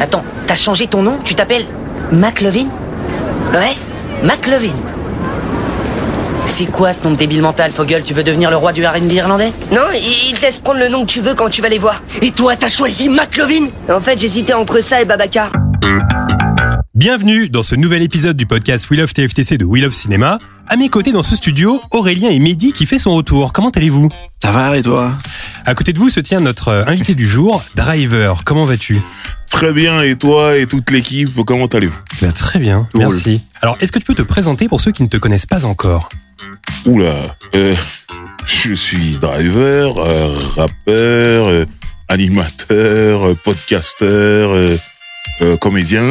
Attends, t'as changé ton nom Tu t'appelles McLevin Ouais, McLevin. C'est quoi ce nom de débile mental, Fogel Tu veux devenir le roi du RB irlandais Non, il te laisse prendre le nom que tu veux quand tu vas les voir. Et toi, t'as choisi McLevin En fait, j'hésitais entre ça et Babacar. Bienvenue dans ce nouvel épisode du podcast We Love TFTC de We Love Cinéma. À mes côtés dans ce studio, Aurélien et Mehdi qui fait son retour. Comment allez-vous Ça va et toi À côté de vous se tient notre euh, invité du jour, Driver. Comment vas-tu Très bien et toi et toute l'équipe, comment allez-vous Très bien, ben, Drôle. merci. Alors, est-ce que tu peux te présenter pour ceux qui ne te connaissent pas encore Oula, euh, je suis driver, euh, rappeur, euh, animateur, euh, podcasteur, euh, euh, comédien,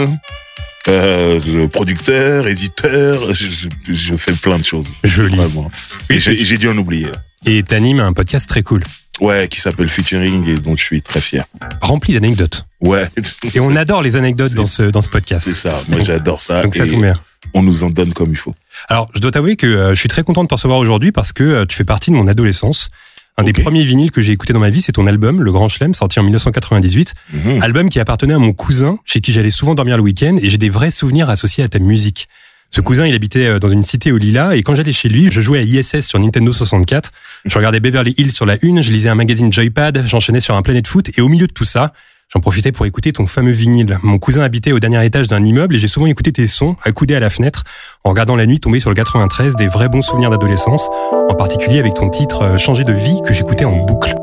euh, euh, producteur, éditeur, je, je- je fais plein de choses. Joli. Vraiment. Et j'ai j'ai dû en oublier. Et t'animes un podcast très cool, Ouais, qui s'appelle Featuring et dont je suis très fier. rempli d'anecdotes. Ouais. Et on adore les anecdotes dans ce, dans ce C'est podcast. ça, moi j'adore ça. Donc ça et tombe bien. on nous en donne comme il faut. Alors, je dois t'avouer que euh, je suis très content de te recevoir aujourd'hui parce que euh, tu fais partie de mon adolescence. Un des Ok. premiers vinyles que j'ai écouté dans ma vie, c'est ton album, Le Grand Chelem, sorti en 1998. Mhm. Album qui appartenait à mon cousin, chez qui j'allais souvent dormir le week-end, et j'ai des vrais souvenirs associés à ta musique. Ce cousin, il habitait euh, dans une cité au Lila, et quand j'allais chez lui, je jouais à ISS sur Nintendo 64, je regardais Beverly Hills sur la une, je lisais un magazine Joypad, j'enchaînais sur un Planet Foot, et au milieu de tout ça, j'en profitais pour écouter ton fameux vinyle. Mon cousin habitait au dernier étage d'un immeuble, et j'ai souvent écouté tes sons, accoudé à la fenêtre, en regardant la nuit tomber sur le 93, des vrais bons souvenirs d'adolescence, en particulier avec ton titre euh, Changer de vie que j'écoutais en boucle.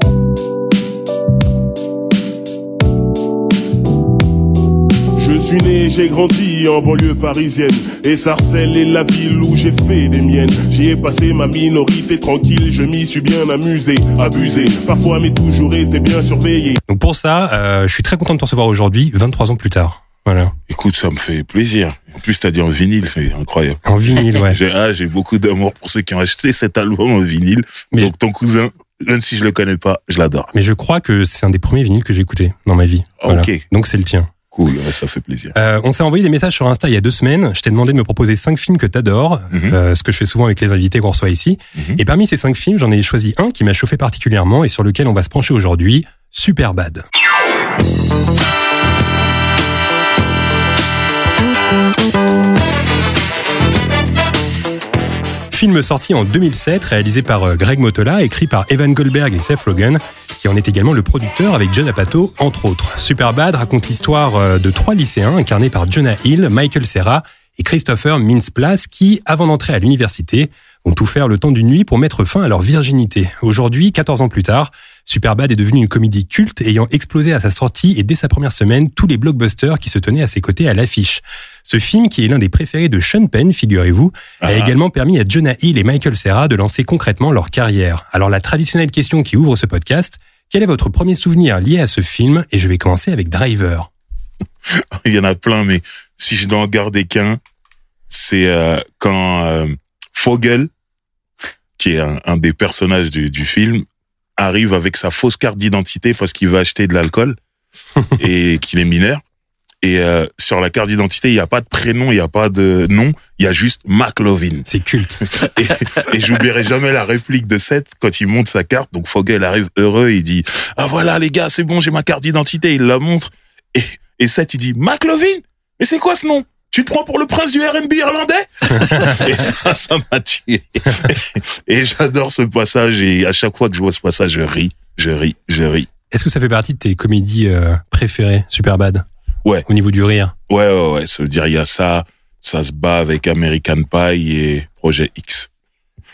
Je suis né, j'ai grandi en banlieue parisienne Et Sarcelles est la ville où j'ai fait des miennes J'y ai passé ma minorité tranquille Je m'y suis bien amusé, abusé Parfois mais toujours été bien surveillé Donc pour ça, euh, je suis très content de te recevoir aujourd'hui, 23 ans plus tard. Voilà. Écoute, ça me fait plaisir. En plus, t'as dit en vinyle, c'est incroyable. En vinyle, ouais. J'ai ah, j'ai beaucoup d'amour pour ceux qui ont acheté cet album en vinyle. Mais- Donc ton cousin, même si je le connais pas, je l'adore. Mais je crois que c'est un des premiers vinyles que j'ai écouté dans ma vie. Ah, ok. Donc c'est le tien. Cool, ouais, ça fait plaisir. Euh, on s'est envoyé des messages sur Insta il y a deux semaines. Je t'ai demandé de me proposer cinq films que t'adores, Mhm. euh, ce que je fais souvent avec les invités qu'on reçoit ici. Mhm. Et parmi ces cinq films, j'en ai choisi un qui m'a chauffé particulièrement et sur lequel on va se pencher aujourd'hui. Superbad. Film sorti en 2007, réalisé par euh, Greg Motola, écrit par Evan Goldberg et Seth Rogen, qui en est également le producteur avec John Apatow, entre autres. Superbad raconte l'histoire euh, de trois lycéens incarnés par Jonah Hill, Michael Serra et Christopher Mintz-Plasse qui, avant d'entrer à l'université, vont tout faire le temps d'une nuit pour mettre fin à leur virginité. Aujourd'hui, 14 ans plus tard, Superbad est devenu une comédie culte ayant explosé à sa sortie et dès sa première semaine tous les blockbusters qui se tenaient à ses côtés à l'affiche. Ce film, qui est l'un des préférés de Sean Penn, figurez-vous, a Ah. également permis à Jonah Hill et Michael Serra de lancer concrètement leur carrière. Alors la traditionnelle question qui ouvre ce podcast, quel est votre premier souvenir lié à ce film Et je vais commencer avec Driver. Il y en a plein, mais si je dois en garder qu'un, c'est euh, quand euh, Fogel, qui est un, un des personnages du, du film, arrive avec sa fausse carte d'identité parce qu'il va acheter de l'alcool et qu'il est mineur. Et euh, sur la carte d'identité, il n'y a pas de prénom, il n'y a pas de nom, il y a juste McLovin. C'est culte. Et, et j'oublierai jamais la réplique de Seth quand il monte sa carte. Donc Fogel arrive heureux, il dit Ah voilà les gars, c'est bon, j'ai ma carte d'identité. Il la montre. Et, et Seth, il dit McLovin Mais c'est quoi ce nom Tu te prends pour le prince du RB irlandais Et ça, ça m'a tué. Et j'adore ce passage. Et à chaque fois que je vois ce passage, je ris, je ris, je ris. Est-ce que ça fait partie de tes comédies euh, préférées, Superbad Ouais. Au niveau du rire Ouais, ouais, ouais. Ça veut dire, il y a ça. Ça se bat avec American Pie et Projet X.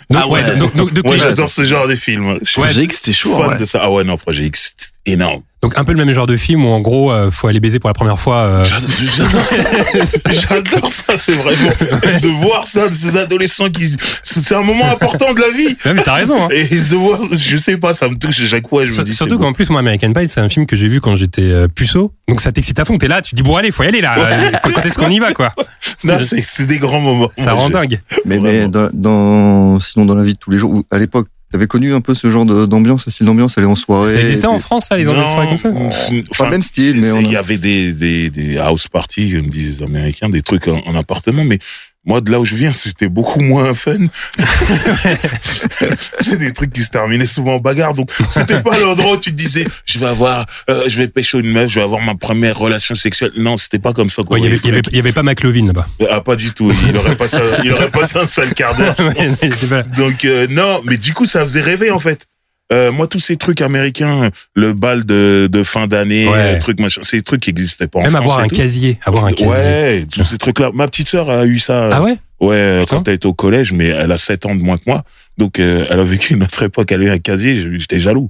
Donc, Ah ouais. donc, donc- donc Moi, les- j'adore ce genre de films. Je suis Ouais. fan Projet de ça. Ah ouais, non, Projet X, énorme. Donc un peu le même genre de film où en gros euh, faut aller baiser pour la première fois. euh, J'adore- J'adore ça. J'adore ça, c'est vraiment de voir ça de ces adolescents qui c'est c'est un moment important de la vie. Ouais, mais t'as raison. Hein. Et de voir, je sais pas, ça me touche à chaque fois. Je me Sur- dis c'est Surtout bon. qu'en plus, moi, American Pie, c'est un film que j'ai vu quand j'étais euh, puceau. Donc ça t'excite à fond. T'es là, tu te dis, bon, allez, faut y aller là. Euh, Quand quand est-ce qu'on y va, quoi Non, Ah, c'est c'est des grands moments. Ça Moi, rend j'ai- dingue. Mais, Vraiment. mais dans, dans- sinon dans la vie de tous les jours, ou à l'époque, t'avais connu un peu ce genre de- d'ambiance, le style d'ambiance, aller en soirée. Ça existait en puis- France, ça, les Non, ambiances soirées comme ça Pas enfin, le même style, mais c'est- on il y a- avait des, des, des house parties, comme disent les Américains, des trucs en, en appartement, mais moi, de là où je viens, c'était beaucoup moins fun. c'est des trucs qui se terminaient souvent en bagarre, donc c'était pas l'endroit où tu te disais, je vais avoir, euh, je vais pêcher une meuf, je vais avoir ma première relation sexuelle. Non, c'était pas comme ça qu'on Ouais, il y voyait avait- il y le avait, truc. il y avait pas McLovin là-bas. Ah, pas du tout. Il aurait passé, un- il aurait passé un seul quart d'heure. je Ouais, pense. c'est- c'est pas- Donc euh, non, mais du coup ça faisait rêver en fait. Euh, moi tous ces trucs américains, le bal de, de fin d'année, Ouais. euh, truc machin, ces trucs qui n'existaient pas en Même France avoir et un tout. casier. Avoir un casier. Ouais, tous ces trucs là. Ma petite sœur a eu ça. euh, Ah ouais Ouais, euh, Putain. quand elle était au collège, mais elle a 7 ans de moins que moi. Donc euh, elle a vécu une autre époque, elle a eu un casier, je- j'étais jaloux.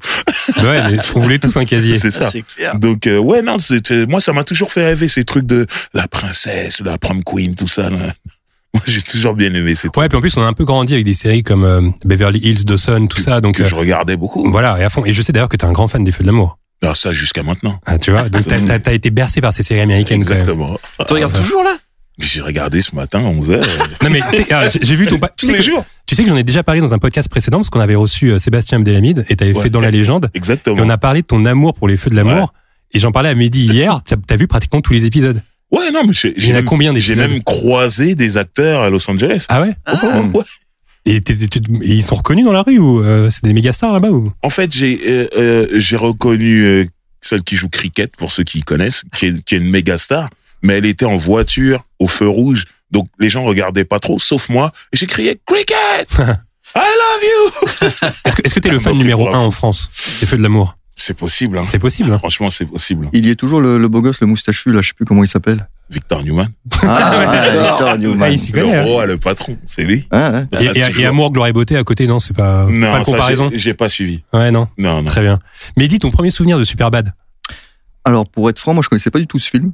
Bah Ouais, mais on voulait tous un casier. C'est ça. C'est clair. Donc euh, ouais non, c'était- moi ça m'a toujours fait rêver ces trucs de la princesse, la prom queen, tout ça. là. Moi j'ai toujours bien aimé ces trucs Ouais, puis en plus, on a un peu grandi avec des séries comme euh, Beverly Hills, Dawson, tout ça. Donc que euh, je regardais beaucoup. voilà, et à fond. Et je sais d'ailleurs que t'es un grand fan des Feux de l'amour. Alors ça jusqu'à maintenant. Ah, tu vois, donc Ça, t'as- c'est- t'as t'as été bercé par ces séries américaines quand même. Exactement. Ah, Tu regardes toujours là J'ai regardé ce matin à 11h. Non mais tu sais, ah, j'ai j'ai vu ton pa- tu sais que- jours. Tu sais que j'en ai déjà parlé dans un podcast précédent parce qu'on avait reçu euh, Sébastien Abdelhamid et t'avais Ouais. fait dans la légende et Exactement. on a parlé de ton amour pour les feux de l'amour Ouais. et j'en parlais à Mehdi hier. T'as as vu pratiquement tous les épisodes. Ouais, non, mais j'ai, Il y en a même- combien J'ai d'épisodes même croisé des acteurs à Los Angeles. Ah ouais Ouais, ouais, ouais. et, t'es- t'es- tu- et ils sont reconnus dans la rue ou euh, c'est des méga stars là-bas ou En fait, j'ai, euh, euh, j'ai reconnu euh, celle qui joue cricket, pour ceux qui connaissent, qui est, qui est une méga star, mais elle était en voiture, au feu rouge, donc les gens regardaient pas trop, sauf moi. Et j'ai crié « Cricket I love you Est-ce que est-ce que t'es Ah, le non, fan bah, t'es numéro grave. un en France des feux de l'amour » C'est possible, hein. C'est possible. Hein Franchement, c'est possible. Il y est toujours le, le beau gosse, le moustachu, là, je sais plus comment il s'appelle. Victor Newman. Ah, Victor Newman. Ah, il s'y Le connaît. hein. roi, le patron, c'est lui. Ah, ouais. Et, et- et amour, gloire et beauté à côté, non, c'est pas, non, pas de ça, j'ai- comparaison. j'ai pas suivi. Ouais, non, Non, non. très bien. Mehdi, ton premier souvenir de Superbad Alors, pour être franc, moi, je connaissais pas du tout ce film.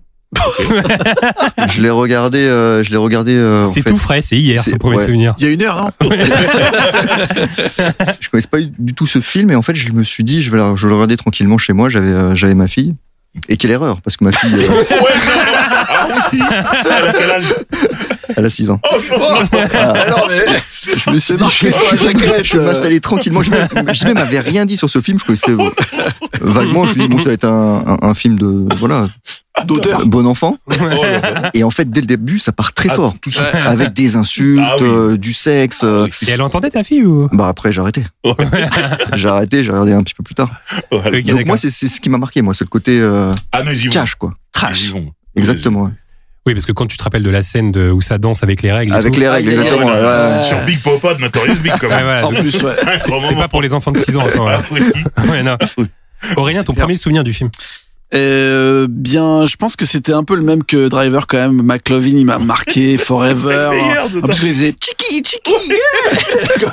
je l'ai regardé, euh, je l'ai regardé, euh, en C'est fait, tout frais, c'est hier, c'est- son premier ouais. souvenir. Il y a une heure, hein. non je connaissais pas du tout ce film et en fait je me suis dit je vais la- je vais le regarder tranquillement chez moi j'avais euh, j'avais ma fille et quelle erreur parce que ma fille euh, Ouais, non, non. Ah oui. À quel âge elle a 6 ans Oh, Ah. Alors, mais. je me suis C'est dit je marqué vais, sur la je vais- jaquette, je vais euh. m'installer tranquillement je, même- je même avais rien dit sur ce film je connaissais euh, vaguement je me suis dit bon ça va être un, un, un film de voilà D'auteur. bon enfant Oh, et en fait dès le début ça part très Ah, fort tout de suite. Ouais. avec des insultes Ah oui. Ah euh, du sexe euh, Et elle entendait ta fille ou bah après j'ai arrêté j'ai arrêté j'ai regardé un petit peu plus tard Voilà. Ok, donc d'accord. moi c'est c'est ce qui m'a marqué moi c'est le côté euh, Ah, nous y vont. cash quoi Nous y Crash. vont. exactement ouais. Oui, parce que quand tu te rappelles de la scène de, où ça danse avec les règles. et Avec tout, les règles, Ah, il y a- exactement. Ouais, ouais, ouais, ouais. ouais. Sur Big Papa de Notorious Big, quand Ouais, même. voilà. En plus, ouais. C'est un C'est grand c'est moment. pas pour les enfants de 6 ans à ce moment-là. Ah oui. Ouais, non. Aurélien, ton clair. Oh, premier souvenir du film Euh, bien, je pense que c'était un peu le même que Driver quand même. McLovin, il m'a marqué C'est le forever. meilleur dedans. Ah, parce qu'il faisait Chiki, Chiki. yeah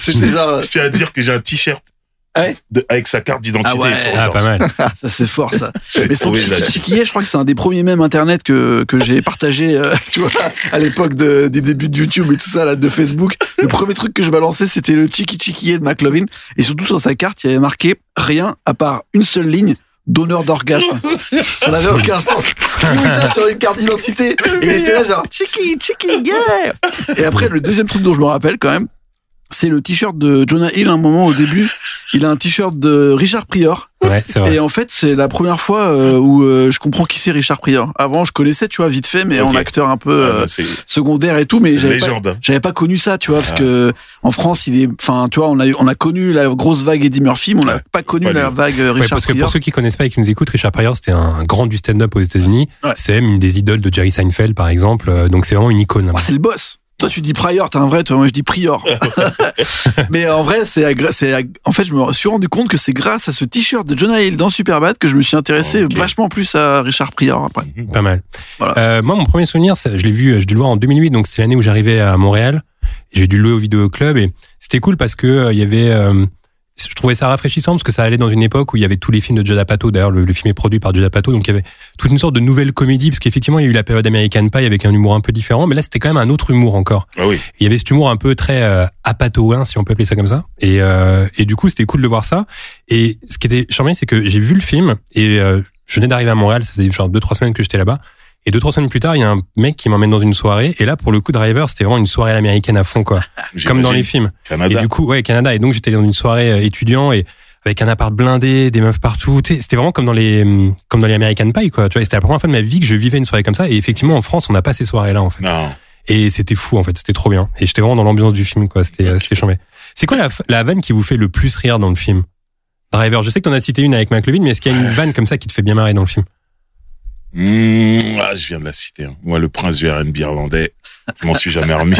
c'était genre. Je tiens à dire que j'ai un t-shirt Ah ouais de- avec sa carte d'identité. Ah ouais. sur le Ah, torse. pas mal. Ça, c'est fort, ça. Je l'ai Mais son trouvé, Chiki, là. Chiki, yeah, je crois que c'est un des premiers mèmes internet que, que j'ai partagé, euh, tu vois, à l'époque de- des débuts de YouTube et tout ça, là, de Facebook. Le premier truc que je balançais, c'était le Chiki, Chiki yeah de McLovin. Et surtout, sur sa carte, il y avait marqué rien à part une seule ligne d'honneur d'orgasme. Ça n'avait aucun sens. Qui met ça sur une carte d'identité Et il était là genre Chiki, Chiki, yeah Et après, le deuxième truc dont je me rappelle quand même, c'est le t-shirt de Jonah Hill à un moment au début. Il a un t-shirt de Richard Prior. Ouais, c'est vrai. Et en fait, c'est la première fois euh, où euh, je comprends qui c'est Richard Prior. Avant, je connaissais, tu vois, vite fait, mais en Ok. acteur un peu Ah, euh, bah, c'est secondaire et tout, c'est mais une j'avais pas, légende. hein. j'avais pas connu ça, tu vois, parce Ah. que en France, il est, enfin, tu vois, on a, eu- on a connu la grosse vague Eddie Murphy, mais on n'a Ouais. pas connu Pas la lui. vague euh, Ouais, Richard parce que Pryor. pour ceux qui connaissent pas et qui nous écoutent, Richard Pryor, c'était un grand du stand-up aux États-Unis. Ouais. C'est même une des idoles de Jerry Seinfeld, par exemple. euh, Donc c'est vraiment une icône. Ah, c'est le boss. Toi, tu dis Prior, t'es un vrai, toi, moi, je dis Prior. Mais en vrai, c'est, agré- c'est ag- en fait, je me suis rendu compte que c'est grâce à ce t-shirt de Jonah Hill dans Superbad que je me suis intéressé Ok. vachement plus à Richard Prior après. Pas mal. Voilà. Euh, moi, mon premier souvenir, c'est- je l'ai vu, euh, je dû le voir en 2008, donc c'était l'année où j'arrivais à Montréal. J'ai dû le louer au vidéoclub et c'était cool parce que euh, il y avait, euh, je trouvais ça rafraîchissant parce que ça allait dans une époque où il y avait tous les films de Judd Apatow. D'ailleurs, le, le film est produit par Judd Apatow, donc il y avait toute une sorte de nouvelle comédie parce qu'effectivement, il y a eu la période American Pie avec un humour un peu différent, mais là, c'était quand même un autre humour encore. Ah oui. Il y avait cet humour un peu très euh, apatoin, si on peut appeler ça comme ça. Et, euh, et du coup, c'était cool de voir ça. Et ce qui était charmant, c'est que j'ai vu le film et euh, je venais d'arriver à Montréal, ça faisait genre deux trois semaines que j'étais là-bas. Et deux trois semaines plus tard, il y a un mec qui m'emmène dans une soirée. Et là, pour le coup, Driver, c'était vraiment une soirée à l'américaine à fond, quoi. Comme dans les films. Canada. Et du coup, ouais, Canada. Et donc, j'étais dans une soirée euh, étudiant et avec un appart blindé, des meufs partout. Tu sais, c'était vraiment comme dans les, hum, comme dans les American Pie, quoi. Tu vois, et c'était la première fois de ma vie que je vivais une soirée comme ça. Et effectivement, en France, on n'a pas ces soirées-là, en fait. Non. Et c'était fou, en fait. C'était trop bien. Et j'étais vraiment dans l'ambiance du film, quoi. C'était, euh, c'était chambé. C'est quoi la, la vanne qui vous fait le plus rire dans le film? Driver, je sais que t'en as cité une avec McLevin, mais est-ce qu'il y a une vanne comme ça qui te fait bien marrer dans le film? Mmh, ah, je viens de la citer. hein. Moi, le prince du R&B irlandais, je m'en suis jamais remis.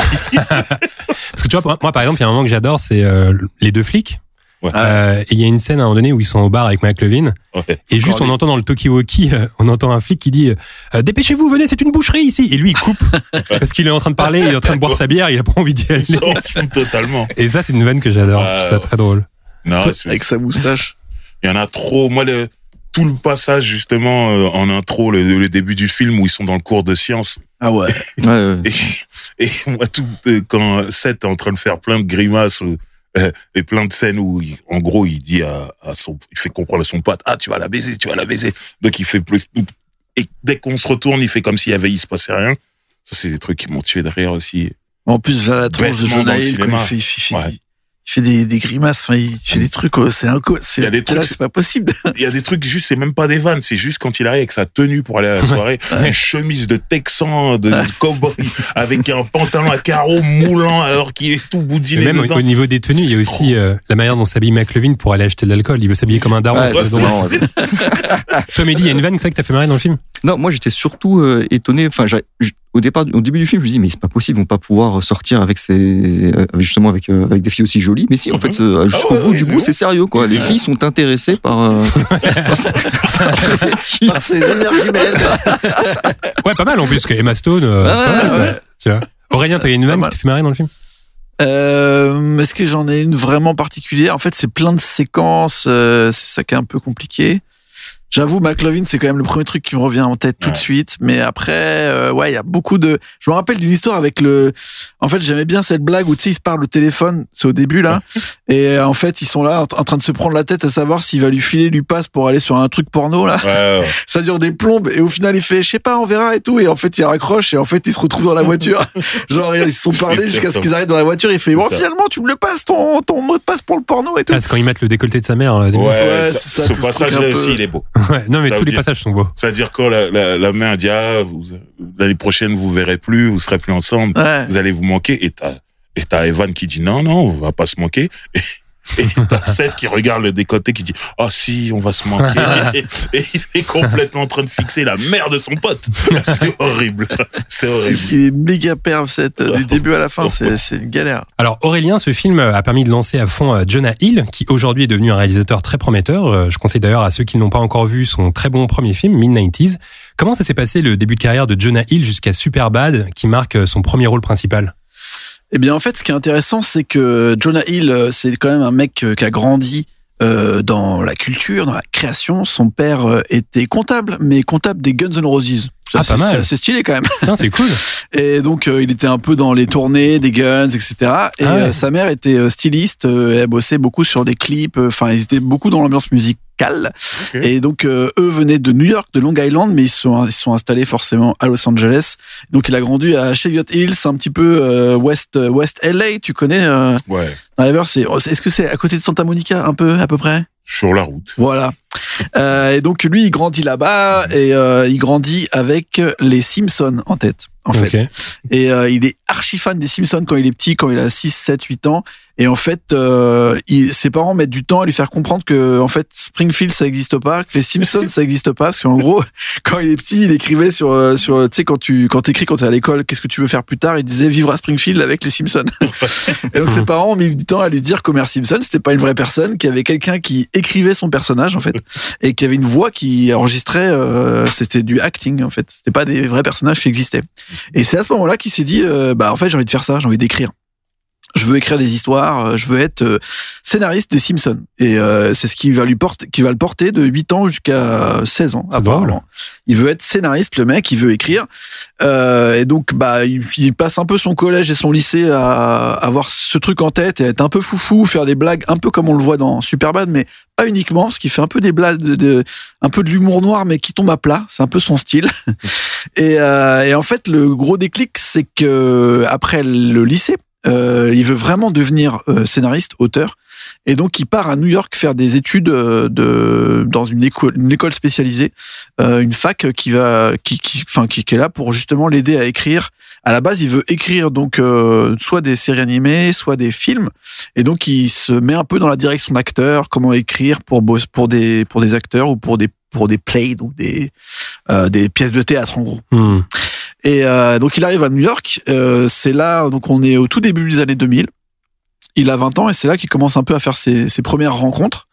Parce que tu vois, moi, par exemple, il y a un moment que j'adore, c'est euh, les deux flics. Ouais. Euh, et il y a une scène à un moment donné où ils sont au bar avec McLevin Ouais. et juste on entend dans le talkie-walkie euh, on entend un flic qui dit euh, dépêchez-vous venez c'est une boucherie ici et lui il coupe parce qu'il est en train de parler il est en train de boire sa bière il a pas envie d'y Ils aller s'en foutent totalement. et ça c'est une vanne que j'adore je trouve ça Ouais. très drôle Non, Ah, Toi, c'est- avec sa moustache. il y en a trop. Moi, le, tout le passage, justement, euh, en intro, le, le début du film où ils sont dans le cours de sciences, Ah ouais. Ouais, ouais. Et, et moi, tout, euh, quand Seth est en train de faire plein de grimaces ou, euh, et plein de scènes où, il- en gros, il dit à, à son, il fait comprendre à son pote, ah, tu vas la baiser, tu vas la baiser. Donc, il fait plus, et dès qu'on se retourne, il fait comme s'il y avait, il se passait rien. Ça, c'est des trucs qui m'ont tué de rire aussi. En plus, la tronche de Bêtement John dans le Hill, quand il cinéma. fait, il fait- Ouais. il fait des, des grimaces, enfin, il fait des trucs, oh, c'est un co- c'est Il y a des t'es là, trucs- c'est pas possible. Il y a des trucs juste, c'est même pas des vannes, c'est juste quand il arrive avec sa tenue pour aller à la soirée, une chemise de texan, de, de cowboy, avec un pantalon à carreaux moulant alors qu'il est tout Et boudiné même au, dedans. au niveau des tenues il y a aussi euh, la manière dont s'habille McLevin pour aller acheter de l'alcool il veut s'habiller comme un daron Ouais, c'est ça, drôle. c'est marrant, ouais. toi Mehdi il y a une vanne comme ça que t'as fait marrer dans le film Non, moi j'étais surtout euh, étonné. Enfin, j'a- j- au départ, au début du film, je me dis mais c'est pas possible, ils vont pas pouvoir sortir avec ces, euh, justement avec euh, avec des filles aussi jolies. Mais si, en Mhm. fait, euh, Ah jusqu'au ouais, bout ouais, du c'est bout, bon. c'est sérieux quoi. Les Ouais. filles sont intéressées par. euh, par ce- par cette fille. Par ses énergies mêlées. ouais pas mal en plus parce que Emma Stone euh, Ouais, c'est pas mal, ouais, quoi. tu vois Aurélien t'as une pas vanne qui mal. t'a fait marrer dans le film Euh, Est-ce que j'en ai une vraiment particulière En fait, c'est plein de séquences, euh, c'est ça qui est un peu compliqué. J'avoue, McLovin, c'est quand même le premier truc qui me revient en tête tout Ouais. de suite. Mais après, euh, ouais, il y a beaucoup de. Je me rappelle d'une histoire avec le. En fait, j'aimais bien cette blague où tu sais, ils se parlent au téléphone. C'est au début là. et euh, en fait, ils sont là en en train de se prendre la tête à savoir s'il va lui filer, lui passe pour aller sur un truc porno là. Ouais, ouais. ça dure des plombes et au final il fait je sais pas on verra et tout et en fait il raccroche et en fait ils se retrouvent dans la voiture genre ils se sont parlé jusqu'à ce qu'ils arrivent dans la voiture il fait bon C'est ça. finalement tu me le passes ton, ton mot de passe pour le porno et tout ah, c'est quand ils mettent le décolleté de sa mère là, c'est Ouais, bien. ouais, c'est ça- ça, ce tout ce truc passage-là un peu- aussi, il est beau. Ouais, non mais Ça tous veut les dire- passages sont beaux C'est-à-dire quand la, la, la main dit ah, vous- l'année prochaine vous verrez plus, vous serez plus ensemble, ouais vous allez vous manquer. Et t'as et t'as Evan qui dit non non, on va pas se manquer. Et- Et t'as Seth qui regarde le décoté qui dit ah si, on va se manquer. et, et il est complètement en train de fixer la mère de son pote. C'est horrible, c'est C'est- horrible. il est méga perve cette euh, du début à la fin c'est c'est une galère Alors Aurélien, ce film euh, a permis de lancer à fond euh, Jonah Hill, qui aujourd'hui est devenu un réalisateur très prometteur. Euh, Je conseille d'ailleurs à ceux qui ne l'ont pas encore vu son très bon premier film, Mid-90s. Comment ça s'est passé le début de carrière de Jonah Hill jusqu'à Superbad, qui marque euh, son premier rôle principal Eh bien, en fait, ce qui est intéressant, c'est que Jonah Hill, euh, c'est quand même un mec euh, qui a grandi euh, dans la culture, dans la création. Son père euh, était comptable, mais comptable des Guns N' Roses. Ça, Ah, pas c'est- mal. C'est assez stylé quand même. Putain, c'est cool. Et donc, euh, il était un peu dans les tournées des Guns, etc. Et Ah ouais. euh, sa mère était euh, styliste, euh, elle bossait beaucoup sur des clips, euh, enfin, ils étaient beaucoup dans l'ambiance musicale. Ok. Et donc, euh, eux venaient de New York, de Long Island, mais ils se sont, ils se sont installés forcément à Los Angeles. Donc, il a grandi à Cheviot Hills, un petit peu euh, West, euh, West LA, tu connais euh, Ouais, Driver, c'est, oh, c'est- est-ce que c'est à côté de Santa Monica, un peu, à peu près sur la route. voilà. Euh, et donc lui, il grandit là-bas et euh, il grandit avec euh, les Simpsons en tête, en fait. Ok. Et euh, il est archi fan des Simpsons quand il est petit, quand il a 6, 7, 8 ans. Et en fait, euh, il- ses parents mettent du temps à lui faire comprendre que en fait, Springfield, ça n'existe pas, que les Simpsons, ça n'existe pas. Parce qu'en gros, quand il est petit, il écrivait sur... euh, sur euh, tu sais, quand tu quand écris quand tu es à l'école, qu'est-ce que tu veux faire plus tard Il disait vivre à Springfield avec les Simpsons. et donc ses parents ont mis du temps à lui dire qu'Homer Simpson, c'était pas une vraie personne, qu'il y avait quelqu'un qui écrivait son personnage, en fait, et qu'il y avait une voix qui enregistrait... euh, c'était du acting, en fait. C'était pas des vrais personnages qui existaient. Et c'est à ce moment-là qu'il s'est dit, euh, bah en fait j'ai envie de faire ça, j'ai envie d'écrire. je veux écrire des histoires, euh, je veux être euh, scénariste des Simpsons. Et euh, c'est ce qui va lui porter, qui va le porter de 8 ans jusqu'à 16 ans. C'est apparemment. drôle. Il veut être scénariste, le mec, il veut écrire. Euh, et donc, bah, il, il passe un peu son collège et son lycée à avoir ce truc en tête et à être un peu foufou, faire des blagues un peu comme on le voit dans Superbad, mais pas uniquement, parce qu'il fait un peu des blagues, de, de- un peu de l'humour noir, mais qui tombe à plat. C'est un peu son style. Et, euh, et en fait, le gros déclic, c'est que après le lycée, euh, il veut vraiment devenir euh, scénariste, auteur. Et donc, il part à New York faire des études euh, de, dans une école, une école spécialisée, euh, une fac qui va, qui, qui, enfin, qui, qui est là pour justement l'aider à écrire. À la base, il veut écrire donc euh, soit des séries animées, soit des films. Et donc, il se met un peu dans la direction d'acteur, comment écrire pour boss- pour des pour des acteurs ou pour des pour des plays, donc des euh, des pièces de théâtre en gros. Hmm. Et euh, donc il arrive à New York. euh, c'est là, donc on est au tout début des années 2000. Il a 20 ans et c'est là qu'il commence un peu à faire ses, ses premières rencontres.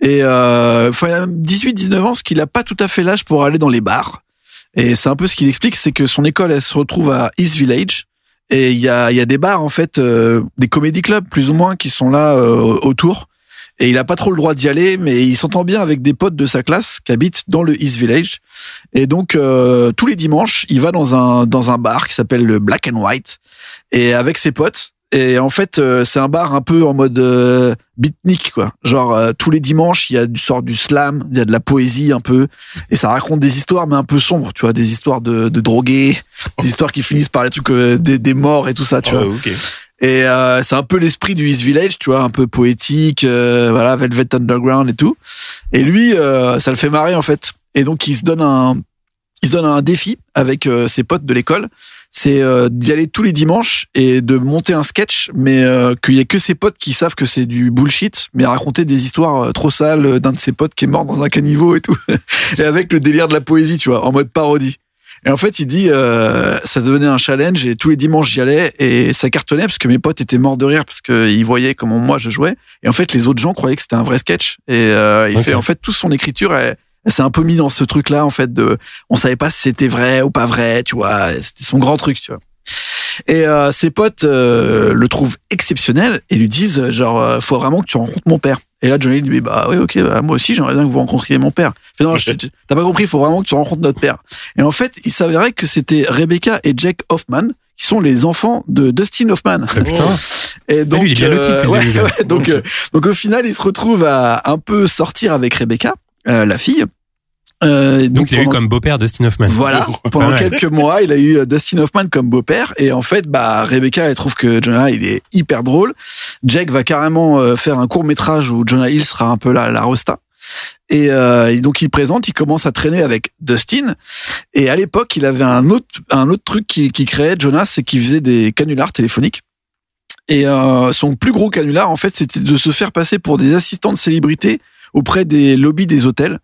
Et euh, enfin, il a 18-19 ans, ce qu'il n'a pas tout à fait l'âge pour aller dans les bars. Et c'est un peu ce qu'il explique, c'est que son école, elle se retrouve à East Village. Et il y a, il y a des bars, en fait, euh, des comédie clubs, plus ou moins, qui sont là euh, autour. Et il n'a pas trop le droit d'y aller, mais il s'entend bien avec des potes de sa classe qui habitent dans le East Village. Et donc euh, tous les dimanches, il va dans un dans un bar qui s'appelle le Black and White et avec ses potes. Et en fait, euh, c'est un bar un peu en mode euh, beatnik quoi. Genre euh, tous les dimanches, il y a du sort du slam, il y a de la poésie un peu et ça raconte des histoires mais un peu sombres, tu vois, des histoires de, de drogués, des histoires qui finissent par les trucs euh, des, des morts et tout ça, tu Ah, vois. ok. Et euh, c'est un peu l'esprit du East Village, tu vois, un peu poétique, euh, voilà, Velvet Underground et tout. Et lui, euh, ça le fait marrer en fait. Et donc il se donne un, il se donne un défi avec euh, ses potes de l'école, c'est euh, d'y aller tous les dimanches et de monter un sketch, mais euh, qu'il y a que ses potes qui savent que c'est du bullshit, mais raconter des histoires euh, trop sales euh, d'un de ses potes qui est mort dans un caniveau et tout, et avec le délire de la poésie, tu vois, en mode parodie. Et en fait, il dit, euh, ça devenait un challenge et tous les dimanches j'y allais et ça cartonnait parce que mes potes étaient morts de rire parce qu'ils voyaient comment moi je jouais. Et en fait, les autres gens croyaient que c'était un vrai sketch. Et euh, il Ok. fait, en fait, toute son écriture, elle, elle s'est un peu mis dans ce truc-là, en fait, de, on savait pas si c'était vrai ou pas vrai, tu vois. C'était son grand truc, tu vois. Et euh, ses potes euh, le trouvent exceptionnel et lui disent euh, genre euh, faut vraiment que tu rencontres mon père. Et là Johnny lui dit bah oui ok bah, moi aussi j'aimerais bien que vous rencontriez mon père. Il fait non je- t'as pas compris faut vraiment que tu rencontres notre père. Et en fait il s'avérait que c'était Rebecca et Jack Hoffman qui sont les enfants de Dustin Hoffman. Ah, putain. Et donc, lui, il est euh, diabétique, lui, ouais, le gars. ouais, donc, euh, donc au final, il se retrouve à un peu sortir avec Rebecca, euh, la fille. Euh, Donc, il a eu pendant- comme beau-père Dustin Hoffman. Voilà, Pas pendant mal. quelques mois, il a eu euh, Dustin Hoffman comme beau-père et en fait, bah Rebecca elle trouve que Jonah il est hyper drôle. Jack va carrément euh, faire un court métrage où Jonah Hill sera un peu la, la rosta. Et, euh, et donc il présente, il commence à traîner avec Dustin. Et à l'époque, il avait un autre un autre truc qui, qui créait Jonah, c'est qu'il faisait des canulars téléphoniques. Et euh, son plus gros canular, en fait, c'était de se faire passer pour des assistants de célébrités auprès des lobbies des hôtels.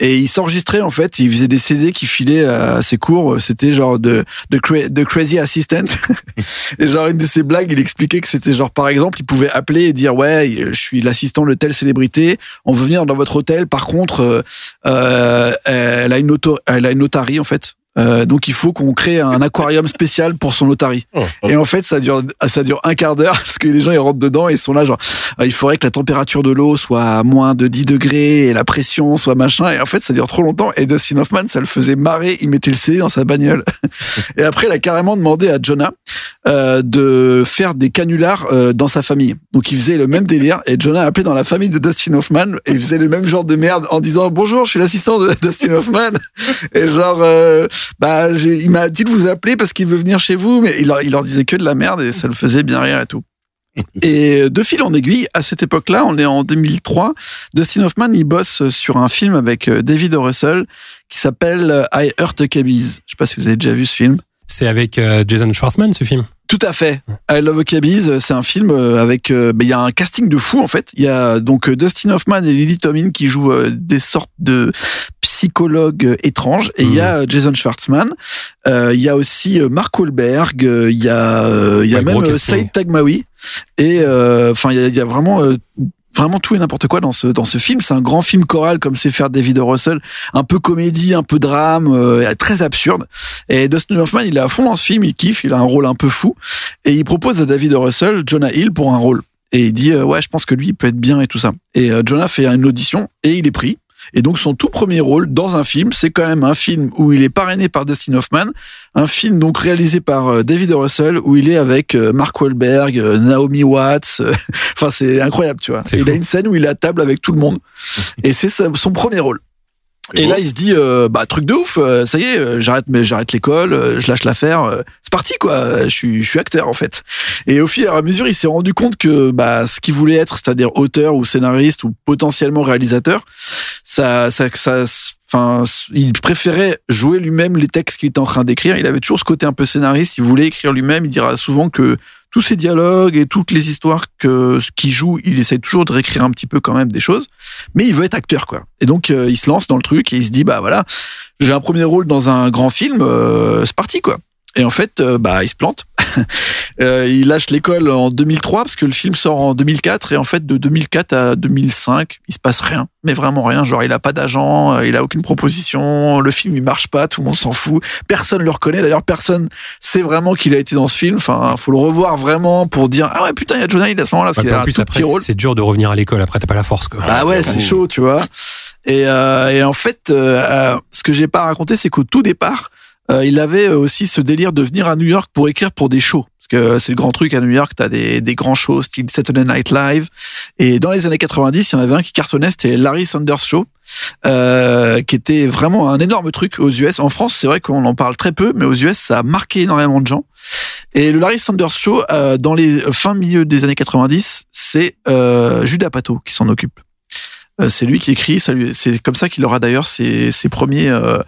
Et il s'enregistrait en fait, il faisait des CD qui filaient à ses cours, c'était genre de de, cra- de crazy assistant. et genre une de ses blagues, il expliquait que c'était genre par exemple, il pouvait appeler et dire ouais, je suis l'assistant de telle célébrité, on veut venir dans votre hôtel. Par contre, euh, euh, elle a une auto, elle a une otarie en fait. Euh, donc il faut qu'on crée un aquarium spécial pour son otarie. Et en fait, ça dure, ça dure un quart d'heure parce que les gens ils rentrent dedans et ils sont là genre, ah, il faudrait que la température de l'eau soit à moins de 10 degrés et la pression soit machin. Et en fait, ça dure trop longtemps. Et Dustin Hoffman, ça le faisait marrer. Il mettait le CD dans sa bagnole. et après, il a carrément demandé à Jonah euh, de faire des canulars euh, dans sa famille. Donc, il faisait le même délire. Et Jonah a appelé dans la famille de Dustin Hoffman et il faisait le même genre de merde en disant bonjour, je suis l'assistant de Dustin Hoffman. Et genre, euh, bah, j'ai- il m'a dit de vous appeler parce qu'il veut venir chez vous, mais il leur, il leur disait que de la merde et ça le faisait bien rire et tout. Et de fil en aiguille, à cette époque-là, on est en 2003, Dustin Hoffman, il bosse sur un film avec euh, David O. Russell qui s'appelle euh, I Heart a Cabbies. Je sais pas si vous avez déjà vu ce film. C'est avec euh, Jason Schwartzman ce film. Tout à fait. I Love a Cabbies, euh, c'est un film euh, avec, euh, ben, il y a un casting de fou en fait. Il y a donc euh, Dustin Hoffman et Lily Tomlin qui jouent euh, des sortes de psychologues euh, étranges. Et il y a Mm. euh, Jason Schwartzman. Euh, Il y a aussi euh, Mark Wahlberg. euh, Il y a, euh, il y a Ouais, même gros euh, casting. Saïd Tagmaoui. Et euh, enfin, il y a- il y, a vraiment euh, vraiment tout et n'importe quoi dans ce, dans ce film. C'est un grand film choral comme sait faire David O. Russell. Un peu comédie, un peu drame, euh, très absurde. Et Dustin Hoffman, il est à fond dans ce film, il kiffe, il a un rôle un peu fou. Et il propose à David O. Russell Jonah Hill pour un rôle. Et il dit, euh, ouais, je pense que lui, il peut être bien et tout ça. Et euh, Jonah fait une audition et il est pris. Et donc son tout premier rôle dans un film, c'est quand même un film où il est parrainé par Dustin Hoffman, un film donc réalisé par euh, David O. Russell où il est avec euh, Mark Wahlberg, euh, Naomi Watts, euh, enfin c'est incroyable, tu vois. C'est Il fou. a une scène où il est à table avec tout le monde et c'est sa- son premier rôle. Et là, il se dit, euh, bah truc de ouf, euh, ça y est, euh, j'arrête, mais j'arrête l'école, euh, je lâche l'affaire, euh, c'est parti quoi. euh, Je suis, je suis acteur en fait. Et au fil et à mesure, il s'est rendu compte que bah ce qu'il voulait être, c'est-à-dire auteur ou scénariste ou potentiellement réalisateur, ça, ça, ça, enfin, il préférait jouer lui-même les textes qu'il était en train d'écrire. Il avait toujours ce côté un peu scénariste. Il voulait écrire lui-même. Il dira souvent que tous ses dialogues et toutes les histoires que qu'il Euh, joue, il essaye toujours de réécrire un petit peu quand même des choses. Mais il veut être acteur, quoi. Et donc, euh, il se lance dans le truc et il se dit, bah voilà, j'ai un premier rôle dans un grand film, euh, c'est parti, quoi. Et en fait, euh, bah, il se plante. Euh, il lâche l'école en 2003 parce que le film sort en 2004 et en fait de 2004 à 2005 il se passe rien mais vraiment rien genre il a pas d'agent euh, il a aucune proposition le film il marche pas tout le monde s'en fout personne le reconnaît d'ailleurs personne sait vraiment qu'il a été dans ce film enfin faut le revoir vraiment pour dire ah ouais putain il y a Jonah Hill à ce moment là parce Ouais, qu'il puis a en un plus, tout après, petit rôle c'est dur de revenir à l'école. Après, t'as pas la force, quoi. ah ouais, c'est chaud, tu vois. Et, euh, et en fait, euh, euh, ce que j'ai pas raconté, c'est qu'au tout départ, euh, il avait aussi ce délire de venir à New York pour écrire pour des shows. Parce que c'est le grand truc à New York, t'as des, des grands shows, style Saturday Night Live. Et dans les années 90, il y en avait un qui cartonnait, c'était Larry Sanders Show, euh, qui était vraiment un énorme truc aux US. En France, c'est vrai qu'on en parle très peu, mais aux US, ça a marqué énormément de gens. Et le Larry Sanders Show, euh, dans les fins milieu des années 90, c'est euh, Judas Pato qui s'en occupe. Euh, c'est lui qui écrit, ça lui- c'est comme ça qu'il aura d'ailleurs ses, ses, premiers, euh,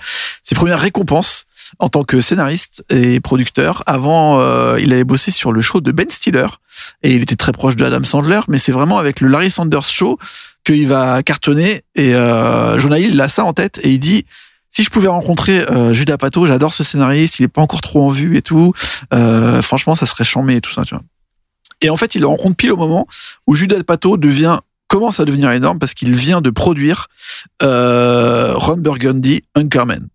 ses premières récompenses en tant que scénariste et producteur. Avant, euh, il avait bossé sur le show de Ben Stiller et il était très proche de Adam Sandler, mais c'est vraiment avec le Larry Sanders Show qu'il va cartonner et euh, Jonah Hill il a ça en tête et il dit si je pouvais rencontrer euh, Judas Pato, j'adore ce scénariste, il est pas encore trop en vue et tout. Euh, franchement, ça serait chambé et tout ça, tu vois. Et en fait, il le rencontre pile au moment où Judas Pato devient commence à devenir énorme parce qu'il vient de produire euh, Ron Burgundy, Uncarmen.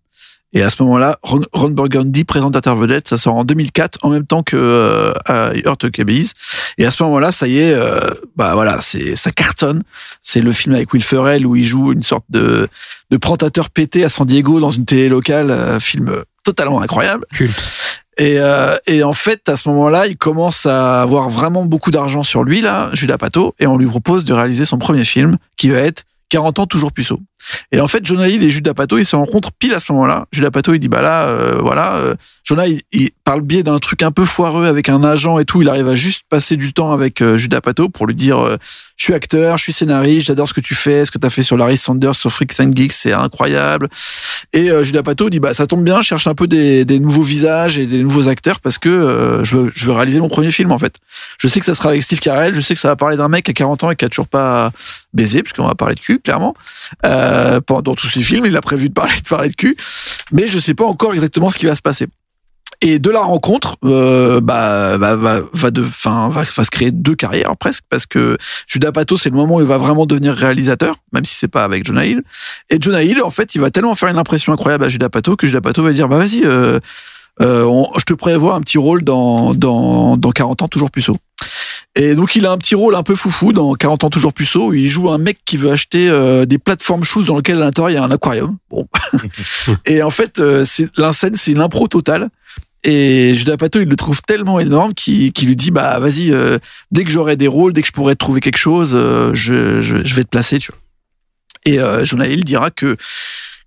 Et à ce moment-là, Ron, Ron Burgundy, présentateur vedette, ça sort en 2004, en même temps que euh, à Earth Hockey Bees. Et à ce moment-là, ça y est, euh, bah voilà, c'est ça cartonne. C'est le film avec Will Ferrell où il joue une sorte de de prentateur pété à San Diego dans une télé locale, un film totalement incroyable. Culte. Et, euh, et en fait, à ce moment-là, il commence à avoir vraiment beaucoup d'argent sur lui, là, Judas Pato, et on lui propose de réaliser son premier film, qui va être 40 ans toujours puceau. Et en fait, Jonah Hill et Judas Pato, ils se rencontrent pile à ce moment-là. Judas Pato, il dit, bah là, euh, voilà, euh, Jonah, il, il- par le biais d'un truc un peu foireux avec un agent et tout, il arrive à juste passer du temps avec euh, Judas Pato pour lui dire, euh, je suis acteur, je suis scénariste, j'adore ce que tu fais, ce que tu as fait sur Larry Sanders, sur Freaks and Geeks, c'est incroyable. Et euh, Julia Pato dit bah ça tombe bien, je cherche un peu des, des nouveaux visages et des nouveaux acteurs parce que euh, je, veux, je veux réaliser mon premier film en fait. Je sais que ça sera avec Steve Carell, je sais que ça va parler d'un mec à 40 ans et qui a toujours pas baisé parce qu'on va parler de cul clairement. Euh, pendant tous ces films, il a prévu de parler de parler de cul, mais je sais pas encore exactement ce qui va se passer. Et de la rencontre, euh, bah, bah, va, va, de, fin, va, va se créer deux carrières presque, parce que Judas Pato, c'est le moment où il va vraiment devenir réalisateur, même si c'est pas avec Jonah Hill. Et Jonah Hill, en fait, il va tellement faire une impression incroyable à Judas Pato que Judas Pato va dire, bah vas-y, euh, euh, on- je te prévois un petit rôle dans, dans, dans 40 ans, toujours puceau. Et donc il a un petit rôle un peu foufou dans 40 ans toujours puceau. où Il joue un mec qui veut acheter euh, des plateformes shoes dans lesquelles à l'intérieur il y a un aquarium. Bon. et en fait, euh, c'est l'inscène, c'est une impro totale. Et Judas Pato, il le trouve tellement énorme qu'il qu'il lui dit bah vas-y, euh, dès que j'aurai des rôles, dès que je pourrai trouver quelque chose, euh, je, je, je vais te placer, tu vois. Et euh, Jonah Hill dira que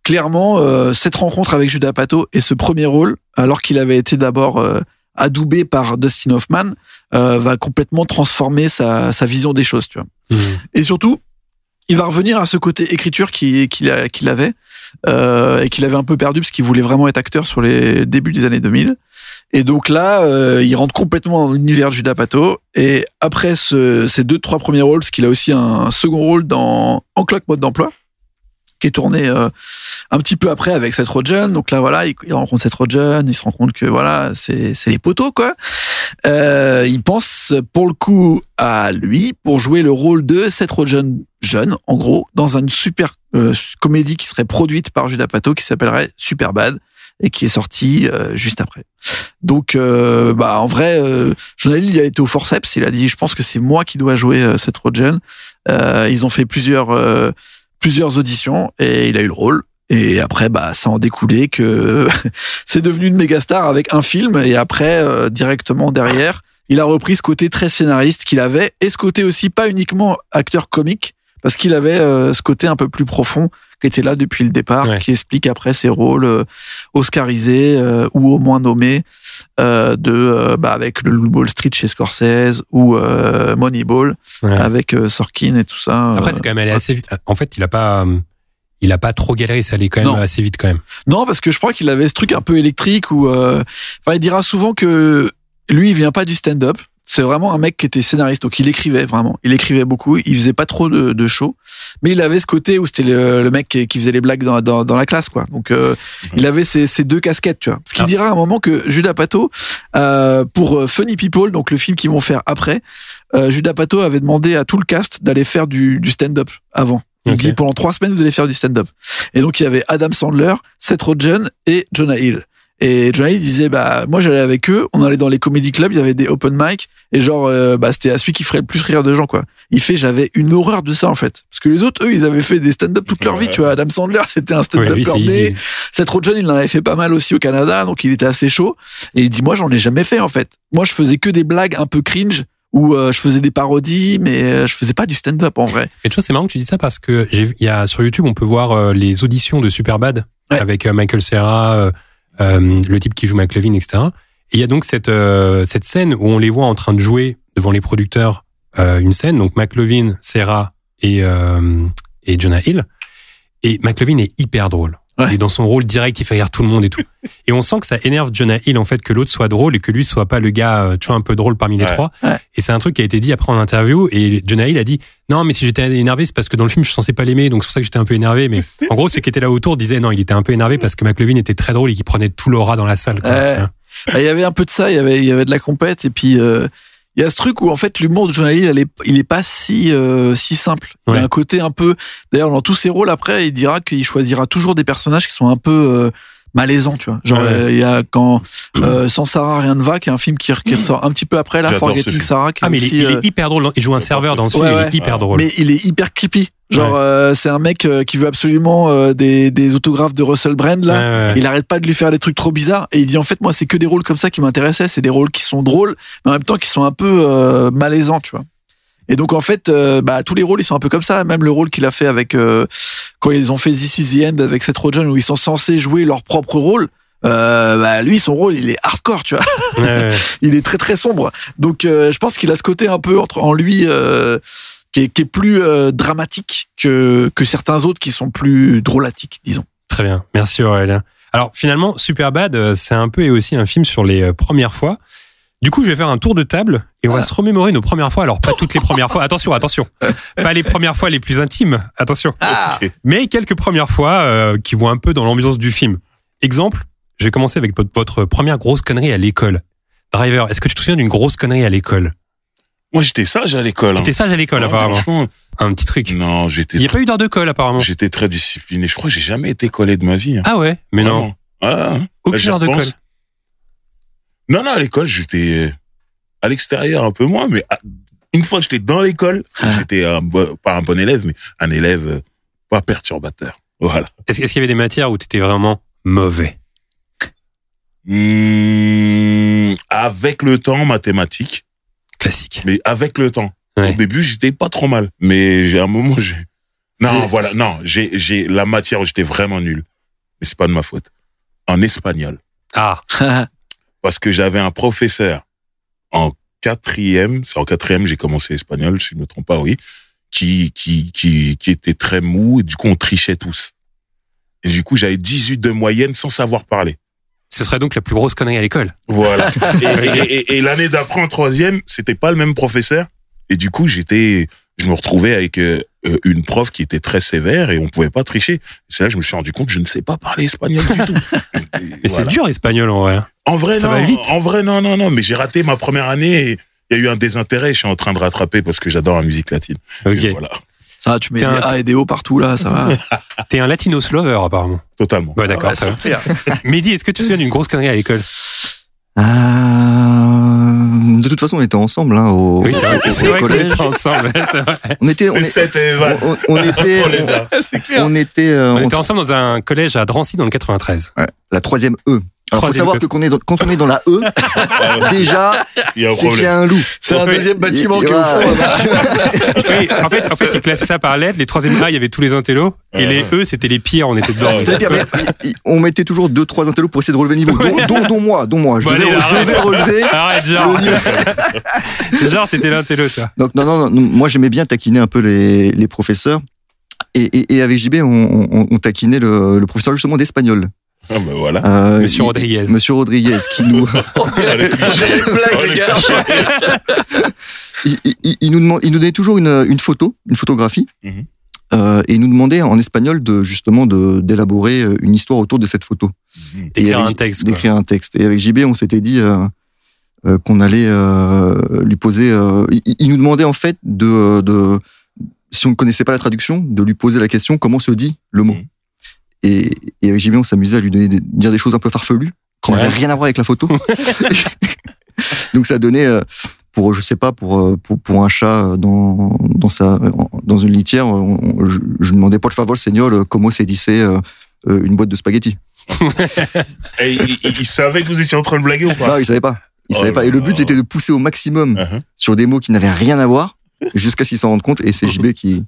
clairement, euh, cette rencontre avec Judas Pato et ce premier rôle, alors qu'il avait été d'abord euh, adoubé par Dustin Hoffman, euh, va complètement transformer sa, sa vision des choses. Tu vois. Hmm. Et surtout, il va revenir à ce côté écriture qui- qu'il a- qu'il avait euh, et qu'il avait un peu perdu parce qu'il voulait vraiment être acteur sur les débuts des années 2000. Et donc là, euh, il rentre complètement dans l'univers de Judas Pato. Et après ce- ces deux, trois premiers rôles, parce qu'il a aussi un second rôle dans Encloque Mode d'emploi, qui est tourné euh, un petit peu après avec Seth Rogen. Donc là, voilà, il, il rencontre Seth Rogen, il se rend compte que voilà, c'est c'est les poteaux, quoi. Euh, il pense pour le coup à lui pour jouer le rôle de Seth Rogen jeune, en gros, dans une super euh, comédie qui serait produite par Judas Pato qui s'appellerait Superbad et qui est sortie euh, juste après. Donc, euh, bah, en vrai, euh, j'en ai lu, il a été au forceps, il a dit, je pense que c'est moi qui dois jouer euh, cette Rogen. Euh, ils ont fait plusieurs, euh, plusieurs auditions et il a eu le rôle. Et après, bah, ça en découlait que c'est devenu une méga star avec un film et après, euh, directement derrière, il a repris ce côté très scénariste qu'il avait et ce côté aussi pas uniquement acteur comique parce qu'il avait euh, ce côté un peu plus profond qui était là depuis le départ, Ouais. qui explique après ses rôles euh, oscarisés euh, ou au moins nommés euh, de euh, bah, avec le Loulou Ball Street chez Scorsese ou euh, Moneyball Ouais. avec euh, Sorkin et tout ça. Après, Euh, c'est quand même allé assez vite. En fait, il a pas, euh, il a pas trop galéré. Ça allait quand même Non. assez vite quand même. Non, parce que je crois qu'il avait ce truc un peu électrique où, euh, enfin, il dira souvent que lui, il vient pas du stand-up. C'est vraiment un mec qui était scénariste, donc il écrivait vraiment. Il écrivait beaucoup, il faisait pas trop de, de show, mais il avait ce côté où c'était le, le mec qui, qui faisait les blagues dans, dans, dans la classe, quoi. Donc euh, il avait ces, ces deux casquettes, tu vois. Parce qu'il Ah. dira à un moment que Judas Pato, euh, pour euh, Funny People, donc le film qu'ils vont faire après, euh, Judas Pato avait demandé à tout le cast d'aller faire du, du stand-up avant. Il Ok. dit pendant trois semaines, vous allez faire du stand-up. Et donc, il y avait Adam Sandler, Seth Rogen et Jonah Hill. Et Jonah Hill disait, bah, moi, j'allais avec eux, on allait dans les comedy clubs, il y avait des open mic, et genre, euh, bah, c'était à celui qui ferait le plus rire de gens, quoi. Il fait, j'avais une horreur de ça, en fait. Parce que les autres, eux, ils avaient fait des stand-up toute leur vie, tu vois. Adam Sandler, c'était un Ouais, stand-up lui, c'est easy. Seth Rogen, il en avait fait pas mal aussi au Canada, donc il était assez chaud. Et il dit, moi, j'en ai jamais fait, en fait. Moi, je faisais que des blagues un peu cringe, où euh, je faisais des parodies, mais euh, je faisais pas du stand-up, en vrai. Et tu vois, c'est marrant que tu dis ça parce que j'ai, vu- il y a sur YouTube, on peut voir euh, les auditions de Superbad Ouais. avec euh, Michael Cera, euh, euh, le type qui joue McLevin, etc. Et il y a donc cette euh, cette scène où on les voit en train de jouer devant les producteurs euh, une scène, donc McLevin, Cera et euh, et Jonah Hill. Et McLevin est hyper drôle. Ouais. Il est dans son rôle direct, il fait rire tout le monde et tout. et on sent que ça énerve Jonah Hill en fait que l'autre soit drôle et que lui soit pas le gars, euh, tu vois, un peu drôle parmi les Ouais. trois. Ouais. Et c'est un truc qui a été dit après en interview. Et Jonah Hill a dit non, mais si j'étais énervé, c'est parce que dans le film, je suis censé pas l'aimer, donc c'est pour ça que j'étais un peu énervé. Mais en gros, ceux qui étaient là autour disaient non, il était un peu énervé parce que McLevin était très drôle et qu'il prenait tout l'aura dans la salle. quoi, Ouais. tu vois. Bah, Il y avait un peu de ça, il y avait, il y avait de la compète, et puis euh, il y a ce truc où en fait l'humour de Jonah Hill, elle est- il est pas si euh, si simple. Il y Ouais. a un côté un peu. D'ailleurs, dans tous ses rôles après, il dira qu'il choisira toujours des personnages qui sont un peu euh, malaisants, tu vois. Genre Ouais. euh, il y a quand euh, sans Sarah rien ne va, qui est un film qui, qui ressort un petit peu après, là, J'adore ce Forgetting film. Sarah, qui Ah, est mais il est, aussi, il est euh, hyper drôle. Il joue un serveur dans ce film, Ouais, il est ouais. hyper drôle. mais il est hyper creepy. Genre Ouais. euh, c'est un mec euh, qui veut absolument euh, des, des autographes de Russell Brand là. Ouais, ouais. Il arrête pas de lui faire des trucs trop bizarres et il dit en fait moi c'est que des rôles comme ça qui m'intéressaient, c'est des rôles qui sont drôles mais en même temps qui sont un peu euh, malaisants, tu vois. Et donc en fait euh, bah tous les rôles ils sont un peu comme ça, même le rôle qu'il a fait avec euh, quand ils ont fait This is the End avec Seth Rogen où ils sont censés jouer leur propre rôle. Euh, bah lui son rôle il est hardcore tu vois Ouais, ouais. il est très très sombre donc euh, je pense qu'il a ce côté un peu entre en lui euh, qui, est, qui est plus euh, dramatique que que certains autres qui sont plus drôlatiques disons Très bien, merci Aurélien. Alors finalement, Superbad, euh, c'est un peu et aussi un film sur les euh, premières fois. Du coup, je vais faire un tour de table et on va Ah. se remémorer nos premières fois. Alors pas toutes les premières fois, attention, attention, pas les premières fois les plus intimes, attention, Ok. mais quelques premières fois euh, qui vont un peu dans l'ambiance du film. Exemple, je vais commencer avec votre- votre première grosse connerie à l'école. Driver, est-ce que tu te souviens d'une grosse connerie à l'école Moi, j'étais sage à l'école. hein. C'était sage à l'école Ouais, apparemment, franchement. un petit truc. Non, j'étais Il n'y a pas eu d'heure de colle apparemment. J'étais très discipliné. Je crois que j'ai jamais été collé de ma vie. hein. Hein. Ah ouais, mais non, Vraiment. Ah, hein. Là, aucune j'y heure de repense. colle. Non, non, à l'école, j'étais euh, à l'extérieur un peu moins, mais à- une fois que j'étais dans l'école, Ah. j'étais un bo- pas un bon élève, mais un élève euh, pas perturbateur. Voilà. Est-ce est-ce qu'il y avait des matières où tu étais vraiment mauvais Mmh, avec le temps, mathématiques, Classique. mais avec le temps. Ouais. Au début, j'étais pas trop mal, mais j'ai un moment, j'ai... Non, voilà, non, j'ai, j'ai la matière où j'étais vraiment nul. Mais c'est pas de ma faute. En espagnol. Ah, parce que j'avais un professeur en quatrième, c'est en quatrième j'ai commencé l'espagnol, si je ne me trompe pas, oui, qui, qui, qui, qui était très mou, et du coup on trichait tous. Et du coup j'avais 18 de moyenne sans savoir parler. ce serait donc la plus grosse connerie à l'école. Voilà. et et- et- et l'année d'après en troisième, c'était pas le même professeur, et du coup j'étais je me retrouvais avec euh, euh, une prof qui était très sévère et on pouvait pas tricher. C'est là que je me suis rendu compte que je ne sais pas parler espagnol du tout. Mais c'est dur l'espagnol en vrai. En vrai, Ça non. va vite. En vrai, non, non, non. Mais j'ai raté ma première année et il y a eu un désintérêt. Je suis en train de rattraper parce que j'adore la musique latine. Ok. Et voilà, Ça, va, tu mets des T'es un- A et des O partout là, ça va. T'es un latino slover apparemment. totalement. Ouais, d'accord. Ah, Ouais, ça va. c'est clair. Mehdi, est-ce que tu te souviens d'une grosse connerie à l'école Euh, de toute façon, on était ensemble hein, au, Oui, c'est vrai, au- c'est au vrai qu'on collège. était ensemble. c'est vrai. On était, on, C'est est- cette et Evan. on, on était, On les a. on, on était, euh, hein. On on- était ensemble dans un collège à Drancy dans le 93. la troisième E. Alors, faut Troisième savoir E. Ah, que qu'on est dans- quand on est dans la E, déjà, Il y a un c'est qu'il y problème. a un loup. C'est un deuxième bâtiment Il- qui est au fond. ouais. Oui, en fait, en fait, ils classaient ça par lettres. Les troisièmes A, il y avait tous les intellos. Et les E, c'était les pires. On était dedans. Ouais. C'était pire, mais il- il- on mettait toujours deux trois intellos pour essayer de relever le niveau. Dont, dont, dont moi, dont moi. Je Bon, devais, allez, là, je devais arrête. Ah, relever. Arrête, genre. le niveau. Genre, t'étais l'intello, toi. Donc non, non, non, non, moi j'aimais bien taquiner un peu les, les professeurs. Et, et, et avec JB, on, on, on taquinait le, le professeur justement d'espagnol. Ah, ben voilà. Euh, Monsieur il- Rodriguez. Oh, Monsieur Rodriguez, qui nous, Ah, le cliché. Ah, le cliché. il, il- il nous demand- il nous donnait toujours une, une photo, une photographie, Mhm. Euh, et il nous demandait en espagnol de justement de- d'élaborer une histoire autour de cette photo. Et T'écrire avec- un texte. quoi. d'écrire un texte. Et avec JB, on s'était dit euh, euh, qu'on allait euh, lui poser. euh, il, il nous demandait en fait de, euh, de- si on ne connaissait pas la traduction, de lui poser la question comment se dit le mot. Mm. Mhm. Et, et avec JB, on s'amusait à lui donner des- dire des choses un peu farfelues qui Ouais. n'avaient rien à voir avec la photo. Donc ça donnait. euh, pour, je sais pas, pour, euh, pour, pour un chat euh, dans, dans, sa, en- dans une litière, on- on- je, je demandais, por favor, señor, euh, comment se disait euh, euh, une boîte de spaghettis Et il, il- il savait que vous étiez en train de blaguer ou pas Non, il savait pas. Il Oh savait pas. là Et le là. but, c'était de pousser au maximum Uh-huh. sur des mots qui n'avaient rien à voir, jusqu'à ce qu'ils s'en rendent compte. Et c'est JB qui.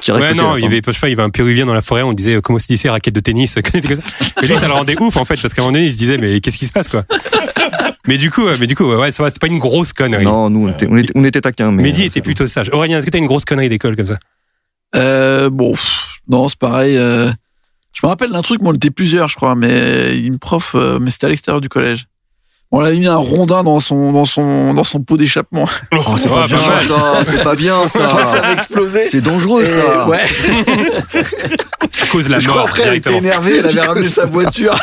qui Ouais, racontait, non, là, il y avait, je sais pas, il y avait un péruvien dans la forêt, on disait, euh, comment se disait, raquette de tennis, que des trucs comme ça. Et lui, ça le rendait ouf, en fait, parce qu'à un moment donné, il se disait, mais qu'est-ce qui se passe, quoi. Mais du coup, euh, mais du coup, ouais, ouais, ça va, c'est pas une grosse connerie. Non, nous, on était, on était, on était taquins. Mais euh, Mehdi était plutôt sage. Aurélien, est-ce que t'as une grosse connerie d'école comme ça? Euh, bon, pff, non, c'est pareil. euh, je me rappelle d'un truc, mais on était plusieurs, je crois, mais une prof, euh, mais c'était à l'extérieur du collège. On l'avait mis un rondin dans son, dans son, dans son pot d'échappement. Oh, c'est pas Ah, bien pas mal. ça, c'est pas bien ça. explosé. C'est dangereux Euh, ça. Ouais. À cause de la je mort, crois après, elle était directement. énervée, elle avait ramené sa voiture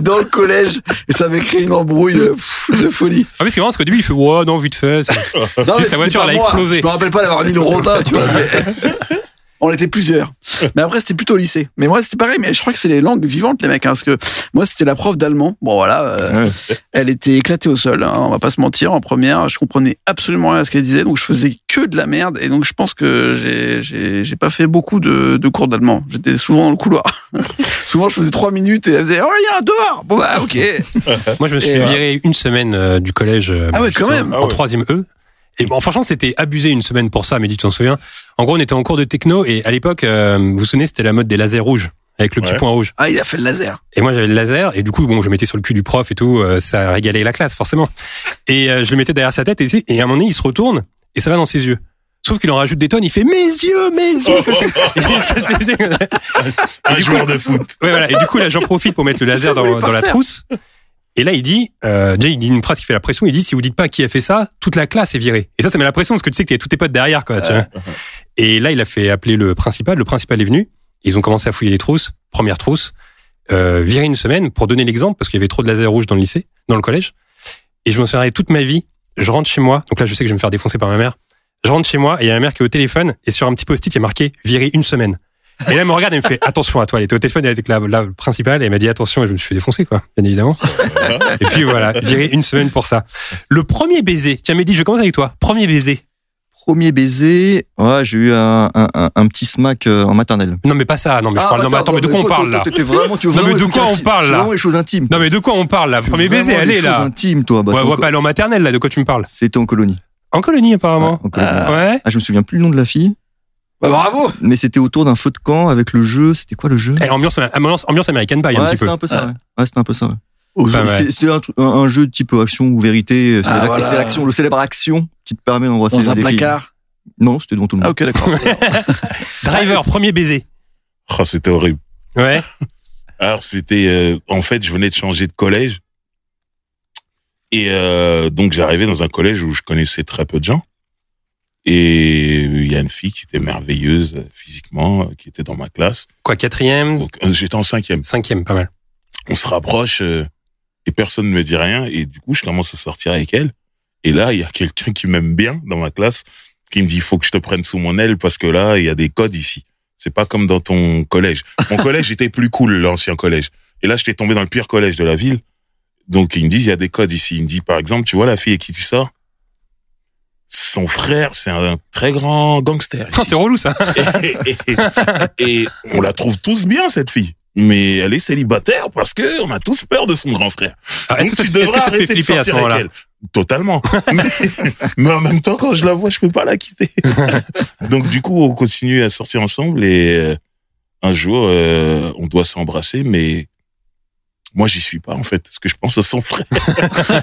dans le collège et ça avait créé une embrouille euh, pff, de folie. Ah, parce que vraiment, parce qu'au début, il fait, ouais, non, vite fait. ça- Non, Juste mais la c'était voiture, pas elle a moi. explosé. Je me rappelle pas d'avoir mis le rondin, tu vois. mais- On était plusieurs. Mais après, c'était plutôt au lycée. Mais moi, c'était pareil, mais je crois que c'est les langues vivantes, les mecs. hein, parce que moi, c'était la prof d'allemand. Bon, voilà, euh, Ouais. elle était éclatée au sol. hein, on va pas se mentir. En première, je comprenais absolument rien à ce qu'elle disait. Donc, je faisais que de la merde. Et donc, je pense que j'ai- j'ai j'ai pas fait beaucoup de, de cours d'allemand. J'étais souvent dans le couloir. souvent, je faisais trois minutes et elle faisait Oh, il y a un dehors Bon, bah, ok. Moi, je me suis Et fait voilà. virer une semaine euh, du collège. euh, Ah ouais, justement, quand même. Ah En ouais. troisième E. Et bon, franchement, c'était abusé une semaine pour ça, mais tu t'en souviens. En gros, on était en cours de techno et à l'époque, euh, vous vous souvenez, c'était la mode des lasers rouges avec le petit Ouais. point rouge. Ah, il a fait le laser. Et moi, j'avais le laser et du coup, bon, je le mettais sur le cul du prof et tout, euh, ça régalait la classe forcément. Et euh, je le mettais derrière sa tête et, c'est- et à un moment donné, il se retourne et ça va dans ses yeux. Sauf qu'il en rajoute des tonnes, il fait mes yeux, mes yeux. Et est-ce que je les ai Un joueur de foot. Ouais, voilà. Et du coup, là, j'en profite pour mettre le laser Ça dans, voulait pas dans la faire. trousse. Et là, il dit, euh, déjà, il dit une phrase qui fait la pression. Il dit, si vous dites pas qui a fait ça, toute la classe est virée. Et ça, ça met la pression parce que tu sais qu'il y a tous tes potes derrière, quoi. Tu vois. Et là, il a fait appeler le principal. Le principal est venu. Ils ont commencé à fouiller les trousses. Première trousse. Euh, virer une semaine pour donner l'exemple parce qu'il y avait trop de lasers rouges dans le lycée, dans le collège. Et je me souviendrai toute ma vie. Je rentre chez moi. Donc là, je sais que je vais me faire défoncer par ma mère. Je rentre chez moi et il y a ma mère qui est au téléphone et sur un petit post-it, il y a marqué virer une semaine. Et là, elle me regarde et me fait attention à toi. Elle était au téléphone avec la, la principale et elle m'a dit attention et je me suis fait défoncer, quoi, bien évidemment. et puis voilà, virer une semaine pour ça. Le premier baiser, tiens, Mehdi, je commence avec toi. Premier baiser. Premier baiser, ouais, j'ai eu un, un, un- un petit smack euh, en maternelle. Non, mais pas ça. Non, mais je Ah, parle. bah, non, mais ça, attends, mais de non, quoi on toi, parle toi, là toi, t'es vraiment- tu veux Non, mais vraiment de les quoi trucs on intimes. parle, Tu veux là vraiment les choses intimes. Non, mais de quoi on parle là Tu veux Premier vraiment baiser, les allez choses là. intimes, toi. Bah, Ouais, c'est on va en- pas aller en maternelle là. De quoi tu me parles C'était en colonie. En colonie, Ouais, apparemment. en colonie. Ouais. Ah, je me souviens plus le nom de la fille, Bah, bravo mais c'était autour d'un feu de camp avec le jeu. C'était quoi le jeu Eh, ambiance, ambiance, ambiance American Pie un Ouais, petit c'était peu. un peu ça. Ouais, Ouais, c'était un peu ça. ouais. Pas mal. C'est- C'était un, truc- un- un jeu type action ou vérité. C'était Ah, la- voilà. c'était l'action, le célèbre action qui te permet d'embrasser Dans un des filles. placard. Non, c'était devant tout le Ah, monde. ok, d'accord. Driver, premier baiser. Oh, c'était horrible. Ouais. Alors c'était, euh, en fait, je venais de changer de collège et euh, donc j'arrivais dans un collège où je connaissais très peu de gens Et il y a une fille qui était merveilleuse euh, physiquement, euh, qui était dans ma classe. Quoi, quatrième, Donc, euh, j'étais en cinquième. cinquième, pas mal. On se rapproche euh, et personne ne me dit rien. Et du coup, je commence à sortir avec elle. Et là, il y a quelqu'un qui m'aime bien dans ma classe, qui me dit, il faut que je te prenne sous mon aile parce que là, il y a des codes ici. C'est pas comme dans ton collège. Mon collège était plus cool, l'ancien collège. Et là, j'étais tombé dans le pire collège de la ville. Donc, ils me disent, il y a des codes ici. Ils me disent, par exemple, tu vois la fille avec qui tu sors? Son frère, c'est un très grand gangster. Oh, c'est relou ça. et, et- et on la trouve tous bien cette fille. Mais elle est célibataire parce que on a tous peur de son grand frère. Ah, Est-ce que, Donc, ça- tu est-ce que devras ça te arrêter fait de flipper à ce sortir moment-là avec elle. Totalement. mais, mais en même temps, quand je la vois, je peux pas la quitter. Donc du coup, on continue à sortir ensemble et euh, un jour, euh, on doit s'embrasser, mais moi, j'y suis pas en fait, parce que je pense à son frère.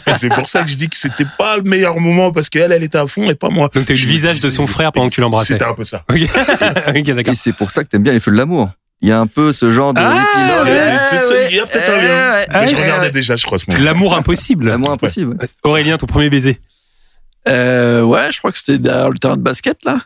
Et c'est pour ça que je dis que c'était pas le meilleur moment parce qu'elle, elle était à fond et pas moi. Donc t'as eu Je le me visage disais, de son frère pendant que tu l'embrassais. C'était un peu ça. Ok, Ok, d'accord. Et c'est pour ça que t'aimes bien les feux de l'amour. Il y a un peu ce genre de. Ah, hippie-là, Il ouais. y de- a peut-être un lien. ouais, ouais. Ah, Mais je ouais. regardais déjà, je crois, ce moment. L'amour impossible. L'amour impossible. ouais. Aurélien, ton premier baiser. Euh, ouais, je crois que c'était derrière le terrain de basket, là.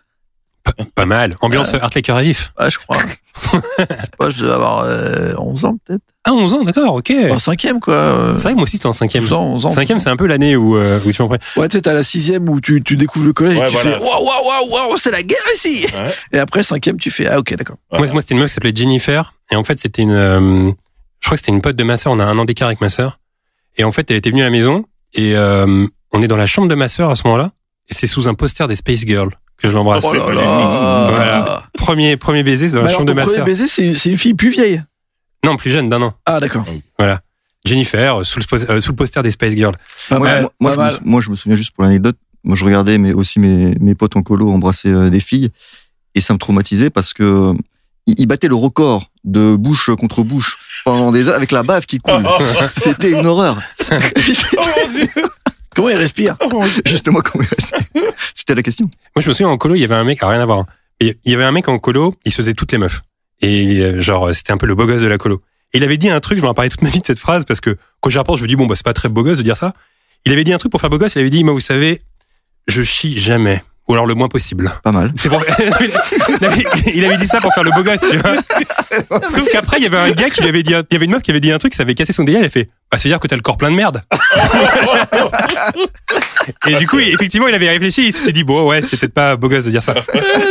Pas mal. Ambiance Art Laker Vif. Ouais, je crois. je sais pas, je devais avoir euh, 11 ans, peut-être. Ah, 11 ans, d'accord, ok. En cinquième, quoi. euh, C'est vrai, que moi aussi, c'était en cinquième. 12 ans, 11 ans. Cinquième, c'est un peu l'année où, euh, où tu m'en prends. Ouais, tu sais, t'as la sixième où tu, tu découvres le collège Ouais, et tu voilà. Hein fais waouh, waouh, Oh, waouh, waouh, c'est la guerre ici. Ouais. Et après, cinquième, tu fais ah, ok, d'accord. Voilà. Moi, moi, c'était une meuf qui s'appelait Jennifer. Et en fait, c'était une. euh, je crois que c'était une pote de ma sœur. On a un an d'écart avec ma sœur. Et en fait, elle était venue à la maison. Et euh, on est dans la chambre de ma sœur à ce moment-là. Et c'est sous un poster des Space Girls que je l'embrasse. Oh là là. Voilà. Premier, premier baiser, c'est dans Bah la alors, chambre de ton ma premier sœur. baiser, c'est une, c'est une fille plus vieille. Non, plus jeune, d'un an. Ah, d'accord. Jennifer, euh, sous le, pos- euh, sous le poster des Space Girls. Pas Moi, mal, moi- moi, pas je me mal. sou- moi, je me souviens juste pour l'anecdote, moi, je regardais mais aussi mes, mes potes en colo embrasser euh, des filles et ça me traumatisait parce que euh, ils ils battaient le record de bouche contre bouche pendant des heures avec la bave qui coule. C'était une horreur. Oh Comment il respire Oh, Justement, comment- c'était la question. Moi, je me souviens en colo, il y avait un mec, alors, rien à voir. hein. Et Il y avait un mec en colo, il se faisait toutes les meufs. Et euh, genre, euh, c'était un peu le beau gosse de la colo. Et il avait dit un truc, je m'en rappelais toute ma vie de cette phrase parce que quand j'y repense, je me dis bon bah c'est pas très beau gosse de dire ça. Il avait dit un truc pour faire beau gosse, il avait dit moi vous savez, je chie jamais ou alors le moins possible. Pas mal. C'est pour... Non, mais il avait dit ça pour faire le beau gosse, tu vois. Sauf qu'après, il y avait un gars qui lui avait dit, un- il y avait une meuf qui avait dit un truc, ça avait cassé son délire, elle a fait, bah, c'est dire que t'as le corps plein de merde. Et du coup, il- effectivement, il avait réfléchi, il s'était dit, bon, ouais, c'était peut-être pas beau gosse de dire ça.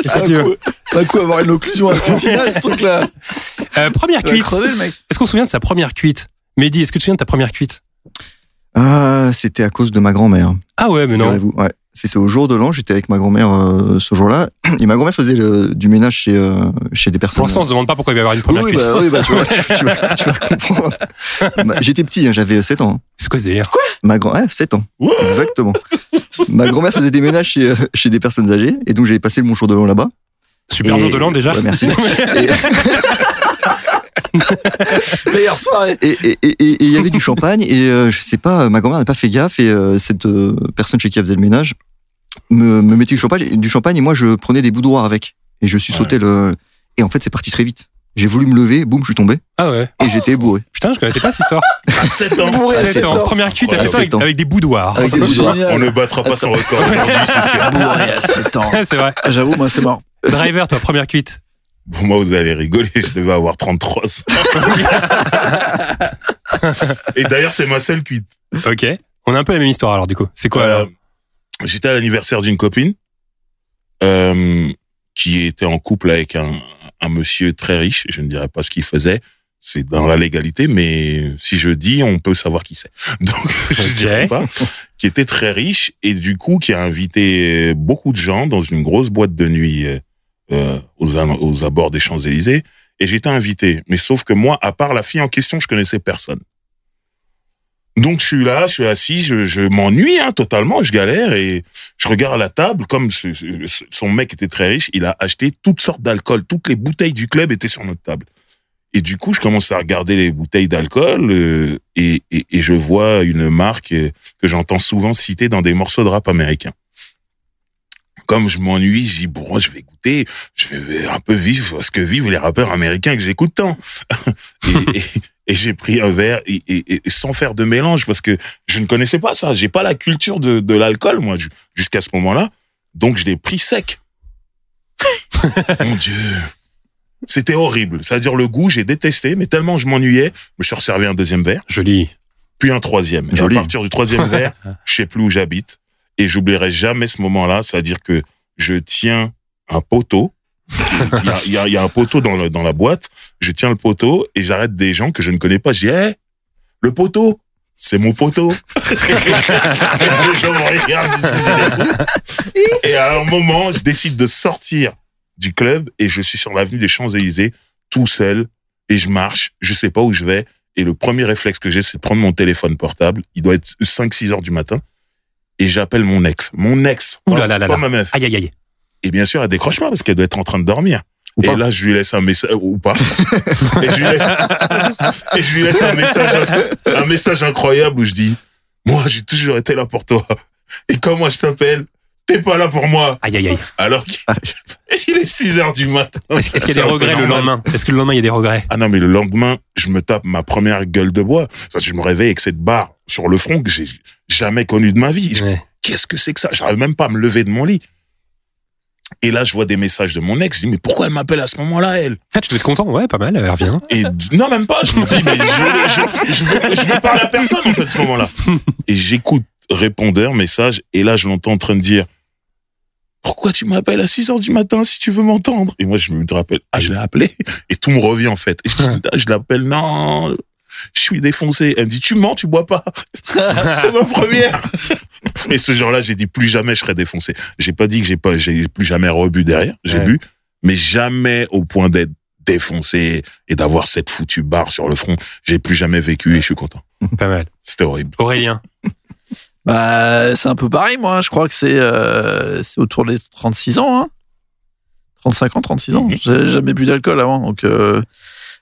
C'est Si tu un, veux. coup- c'est un coup avoir une occlusion à ce truc-là. Euh, première Tu vas cuite. crever, le mec. Est-ce qu'on se souvient de sa première cuite? Mehdi, est-ce que tu te souviens de ta première cuite? Ah, c'était à cause de ma grand-mère. Ah ouais, mais non. figurez-vous. Ouais. C'était au jour de l'an, j'étais avec ma grand-mère euh, ce jour-là. Et ma grand-mère faisait le- du ménage chez, euh, chez des personnes. Pour l'instant, on se demande pas pourquoi il va y avoir une oui, première oui, cuite. bah, oui, bah, tu, vois, tu, tu vas, tu vas comprendre. Bah, J'étais petit, hein, j'avais 7 ans. C'est quoi ce délire? Ma grand ouais, 7 ans, Wow. exactement. Ma grand-mère faisait des ménages chez, euh, chez des personnes âgées, et donc j'avais passé le mon jour de l'an là-bas. Super Et- jour de l'an, déjà. Ouais, merci. Meilleure soirée. Et et- et- et- et il y avait du champagne, et euh, je sais pas, ma grand-mère n'a pas fait gaffe, et euh, cette euh, personne chez qui elle faisait le ménage me, me mettait du champagne, du champagne, et moi je prenais des boudoirs avec, et je suis sauté le. Et en fait, c'est parti très vite. J'ai voulu me lever, boum, je suis tombé, Ah ouais. et j'étais bourré. Putain, je connaissais pas cette histoire. À 7 ans. Bourré à Sept sept ans. ans. Première cuite à Ouais, sept ans sept avec, ans. avec des boudoirs. Avec des C'est boudoirs. génial. On ne battra pas son record aujourd'hui, c'est sûr. Bourré à 7 ans. c'est vrai. Ah, J'avoue, moi, c'est mort. Driver, toi, première cuite. Bon, moi, vous allez rigoler, je devais avoir 33 ans. Et d'ailleurs, c'est ma seule cuite. Ok. On a un peu la même histoire alors du coup. C'est quoi alors Euh, J'étais à l'anniversaire d'une copine euh, qui était en couple avec un, un monsieur très riche. Je ne dirais pas ce qu'il faisait. C'est dans la légalité, mais si je dis, on peut savoir qui c'est. Donc, je Ok. dirais pas. Qui était très riche et du coup qui a invité euh, beaucoup de gens dans une grosse boîte de nuit euh, euh, aux, al- aux abords des Champs Élysées. Et j'étais invité, mais sauf que moi, à part la fille en question, je connaissais personne. Donc je suis là, je suis assis, je, je m'ennuie hein, totalement, je galère et je regarde à la table comme ce- ce- ce- son mec était très riche, il a acheté toutes sortes d'alcool, toutes les bouteilles du club étaient sur notre table. Et du coup, je commence à regarder les bouteilles d'alcool euh, et, et- et je vois une marque euh, que j'entends souvent citer dans des morceaux de rap américains. Comme je m'ennuie, je dis bon, je vais goûter, je vais un peu vivre ce que vivent les rappeurs américains que j'écoute tant. et, et- et j'ai pris un verre et, et- et sans faire de mélange parce que je ne connaissais pas ça. J'ai pas la culture de, de l'alcool moi ju- jusqu'à ce moment-là. Donc je l'ai pris sec. Mon Dieu. C'était horrible. C'est-à-dire le goût, j'ai détesté, mais tellement je m'ennuyais, je me suis resservi un deuxième verre, Joli. puis un troisième. Et à Joli. partir du troisième verre, je sais plus où j'habite. Et j'oublierai jamais ce moment-là, c'est-à-dire que je tiens un poteau. Il y a, il y a- il y a un poteau dans, le- dans la boîte. Je tiens le poteau et j'arrête des gens que je ne connais pas. Je dis, Hey, le poteau, c'est mon poteau. Les gens me regardent, ils se disent, Il est fou. Et à un moment, je décide de sortir du club et je suis sur l'avenue des Champs-Élysées tout seul et je marche, je sais pas où je vais et le premier réflexe que j'ai c'est de prendre mon téléphone portable, il doit être 5 6 heures du matin et j'appelle mon ex, mon ex, Ouh là pas- là là pas là. ma meuf. Aïe, aïe, aïe. Et bien sûr, elle décroche pas parce qu'elle doit être en train de dormir. et là, je lui laisse un message ou pas. et, je lui laisse, et je lui laisse un message, un message incroyable où je dis "Moi, j'ai toujours été là pour toi. Et quand moi je t'appelle, t'es pas là pour moi." Aïe, aïe, aïe. Alors qu'il est 6 heures du matin. Ah, Est-ce est-ce qu'il y C'est a un des peu regrets le normal. lendemain Est-ce que le lendemain, il y a des regrets Ah non, mais le lendemain, je me tape ma première gueule de bois. Ça, je me réveille avec cette barre sur le front que j'ai jamais connue de ma vie. Je- Ouais. Qu'est-ce que c'est que ça J'arrive même pas à me lever de mon lit. Et là, je vois des messages de mon ex. Je dis, mais pourquoi elle m'appelle à ce moment-là, elle Ah, tu dois être content, ouais, pas mal, elle revient. Et d- non, même pas. Je me dis, mais je, je, je veux, je veux parler à personne, en fait, à ce moment-là. Et j'écoute répondeur, message, et là, je l'entends en train de dire, pourquoi tu m'appelles à 6 heures du matin si tu veux m'entendre? Et moi, je me rappelle, ah, je l'ai appelé. Et tout me revient, en fait. Et je, dis, Ah, je l'appelle, non, je suis défoncé. Elle me dit, tu mens, tu bois pas. C'est ma première. Mais ce genre-là, j'ai dit, plus jamais je serai défoncé. J'ai pas dit que j'ai pas, j'ai plus jamais rebu derrière. J'ai Ouais. bu, mais jamais au point d'être défoncé et d'avoir cette foutue barre sur le front. J'ai plus jamais vécu et je suis content. Pas mal. C'était horrible. Aurélien. Bah, c'est un peu pareil, moi. Je crois que c'est euh, c'est autour des 36 ans. Hein. 35 ans, 36 ans. J'ai jamais bu d'alcool avant. Donc, euh,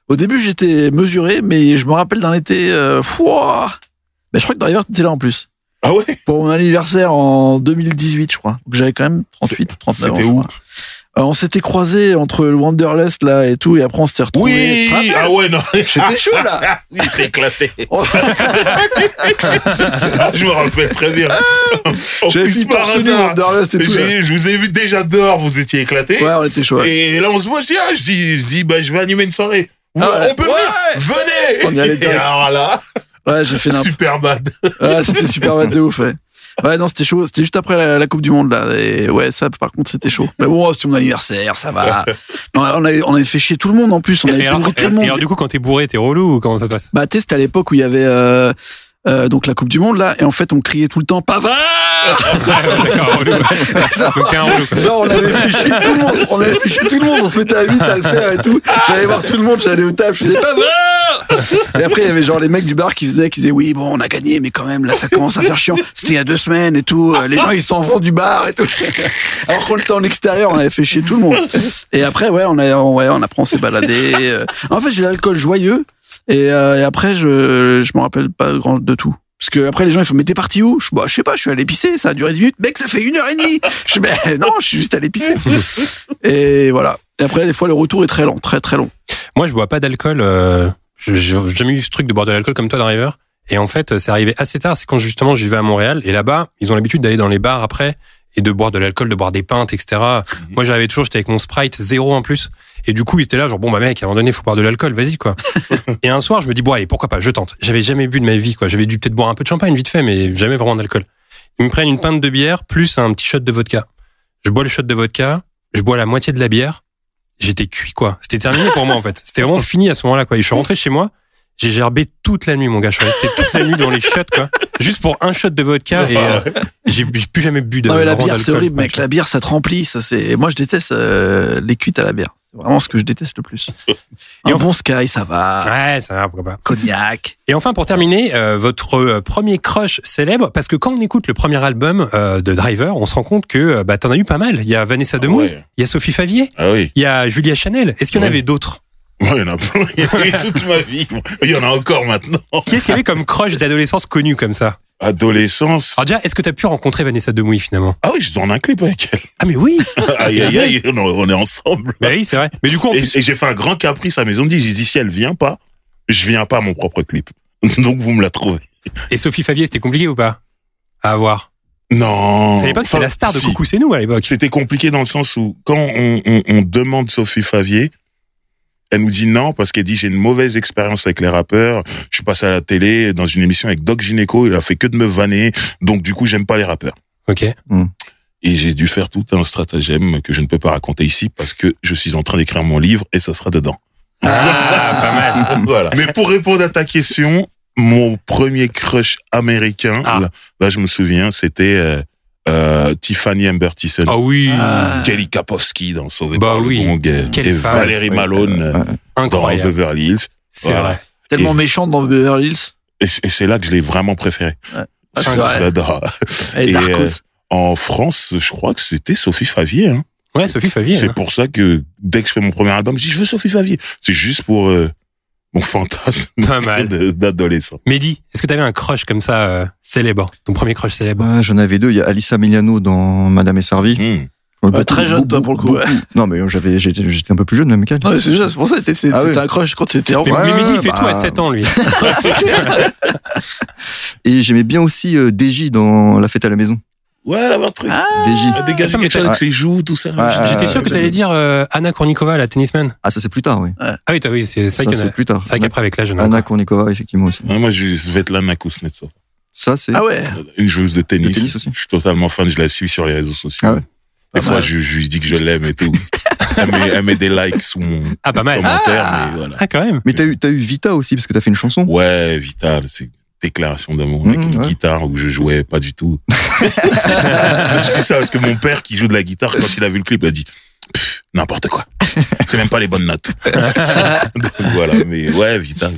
au début, j'étais mesuré, mais je me rappelle d'un été. Euh, fouah. Bah, je crois que d'ailleurs, tu étais là en plus. Ah ouais Pour mon anniversaire en 2018, je crois. Donc, j'avais quand même 38 ou 39 ans. C'était je où crois. Euh, On s'était croisés entre le Wanderlust, là, et tout. Et après, on s'était retrouvés. Oui Ah ouais, non J'étais chaud, là. Il était éclaté. Oh. Ah, je me rappelle très bien. En J'avais fini plus, par torse nu au hasard, Wanderlust et tout. là. j'ai- je vous ai vu déjà dehors, vous étiez éclaté. Ouais, on était chaud. ouais. Et là, on se voit, je dis, ah, je dis, je dis, bah, je vais animer une soirée. Vous- Ah ouais. On peut Ouais. venir On y allait Venez Et direct. alors là, Ouais, j'ai fait n'importe super bad. Ah, c'était super bad de ouf, ouais. Ouais, non, c'était chaud. C'était juste après la, la Coupe du Monde, là. Et ouais, ça, par contre, c'était chaud. Mais bon, c'était mon anniversaire, ça va. Non, on, avait, on avait fait chier tout le monde, en plus. On Et avait alors, bourré tout le et monde. alors, du coup, quand t'es bourré, t'es relou ou comment ça se passe Bah, tu sais, c'était à l'époque où il y avait, euh, euh, donc la Coupe du Monde, là. Et en fait, on criait tout le temps, Pavard! D'accord, relou. Bah, Donc t'es un relou. quoi. Genre, on avait fait chier tout le monde. On avait fait chier tout le monde. On se mettait à 8 à le faire et tout. J'allais voir tout le monde, j'allais au table, je faisais pas mal. Et après, il y avait genre les mecs du bar qui faisaient, qui disaient, oui, bon, on a gagné, mais quand même, là, ça commence à faire chiant. C'était il y a deux semaines et tout. Euh, Les gens, ils s'en vont du bar et tout. Alors qu'on était en extérieur, on avait fait chier tout le monde. Et après, ouais, on a, on- ouais, on apprend, on s'est baladé. Euh, En fait, j'ai l'alcool joyeux. Et, euh, et après, je, je me rappelle pas grand de tout. Parce que après les gens ils font mais t'es parti où je, bah, je sais pas je suis allé pisser ça a duré 10 minutes mec ça fait une heure et demie je dis mais non je suis juste allé pisser et voilà et après des fois le retour est très long très très long Moi, je bois pas d'alcool. Euh, je- j'ai jamais eu ce truc de boire de l'alcool comme toi, Driver. Et en fait, c'est arrivé assez tard. C'est quand justement j'y vais à Montréal. Et là-bas, ils ont l'habitude d'aller dans les bars après et de boire de l'alcool, de boire des pintes, etc. Moi, j'arrivais toujours, j'étais avec mon Sprite, zéro en plus. Et du coup, ils étaient là, genre, bon, bah mec, à un moment donné, faut boire de l'alcool, vas-y, quoi. et un soir, je me dis, bon, allez, pourquoi pas, je tente. J'avais jamais bu de ma vie, quoi. J'avais dû peut-être boire un peu de champagne, vite fait, mais jamais vraiment d'alcool. Ils me prennent une pinte de bière plus un petit shot de vodka. Je bois le shot de vodka, je bois la moitié de la bière. J'étais cuit, quoi. C'était terminé pour moi, en fait. C'était vraiment fini à ce moment-là, quoi. Et je suis rentré chez moi, j'ai gerbé toute la nuit, mon gars. Je suis resté toute la nuit dans les shots, quoi. Juste pour un shot de vodka et euh, j'ai j'ai plus jamais bu de Euh, non mais la vraiment bière c'est d'alcool. horrible mec la bière ça te remplit ça c'est moi je déteste euh, les cuites à la bière c'est vraiment ce que je déteste le plus et en bon sky ça va Ah, Ouais, ça va, pourquoi pas. cognac Et enfin, pour terminer, euh, votre euh, premier crush célèbre, parce que quand on écoute le premier album euh, de Driver, on se rend compte que euh, bah, t'en as eu pas mal. Il y a Vanessa Demouy, Ah ouais. il y a Sophie Favier, Ah oui. il y a Julia Chanel. Est-ce qu'il y en Ouais. avait d'autres Moi, il y en a plein. Il y en a eu toute ma vie. Il y en a encore maintenant. Qui est-ce qu'il y avait comme crush d'adolescence connu comme ça Adolescence. Alors déjà, est-ce que t'as pu rencontrer Vanessa Demouy finalement Ah oui, je tourne un clip avec elle. Ah mais oui Aïe, aïe, aïe, on, on est ensemble. Bah oui, c'est vrai. Mais du coup, en Et, plus- et j'ai fait un grand caprice à Maison 10. J'ai dit, si elle vient pas, je viens pas à mon propre clip. Donc vous me la trouvez. et Sophie Favier, c'était compliqué ou pas À avoir Non. C'est à l'époque, Enfin, c'était la star de si. Coucou, c'est nous à l'époque. C'était compliqué dans le sens où quand on, on- on demande Sophie Favier, elle nous dit non parce qu'elle dit j'ai une mauvaise expérience avec les rappeurs. Je suis passé à la télé dans une émission avec Doc Gineco, il a fait que de me vanner, donc du coup j'aime pas les rappeurs. Ok. Et j'ai dû faire tout un stratagème que je ne peux pas raconter ici parce que je suis en train d'écrire mon livre et ça sera dedans. Ah, pas mal. Mais pour répondre à ta question, mon premier crush américain, là, là, je me souviens, c'était euh, euh, Tiffany Amber Thiessen. Ah oui. Kelly Kapowski dans Sauvé Bah par le oui. Bon Guerre. Quelle et femme. Valérie Malone euh, dans Incroyable. Beverly Hills. C'est Voilà. vrai. Tellement méchante dans Beverly Hills. Et c- et c'est là que je l'ai vraiment préféré. Ah, c'est vrai. Et Et, Darkos. euh, en France, je crois que c'était Sophie Favier. hein. Ouais, Sophie Favier. C'est hein. pour ça que dès que je fais mon premier album, je dis je veux Sophie Favier. C'est juste pour euh, mon fantasme Pas mal. de- d'adolescent. Mehdi, est-ce que t'avais un crush comme ça euh, célèbre Ton premier crush célèbre Ouais, Bah, J'en avais deux. Il y a Alissa Miliano dans Madame est servie. Hmm. Ouais, Ouais, beaucoup, très jeune, beaucoup, toi, pour le coup. beaucoup. ouais. Non, mais j'avais, j'étais, j'étais un peu plus jeune, même qu'elle. Non, mais c'est juste, c'est pour ça que t'étais Ah t'étais oui. un crush quand t'étais mais, enfant. ouais, mais Mehdi, il fait bah- tout à 7 ans, lui. euh, Et j'aimais bien aussi euh, DJ dans La fête à la maison. Ouais, là, un truc. DJ. Ah, dégager Attends, mais quelque chose t'as- avec ses joues, tout ça. Ouais, J'étais euh, sûr que j'aime- t'allais dire euh, Anna Kournikova, la tennisman. Ah, ça c'est plus tard, oui. Ah oui, t'as- oui c'est c'est Ça vrai qu'il y en c'est a- plus tard. c'est vrai qu'après, avec l'âge, on a Anna encore. Kournikova, effectivement aussi. Ouais, moi, je Svetlana Kuznetsov. Ça c'est. Ah ouais. Une joueuse de tennis. De tennis aussi. Je suis totalement fan, je la suis sur les réseaux sociaux. Ah ouais. Des Pas fois, mal. je, je lui dis que je l'aime et tout. elle, met, elle met des likes sous mon Ah, pas mal. commentaire, mais voilà. Ah, quand même. Mais t'as eu, t'as eu Vita aussi parce que t'as fait une chanson. Ouais, Vital, c'est une déclaration d'amour avec Mhm, une ouais. guitare où je jouais pas du tout. je dis ça parce que mon père qui joue de la guitare, quand il a vu le clip, il a dit Pff, n'importe quoi. C'est même pas les bonnes notes. Donc voilà, mais ouais, Vital.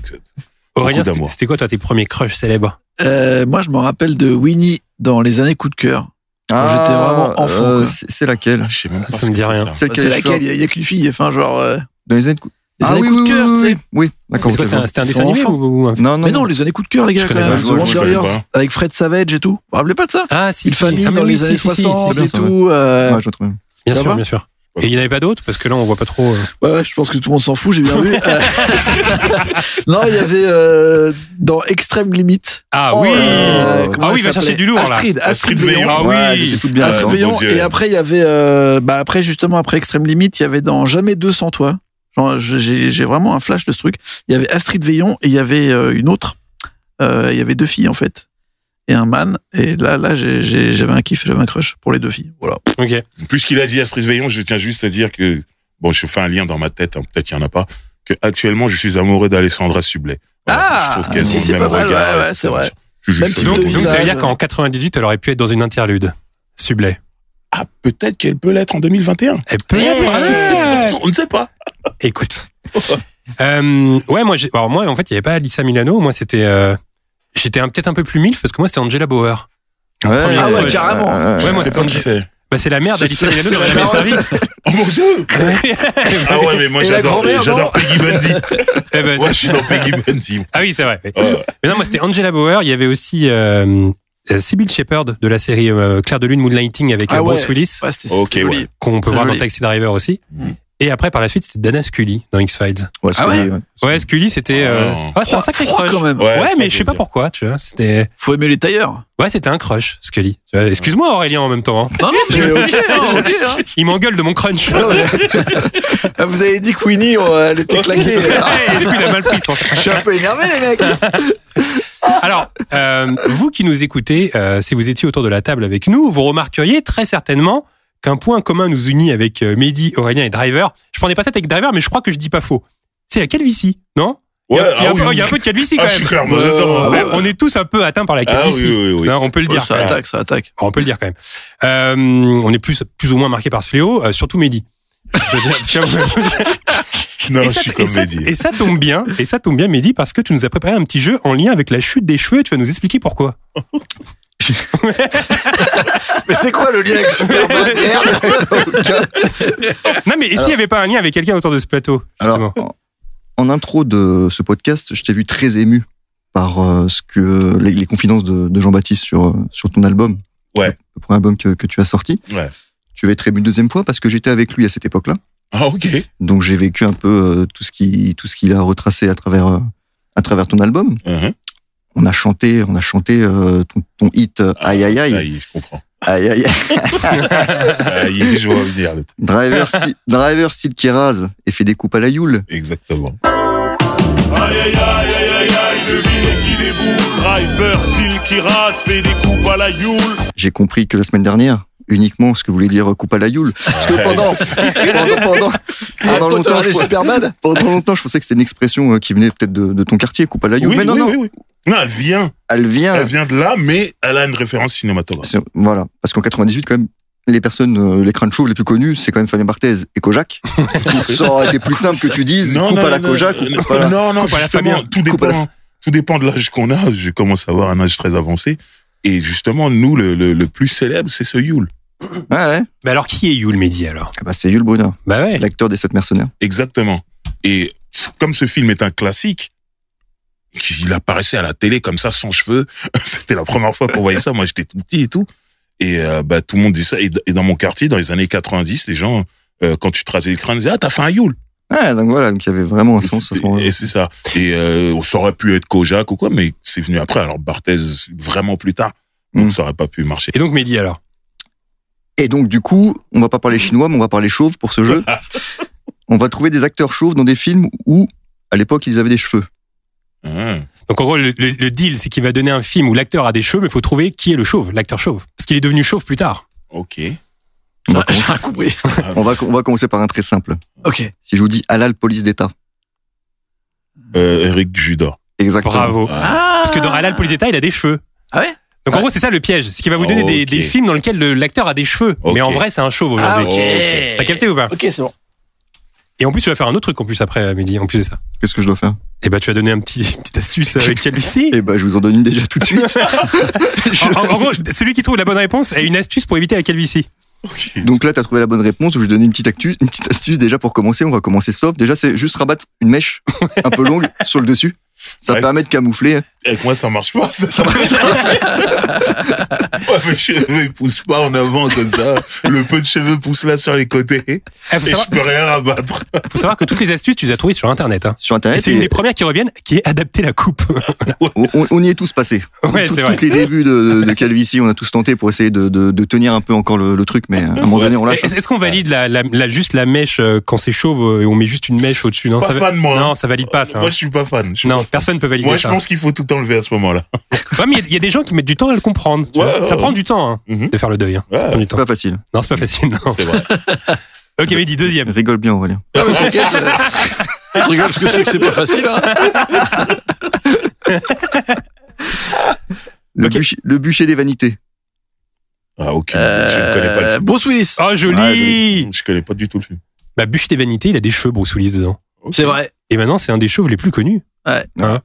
Aurélien, Beaucoup c'était d'amour. c'était quoi, toi, tes premiers crushs célèbres Euh, moi, je me rappelle de Winnie dans les années coup de cœur. j'étais vraiment enfant, quoi. Ah, euh, c'est, c'est laquelle Je sais même pas Ça ce me que dit c'est, rien. ça. Celle qui a Bah, C'est les cheveux- laquelle Il n'y a, qu'une fille, enfin, genre. euh, Dans les années. de- Les Ah années oui, coup de oui, cœur, oui, tu sais. oui, oui. D'accord. C'est quoi, ok, c'était un, je c'était un Ils dessin sont animé enfants. ou, ou un- vois. Non, non. Mais non, non. les années coup de cœur, les gars, Ah, Je quand connais même. pas, je vois, The Wonder je connais Years, pas. avec Fred Savage et tout. Vous vous rappelez pas de ça Ah, si, Une si. famille Ah, mais dans oui, les si, années si, si, 60 si, et si. tout. euh, Ouais, je retrouve. Bien Ça sûr, va bien sûr. Et il n'y en avait pas d'autres Parce que là, on voit pas trop. euh. Ouais, ouais, je pense que tout le monde s'en fout, j'ai bien vu. Euh, non, il y avait euh, dans Extrême Limite. Ah Oh, oui euh, comment Ah elle oui, il s'appelait va chercher du lourd, là. Astrid, Astrid, Astrid Veillon. Veillon. Ah Ouais, oui j'étais toute bien. euh, Astrid là-dedans. Veillon. Veillon. beaux yeux. Et après, il y avait, euh, bah après justement après Extrême Limite, il y avait dans Jamais deux sans toi. Genre, je- j'ai j'ai vraiment un flash de ce truc. Il y avait Astrid Veillon et il y avait euh, une autre. Euh, Il y avait deux filles en fait et un man. Et là, là, j'ai- j'ai- j'avais un kiff, j'avais un crush pour les deux filles. Voilà. Ok. Puisqu'il a dit Astrid Veillon, je tiens juste à dire que, bon, je fais un lien dans ma tête, hein, peut-être qu'il y en a pas, que actuellement, je suis amoureux d'Alessandra Sublet. Voilà, Ah, je trouve qu'elles si, ont c'est le même pas mal, regard. ouais, et ouais, c'est tout ça, vrai. machin. Je suis Même juste type heureux Donc, de de donc, vous. ça veut visage. dire qu'en 98, elle aurait pu être dans une interlude. Sublet. Ah, peut-être qu'elle peut l'être en 2021. Elle peut être. ouais. On ne sait pas. Écoute. Euh, ouais, moi, j'ai- alors moi, en fait, il n'y avait pas Alissa Milano. Moi, c'était. euh, J'étais un- peut-être un peu plus mille parce que moi, c'était Angela Bauer. premier Ah ouais, crush. carrément. Ouais, moi, Je sais c'était pas qui Angela. c'est. Bah, c'est la mère C'est- d'Alissa c'est- Milano c'est qui la jamais servi. daronne. Oh mon dieu Ah ouais, mais moi Et la j'adore grand-mère, j'adore Peggy Bundy. Eh ben, Moi je suis dans Peggy Bundy. Ah oui, c'est vrai. oui. Ouais, ouais. Mais non, moi, c'était Angela Bauer. Il y avait aussi euh, euh, Sybil Shepherd de la série euh, Claire de Lune Moonlighting avec Ah euh, Bruce ouais. Willis, Ouais, c'était Ok, joli. ouais. qu'on peut voir dans Joli. Taxi Driver aussi. Mhm. Et après, par la suite, c'était Dana Scully dans X-Files. Ouais, c'est Ah ouais vrai, Ouais, Scully, c'était. euh, Oh. Ah, c'était un sacré Froid, crush. quand même. Ouais, Ouais, ça mais je sais veut pas dire. pourquoi, tu vois. C'était. Faut aimer les tailleurs. Ouais, c'était un crush, Scully. Tu vois, Excuse-moi, Aurélien, en même temps. hein. Non, non, mais ok, non, ok, hein. Il m'engueule de mon crunch. Non, mais- Ah, Vous avez dit que Winnie, on- elle était claquée. Et du coup, il a mal pris, c'est pour ça. Je suis un peu énervé, les mecs. Alors, euh, vous qui nous écoutez, euh, si vous étiez autour de la table avec nous, vous remarqueriez très certainement qu'un point commun nous unit avec euh, Mehdi, Aurélien et Driver. Je prenais pas ça avec Driver, mais je crois que je dis pas faux. C'est la calvitie, non Il y a- Ouais, il y a, ah un peu- oui, il y a un peu de calvitie quand Ah, je suis même. clairement Ouais, dedans. ouais, Ouais, on est tous un peu atteints par la Ah calvitie. oui, oui, oui. Hein, on peut le dire. Oh, ça quand même. attaque, ça attaque. On peut le dire quand même. Euh, on est plus, plus ou moins marqué par ce fléau, euh, surtout Mehdi. Je veux dire, parce que- Non, et, Ah, je ça, suis et ça- comédien. et ça tombe bien, et ça tombe bien, Mehdi, parce que tu nous as préparé un petit jeu en lien avec la chute des cheveux. et Tu vas nous expliquer pourquoi. Mais c'est quoi le lien avec Superman Merde. Non, mais et s'il n'y avait pas un lien avec quelqu'un autour de ce plateau, justement Alors, en, en intro de ce podcast, je t'ai vu très ému par euh, ce que les, les confidences de, de Jean-Baptiste sur euh, sur ton album. Ouais. Le premier album que, que tu as sorti. Ouais. Tu vas être ému une deuxième fois parce que j'étais avec lui à cette époque-là. Ah ok. Donc j'ai vécu un peu euh, tout ce qui tout ce qu'il a retracé à travers euh, à travers ton album. Mhm. on a chanté, on a chanté euh, ton, ton hit euh, Aïe Aïe Aïe. Aïe, je comprends. Aïe Aïe Aïe. Aïe, je vois venir. le- Driver, style, driver style qui rase et fait des coupes à la Yule. Exactement. Aïe aïe aïe aïe aïe aïe, devinez qui déboule. Driver, style qui rase, fait des coupes à la Yule. J'ai compris que la semaine dernière, uniquement ce que voulait dire coupe à la Yule. Parce que pendant, pendant, pendant, Toi, pendant t'as longtemps, je, regardé Superman pendant longtemps, je pensais que c'était une expression euh, qui venait peut-être de, de ton quartier, coupe à la Yule. Oui, mais non, oui, non, Ah. oui, oui. Non, elle vient. elle vient. Elle vient de là, mais elle a une référence cinématographique. C'est- Voilà. Parce qu'en 98, quand même, les personnes, euh, les crânes chauves les plus connus, c'est quand même Fabien Barthez et Kojak. Ça aurait été plus simple que tu dises coupe à la Kojak ou coupe à la. non, non, coupe à la justement, Fabien. tout Coupe à la- dépend, tout dépend de l'âge qu'on a. Je commence à avoir un âge très avancé. Et justement, nous, le, le, le plus célèbre, c'est ce Yule. Ouais, ouais. Mais alors, qui est Yul Mehdi alors Ah bah, c'est Jules Brunner, Bah ouais. l'acteur des Sept mercenaires. Exactement. Et comme ce film est un classique, il apparaissait à la télé comme ça, sans cheveux. C'était la première fois qu'on voyait ça. Moi, j'étais tout petit et tout. Et euh, bah, tout le monde dit ça. Et, d- et dans mon quartier, dans les années 90, les gens, euh, quand tu te rasais le crâne, disaient « Ah, t'as fait un Yule !» Ouais, donc voilà, donc il y avait vraiment un sens à ce moment-là. Et c'est ça. Et euh, on- ça aurait pu être Kojak ou quoi, mais c'est venu après. Alors Barthez, vraiment plus tard. Donc Mm. ça aurait pas pu marcher. Et donc Mehdi alors Et donc, du coup, on va pas parler chinois, mais on va parler chauve pour ce jeu. on va trouver des acteurs chauves dans des films où, à l'époque, ils avaient des cheveux. Ah. Donc en gros, le, le- le deal, c'est qu'il va donner un film où l'acteur a des cheveux, mais il faut trouver qui est le chauve, l'acteur chauve. Parce qu'il est devenu chauve plus tard. ok. On va, Ah, J'ai rien compris. on, va, on va commencer par un très simple. Ok. Si je vous dis halal police d'État. Euh, Eric Judor. Exactement. Bravo. Ah Parce que dans Halal Police d'État, il a des cheveux. Ah ouais Donc en gros, c'est ça le piège. C'est qu'il va vous donner des, Ok. des films dans lesquels le- l'acteur a des cheveux. Ok. Mais en vrai, c'est un chauve Ah, aujourd'hui. ok. T'as capté ou pas Ok, c'est bon. Et en plus, tu vas faire un autre truc en plus après, Mehdi, en plus de ça. Qu'est-ce que je dois faire Et bah, tu vas donner un petit, une petite astuce euh, avec Calvici. Eh ben, je vous en donne une déjà tout de suite. Je- En, en- en gros, celui qui trouve la bonne réponse a une astuce pour éviter la calvitie. Donc là, tu as trouvé la bonne réponse. Je vais donner une petite, actu, une petite astuce déjà pour commencer. On va commencer soft. Déjà, c'est juste rabattre une mèche un peu longue sur le dessus. Ça Ouais. permet de camoufler. Avec moi, ça marche pas. Ça, Ouais, mes cheveux ils poussent pas en avant comme ça. Le peu de cheveux poussent là sur les côtés. Et Il Eh, faut, savoir- je peux rien rabattre. faut savoir que toutes les astuces, tu les as trouvées sur Internet. hein. Et sur Internet. c'est une et des premières qui reviennent, qui est adapter la coupe. on, on- on y est tous passés. Ouais, Tout- c'est vrai. Tous les débuts de, de- de Calvici, on a tous tenté pour essayer de, de- de tenir un peu encore le, le truc, mais à un moment donné, on lâche. hein. Est-ce est-ce qu'on valide la, la- la- juste la mèche euh, quand c'est chauve euh, et on met juste une mèche au-dessus Non, Pas ça va- fan, moi, hein. Non, ça valide pas ça. hein. Moi, je suis pas fan. Je suis Non, pas fan. personne peut valider Moi, je ça. pense qu'il faut tout enlever à ce moment-là. Ouais, mais il y a- il y, a des gens qui mettent du temps à le comprendre. tu Ouais, vois. ouais, ça ouais. prend du temps hein, Mhm. de faire le deuil. hein. Ça Ouais. prend du temps. C'est pas facile. Non, c'est pas facile. Non. C'est vrai. Ok, mais dis deuxième. Rigole bien, Aurélien. Ah, mais t'inquiète. euh, Je rigole parce que je sais que c'est pas facile. hein. Le, Ok. bûcher, le bûcher des vanités. Ah, ok. Je ne connais pas le Euh, film. Bruce Willis. Oh, joli Ah, je- je connais pas du tout le film. Bah, Bûche des Vanités, il a des cheveux, Bruce Willis, dedans. Ok. C'est vrai. Et maintenant, c'est un des chauves les plus connus. Ouais. Hein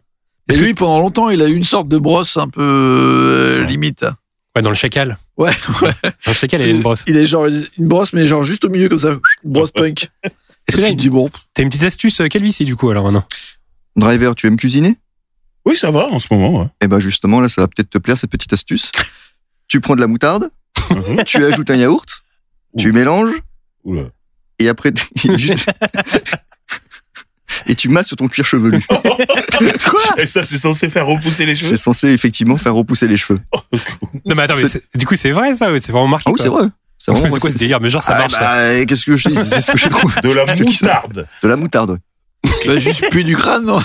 Et Est-ce que- lui, pendant longtemps, il a eu une sorte de brosse un peu euh, limite. Ouais, dans le chacal. Ouais, ouais. Dans le chacal, il a une brosse. Il est genre une brosse, mais genre juste au milieu comme ça. Une Ah, brosse punk. Est-ce tu que t'as te une, dis bon t'as une petite astuce euh, calvitie, du coup, alors maintenant Driver, tu aimes cuisiner Oui, ça va en ce moment. hein. ouais. Eh ben justement, là, ça va peut-être te plaire cette petite astuce. tu prends de la moutarde, Mhm. tu ajoutes un yaourt, tu mélanges, Oula. et après, juste- et tu masses sur ton cuir chevelu. Et ça, c'est censé faire repousser les cheveux. C'est censé effectivement faire repousser les cheveux. Non, mais attends, mais C'est- c'est- du coup, c'est vrai, ça ouais, C'est vraiment marqué. Ah oui, quoi. c'est vrai. C'est vraiment C'est moi, quoi ce c'est- délire Mais genre, ça Ah, marche, ça. bah, et Qu'est-ce que je dis C'est ce que j'ai trouvé. De la Je te dis ça. moutarde. De la moutarde. ouais. bah, juste puer du crâne, non Ok.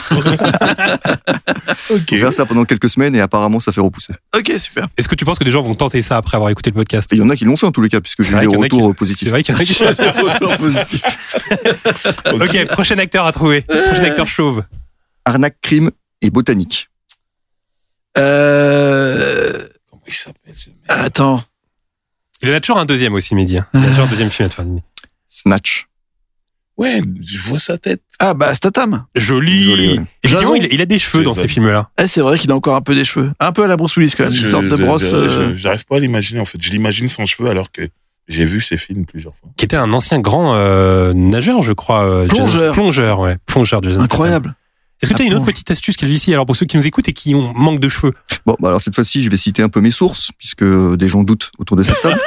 Faut faire ça pendant quelques semaines et apparemment ça fait repousser. Ok, super. Est-ce que tu penses que des gens vont tenter ça après avoir écouté le podcast Et il y en a qui l'ont fait en tous les cas puisque j'ai eu vrai des qu'il y en a qui- retours euh, C'est positifs. vrai qu'il y en a qui- Retour positif. ok, prochain acteur à trouver. Prochain acteur chauve. Arnaque, crime et botanique. Euh, Comment il s'appelle ce mec Attends. Il en a toujours un deuxième aussi, Mehdi. hein. Il y a toujours un deuxième film à te faire. deviner. Snatch. Ouais, je vois sa tête. Ah, bah, Statham. Joli. Joli, ouais. Effectivement, Jason. il, il a des cheveux dans Jason. ces films-là. Eh, c'est vrai qu'il a encore un peu des cheveux. Un peu à la Bruce Willis, quand même. Je- Une sorte de je- brosse. je- euh, je- J'arrive pas à l'imaginer, en fait. Je l'imagine sans cheveux alors que j'ai vu ses films plusieurs fois. Qui était un ancien grand euh, nageur, je crois. euh, Jason- Plongeur. plongeur, ouais. Plongeur, Jason. Incroyable. Statham. Est-ce que tu as une Ah, autre petite astuce, Calvici, alors pour ceux qui nous écoutent et qui ont manque de cheveux Bon, bah alors cette fois-ci, je vais citer un peu mes sources puisque euh, des gens doutent autour de cette table.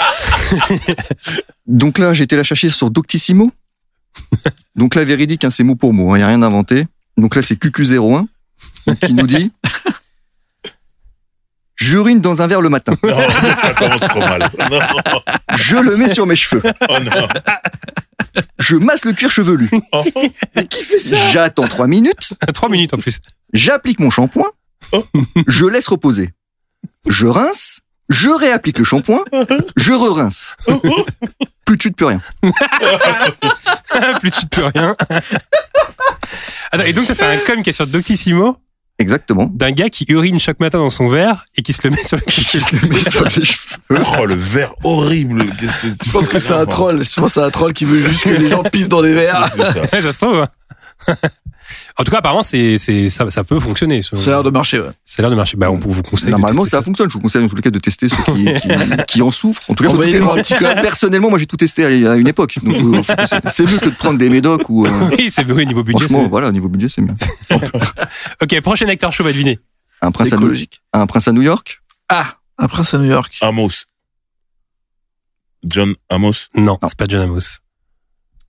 Donc là, j'ai été la chercher sur Doctissimo. Donc là, véridique, hein, c'est mot pour mot, il n'y a rien inventé. Donc là, c'est QQ01 qui nous dit J'urine dans un verre le matin. Non, ça commence trop mal. Non, Je le mets sur mes cheveux. oh non. Hein Je masse le cuir chevelu. Oh. J'attends trois minutes. Trois minutes en plus. J'applique mon shampoing. Je laisse reposer. Je rince. Je réapplique le shampoing. Je re-rince. Plus tu de plus rien. plus tu ne peux rien. Attends, et donc ça c'est un com qui est sur Doctissimo Exactement. d'un gars qui urine chaque matin dans son verre et qui se le met sur le Oh, le verre horrible. Je pense que c'est un troll. Je pense que c'est un troll qui veut juste que les gens pissent dans des verres. C'est ça. Ouais, ça se trouve. hein. en tout cas, apparemment, c'est, c'est, ça, ça peut fonctionner. selon- Ça a l'air de marcher, ouais. Ça a l'air de marcher. Bah, on vous conseille. de Normalement, tester ça fonctionne. Je vous conseille en tous les cas de tester ceux qui, qui- qui en souffrent. En tout cas, faut tout Envoyez-nous un tester. personnellement, moi j'ai tout testé à à une époque. Donc, faut- faut tester. c'est mieux que de prendre des médocs ou. euh, Oui, c'est oui, niveau budget. franchement, voilà, au niveau budget, c'est mieux. c'est- Ok, prochain acteur chaud va deviner. Un prince, à New, écologique. un prince à New York Ah, un prince à New York. Amos. John Amos. Non, c'est pas John Amos.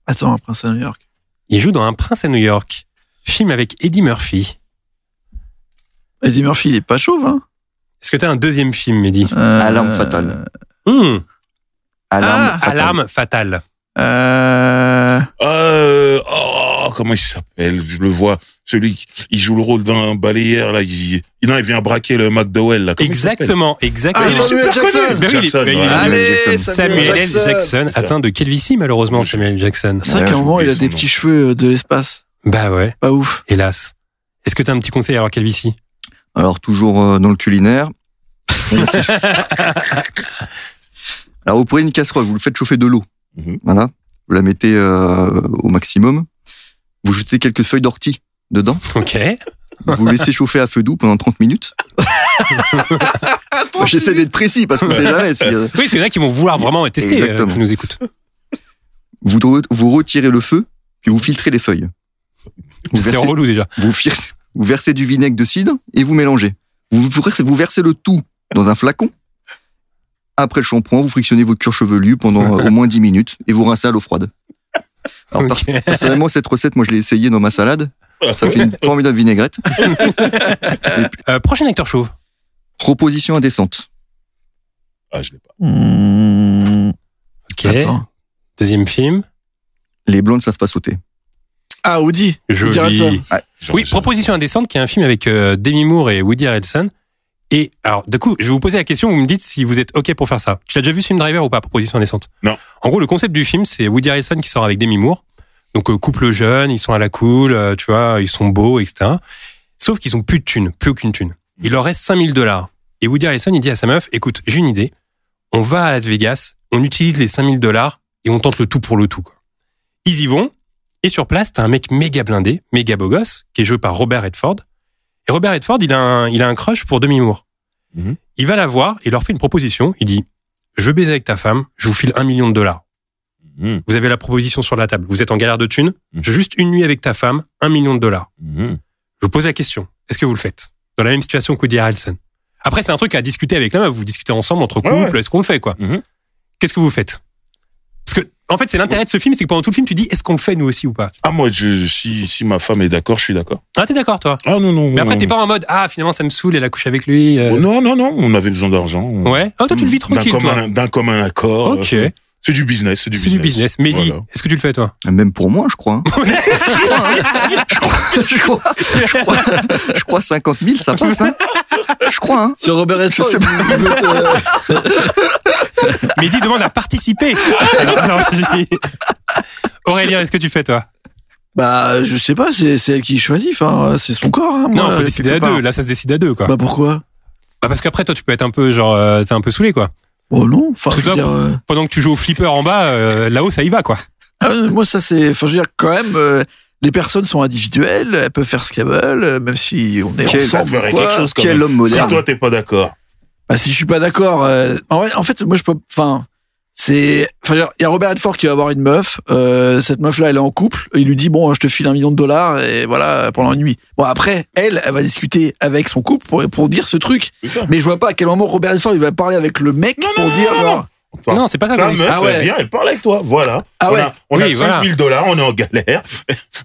Attends, un prince à New York. Il joue dans Un prince à New York, film avec Eddie Murphy. Eddie Murphy, il est pas chauve, hein. Est-ce que t'as un deuxième film, Eddie Euh, Alarme fatale. Hmm, Alarme. Ah, fatale. Alarme fatale. Euh, Euh, oh, comment il s'appelle Je le vois. Celui qui il joue le rôle d'un balayeur là. Il, il- non, il vient braquer le McDowell là. Comment il Exactement, exactement. Ah, Samuel super Jackson. s'appelle Ben oui, il est- Jackson, ben il est- ouais. Allez, Jackson. Samuel, Samuel L. Jackson, C'est ça. atteint de calvitie malheureusement Samuel L. Jackson. C'est vrai Ouais, qu'à un j'ai moment, il oublié a son des nom. petits cheveux euh, de l'espace. Bah ouais, Pas ouf. hélas. Est-ce que t'as un petit conseil alors calvitie Alors, toujours euh, dans le culinaire. Alors, vous prenez une casserole, vous le faites chauffer de l'eau. Mhm. Voilà. Vous la mettez euh, au maximum. Vous jetez quelques feuilles d'ortie dedans. Ok. Vous laissez chauffer à feu doux pendant 30 minutes. J'essaie d'être précis parce qu'on sait jamais. si, euh, Oui, parce qu'il y en a qui vont vouloir vraiment tester, euh, Exactement. qui nous écoutent. vous, vous retirez le feu, puis vous filtrez les feuilles. Vous C'est versez- relou déjà. Vous, fir- vous versez du vinaigre de cidre et vous mélangez. Vous, vous versez, vous versez le tout dans un flacon. Après le shampoing, vous frictionnez vos cuirs chevelus pendant euh, au moins 10 minutes et vous rincez à l'eau froide. Alors, pers- Ok. personnellement, cette recette, moi, je l'ai essayée dans ma salade. Ça fait une formidable vinaigrette. Euh, prochain acteur chauve. Proposition indécente. Ah, je l'ai pas. Mmh. Hmm, Ok. Attends. Deuxième film. Les blondes savent pas sauter. Ah, Woody. Woody Harrelson. Joli. Genre, Oui, je- Proposition indécente, qui est un film avec euh, Demi Moore et Woody Harrelson. Et alors, du coup, je vais vous poser la question, vous me dites si vous êtes OK pour faire ça. Tu l'as déjà vu ce film Driver ou pas, Proposition indécente Non. En gros, le concept du film, c'est Woody Harrelson qui sort avec Demi Moore. Donc, euh, couple jeune, ils sont à la cool, euh, tu vois, ils sont beaux, etc. Sauf qu'ils ont plus de thunes, plus aucune thune. Il leur reste 5000 dollars. Et Woody Harrelson, il dit à sa meuf, écoute, j'ai une idée. On va à Las Vegas, on utilise les 5000 dollars et on tente le tout pour le tout, quoi. Ils y vont. Et sur place, t'as un mec méga blindé, méga beau gosse, qui est joué par Robert Redford. Et Robert Redford, il a un, il a un crush pour Demi Moore. Mhm. Il va la voir, il leur fait une proposition. Il dit, je veux baiser avec ta femme, je vous file un million de dollars. Mhm, Vous avez la proposition sur la table. Vous êtes en galère de thunes. Mhm. Je veux juste une nuit avec ta femme, un million de dollars. mhm. Je vous pose la question. Est-ce que vous le faites? Dans la même situation que Woody Harrelson. Après, c'est un truc à discuter avec la meuf. Vous discutez ensemble entre Ouais, couples. Est-ce qu'on le fait, quoi? Mhm. Qu'est-ce que vous faites? Parce que, en fait, c'est l'intérêt de ce film, c'est que pendant tout le film, tu dis, est-ce qu'on le fait nous aussi ou pas? Ah, moi, je, je- si, si ma femme est d'accord, je suis d'accord. Ah, t'es d'accord, toi? Ah, non, non. Mais après, non, t'es pas en mode ah finalement ça me saoule et la couche avec lui. euh. Oh, Non, non, non. On avait besoin d'argent. On- Ouais. Ah toi tu le vis tranquille D'un toi. commun, d'un commun accord. Ok. Euh, C'est du business. C'est du C'est business. du business. Mehdi, Voilà. est-ce que tu le fais toi Même pour moi, je crois. hein. je, crois, hein. je, crois, je crois. Je crois. Je crois 50 000, ça passe. hein. Je crois. hein. Sur Robert Redford, Je sais vous- vous êtes, euh, Mehdi demande à participer. Non, je dis- Aurélien, est-ce que tu le fais toi Bah, je sais pas, c'est c'est elle qui choisit, enfin, c'est son corps. hein, Non, moi, faut euh, décider à quelque part. deux. Là, ça se décide à deux quoi. Bah, pourquoi Ah, parce qu'après toi, tu peux être un peu genre euh, t'es un peu saoulé quoi. Oh non, enfin, Tout je veux top. dire, euh, Pendant que tu joues au flipper en bas, euh, là-haut ça y va quoi. ah, euh, moi, ça, c'est. Enfin, je veux dire, quand même, euh, les personnes sont individuelles, elles peuvent faire ce qu'elles veulent, euh, même si on est Quel- Ça te ensemble. ferait quoi. quelque chose quand Quel même. homme Si moderne. toi, t'es pas d'accord. Bah, si je suis pas d'accord. euh, en, vrai, en fait, moi, je peux. Enfin, c'est. Enfin, je veux dire, il y a Robert Redford qui va avoir une meuf. euh, cette meuf-là, elle est en couple. Il lui dit bon, je te file un million de dollars et voilà pendant une nuit. Bon, après, elle, elle va discuter avec son couple pour, pour dire ce truc. C'est ça. Mais je vois pas à quel moment Robert Redford il va parler avec le mec Non, non, pour non, dire non, genre, Enfin, non, c'est pas ça. Ta qu'on dit. meuf, Ah ouais. elle vient, elle parle avec toi. Voilà. Ah on ouais. a, on a Oui, 5000 dollars, on est en galère.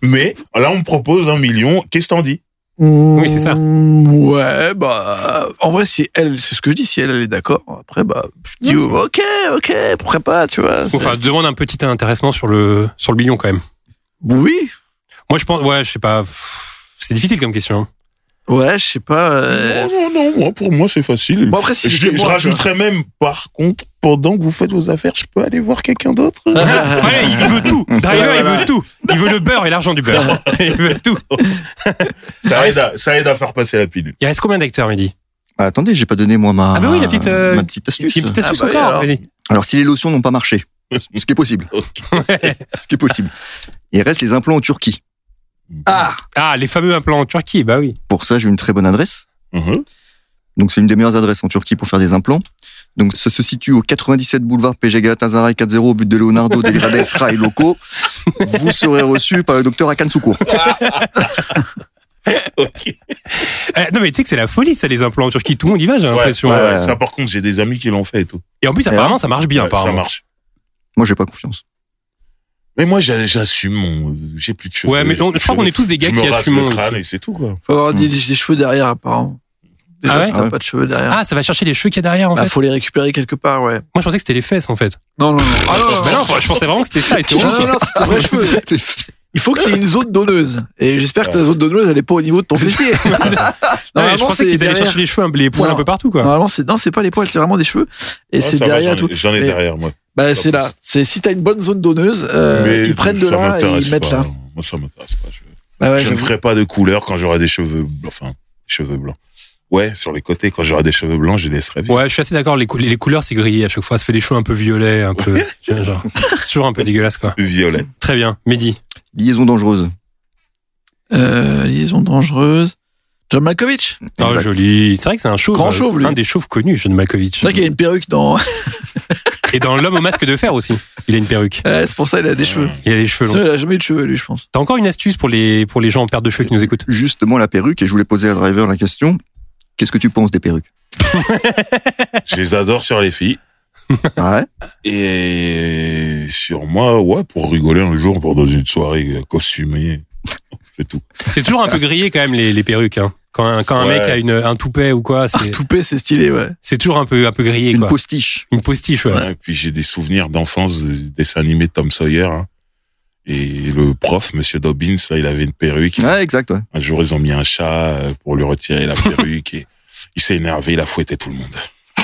Mais là, on me propose un million. Qu'est-ce que t'en dis Oui, c'est ça. Mm, Ouais, bah, en vrai, si elle, c'est ce que je dis, si elle, elle est d'accord, après, bah, je dis, ok, ok, pourquoi pas, tu vois. c'est- Enfin, demande un petit intéressement sur le, sur le billon quand même. oui, Moi, je pense, ouais, je sais pas. pff, C'est difficile comme question. hein. ouais, je sais pas. euh, Non, non, non, moi, pour moi, c'est facile. Bon, après, si je, c'était je moi, rajouterais même, par contre, pendant que vous faites vos affaires, je peux aller voir quelqu'un d'autre. Ah. Euh, Ouais, il veut tout. Driver, Ouais, il voilà. veut tout. Il veut le beurre et l'argent du beurre. il veut tout. ça, aide à, ça aide à faire passer la pilule. Il reste combien d'acteurs, Mehdi Ah, attendez, j'ai pas donné moi ma, Ah bah oui, la petite, euh, ma petite Il y a astuce. une petite astuce Ah bah oui, encore. alors. Vas-y. Alors si les lotions n'ont pas marché, ce qui est possible, ce qui est possible, il reste les implants en Turquie. Ah, Ah, les fameux implants en Turquie, bah oui. Pour ça, j'ai une très bonne adresse. Mhm. Donc c'est une des meilleures adresses en Turquie pour faire des implants. Donc ça se situe au 97 boulevard PG Galatasaray 40 au but de Leonardo del Grades Rai Loco. Vous serez reçu par le docteur Akan Soukour. Ok. Eh, non, mais tu sais que c'est la folie, ça, les implants en Turquie. Tout le monde y va, j'ai Ouais, l'impression. ouais, ouais. Ça, par contre, j'ai des amis qui l'ont fait et tout. Et en plus, Ouais. hein apparemment, ça marche bien, Ouais, ça apparemment. marche. Moi, j'ai pas confiance. Mais moi, j'a- j'assume mon. J'ai plus de cheveux. Ouais, mais on- je crois qu'on est tous des gars je me qui rase assument le crâne aussi. et c'est tout, quoi. faut avoir des, des cheveux derrière, apparemment. Déjà, Ah ouais si t'as Ah ouais. pas de cheveux derrière. Ah, ça va chercher les cheveux qu'il y a derrière, en Bah, fait. faut les récupérer quelque part, ouais. Moi, je pensais que c'était les fesses, en fait. Non, non, non. Ah, non, Bah non, je pensais vraiment que c'était ça. Et c'est non, horrible. non, non, c'est tes vrais cheveux. Il faut que t'aies une zone donneuse. Et j'espère que ta zone donneuse, elle est pas au niveau de ton fessier. Ouais, Normalement, je pensais c'est qu'ils allaient derrière. chercher les cheveux, les poils Non. un peu partout, quoi. Normalement, c'est, non, c'est pas les poils, c'est vraiment des cheveux. Et Ah, c'est ça va, derrière et j'en tout. ai- J'en ai Mais- derrière, moi. Bah, c'est plus. là. C'est, si t'as une bonne zone donneuse, euh, Mais ils prennent de ça là et m'intéresse ils mettent pas. là. Moi, ça m'intéresse pas. Je, Bah ouais, je ne j'avoue. ferai pas de couleur quand j'aurai des cheveux blancs. Enfin, des cheveux blancs. Ouais, sur les côtés, quand j'aurai des cheveux blancs, je les laisserai vivre. Ouais, je suis assez d'accord. Les, cou- les couleurs, c'est grillé à chaque fois. Ça fait des cheveux un peu violets, un peu. tu vois, genre, c'est toujours un peu dégueulasse, quoi. Violet. Très bien. Mehdi. Liaison dangereuse. Euh, liaison dangereuse. John Malkovich. Ah, Exact. joli. C'est vrai que c'est un chauve. Grand euh, chauve, lui. Un des chauves connus, John Malkovich. C'est vrai qu'il a une perruque dans, Et dans L'homme au masque de fer aussi. Il a une perruque. Ouais, c'est pour ça qu'il a des cheveux. Il a des cheveux Sinon, longs. il a jamais eu de cheveux, lui, je pense. T'as encore une astuce pour les, pour les gens en perte de cheveux qui nous écoutent Justement, la perruque, et je voulais poser à Driver la question. Qu'est-ce que tu penses des perruques je les adore sur les filles. Ah ouais Et sur moi, ouais, pour rigoler un jour, pour dans une soirée euh, costumée. C'est tout. C'est toujours un peu grillé, quand même, les, les perruques. hein. Quand un, quand un Ouais. mec a une, un toupet ou quoi, Ah, c'est toupet, c'est stylé, ouais. c'est toujours un peu, un peu grillé, Une quoi. postiche. Une postiche, ouais. Ouais, puis j'ai des souvenirs d'enfance, euh, dessins animés de Tom Sawyer. hein. Et le prof, Monsieur Dobbins, là, il avait une perruque. Ouais, exact, ouais. Un jour, ils ont mis un chat euh, pour lui retirer la perruque et il s'est énervé, il a fouetté tout le monde.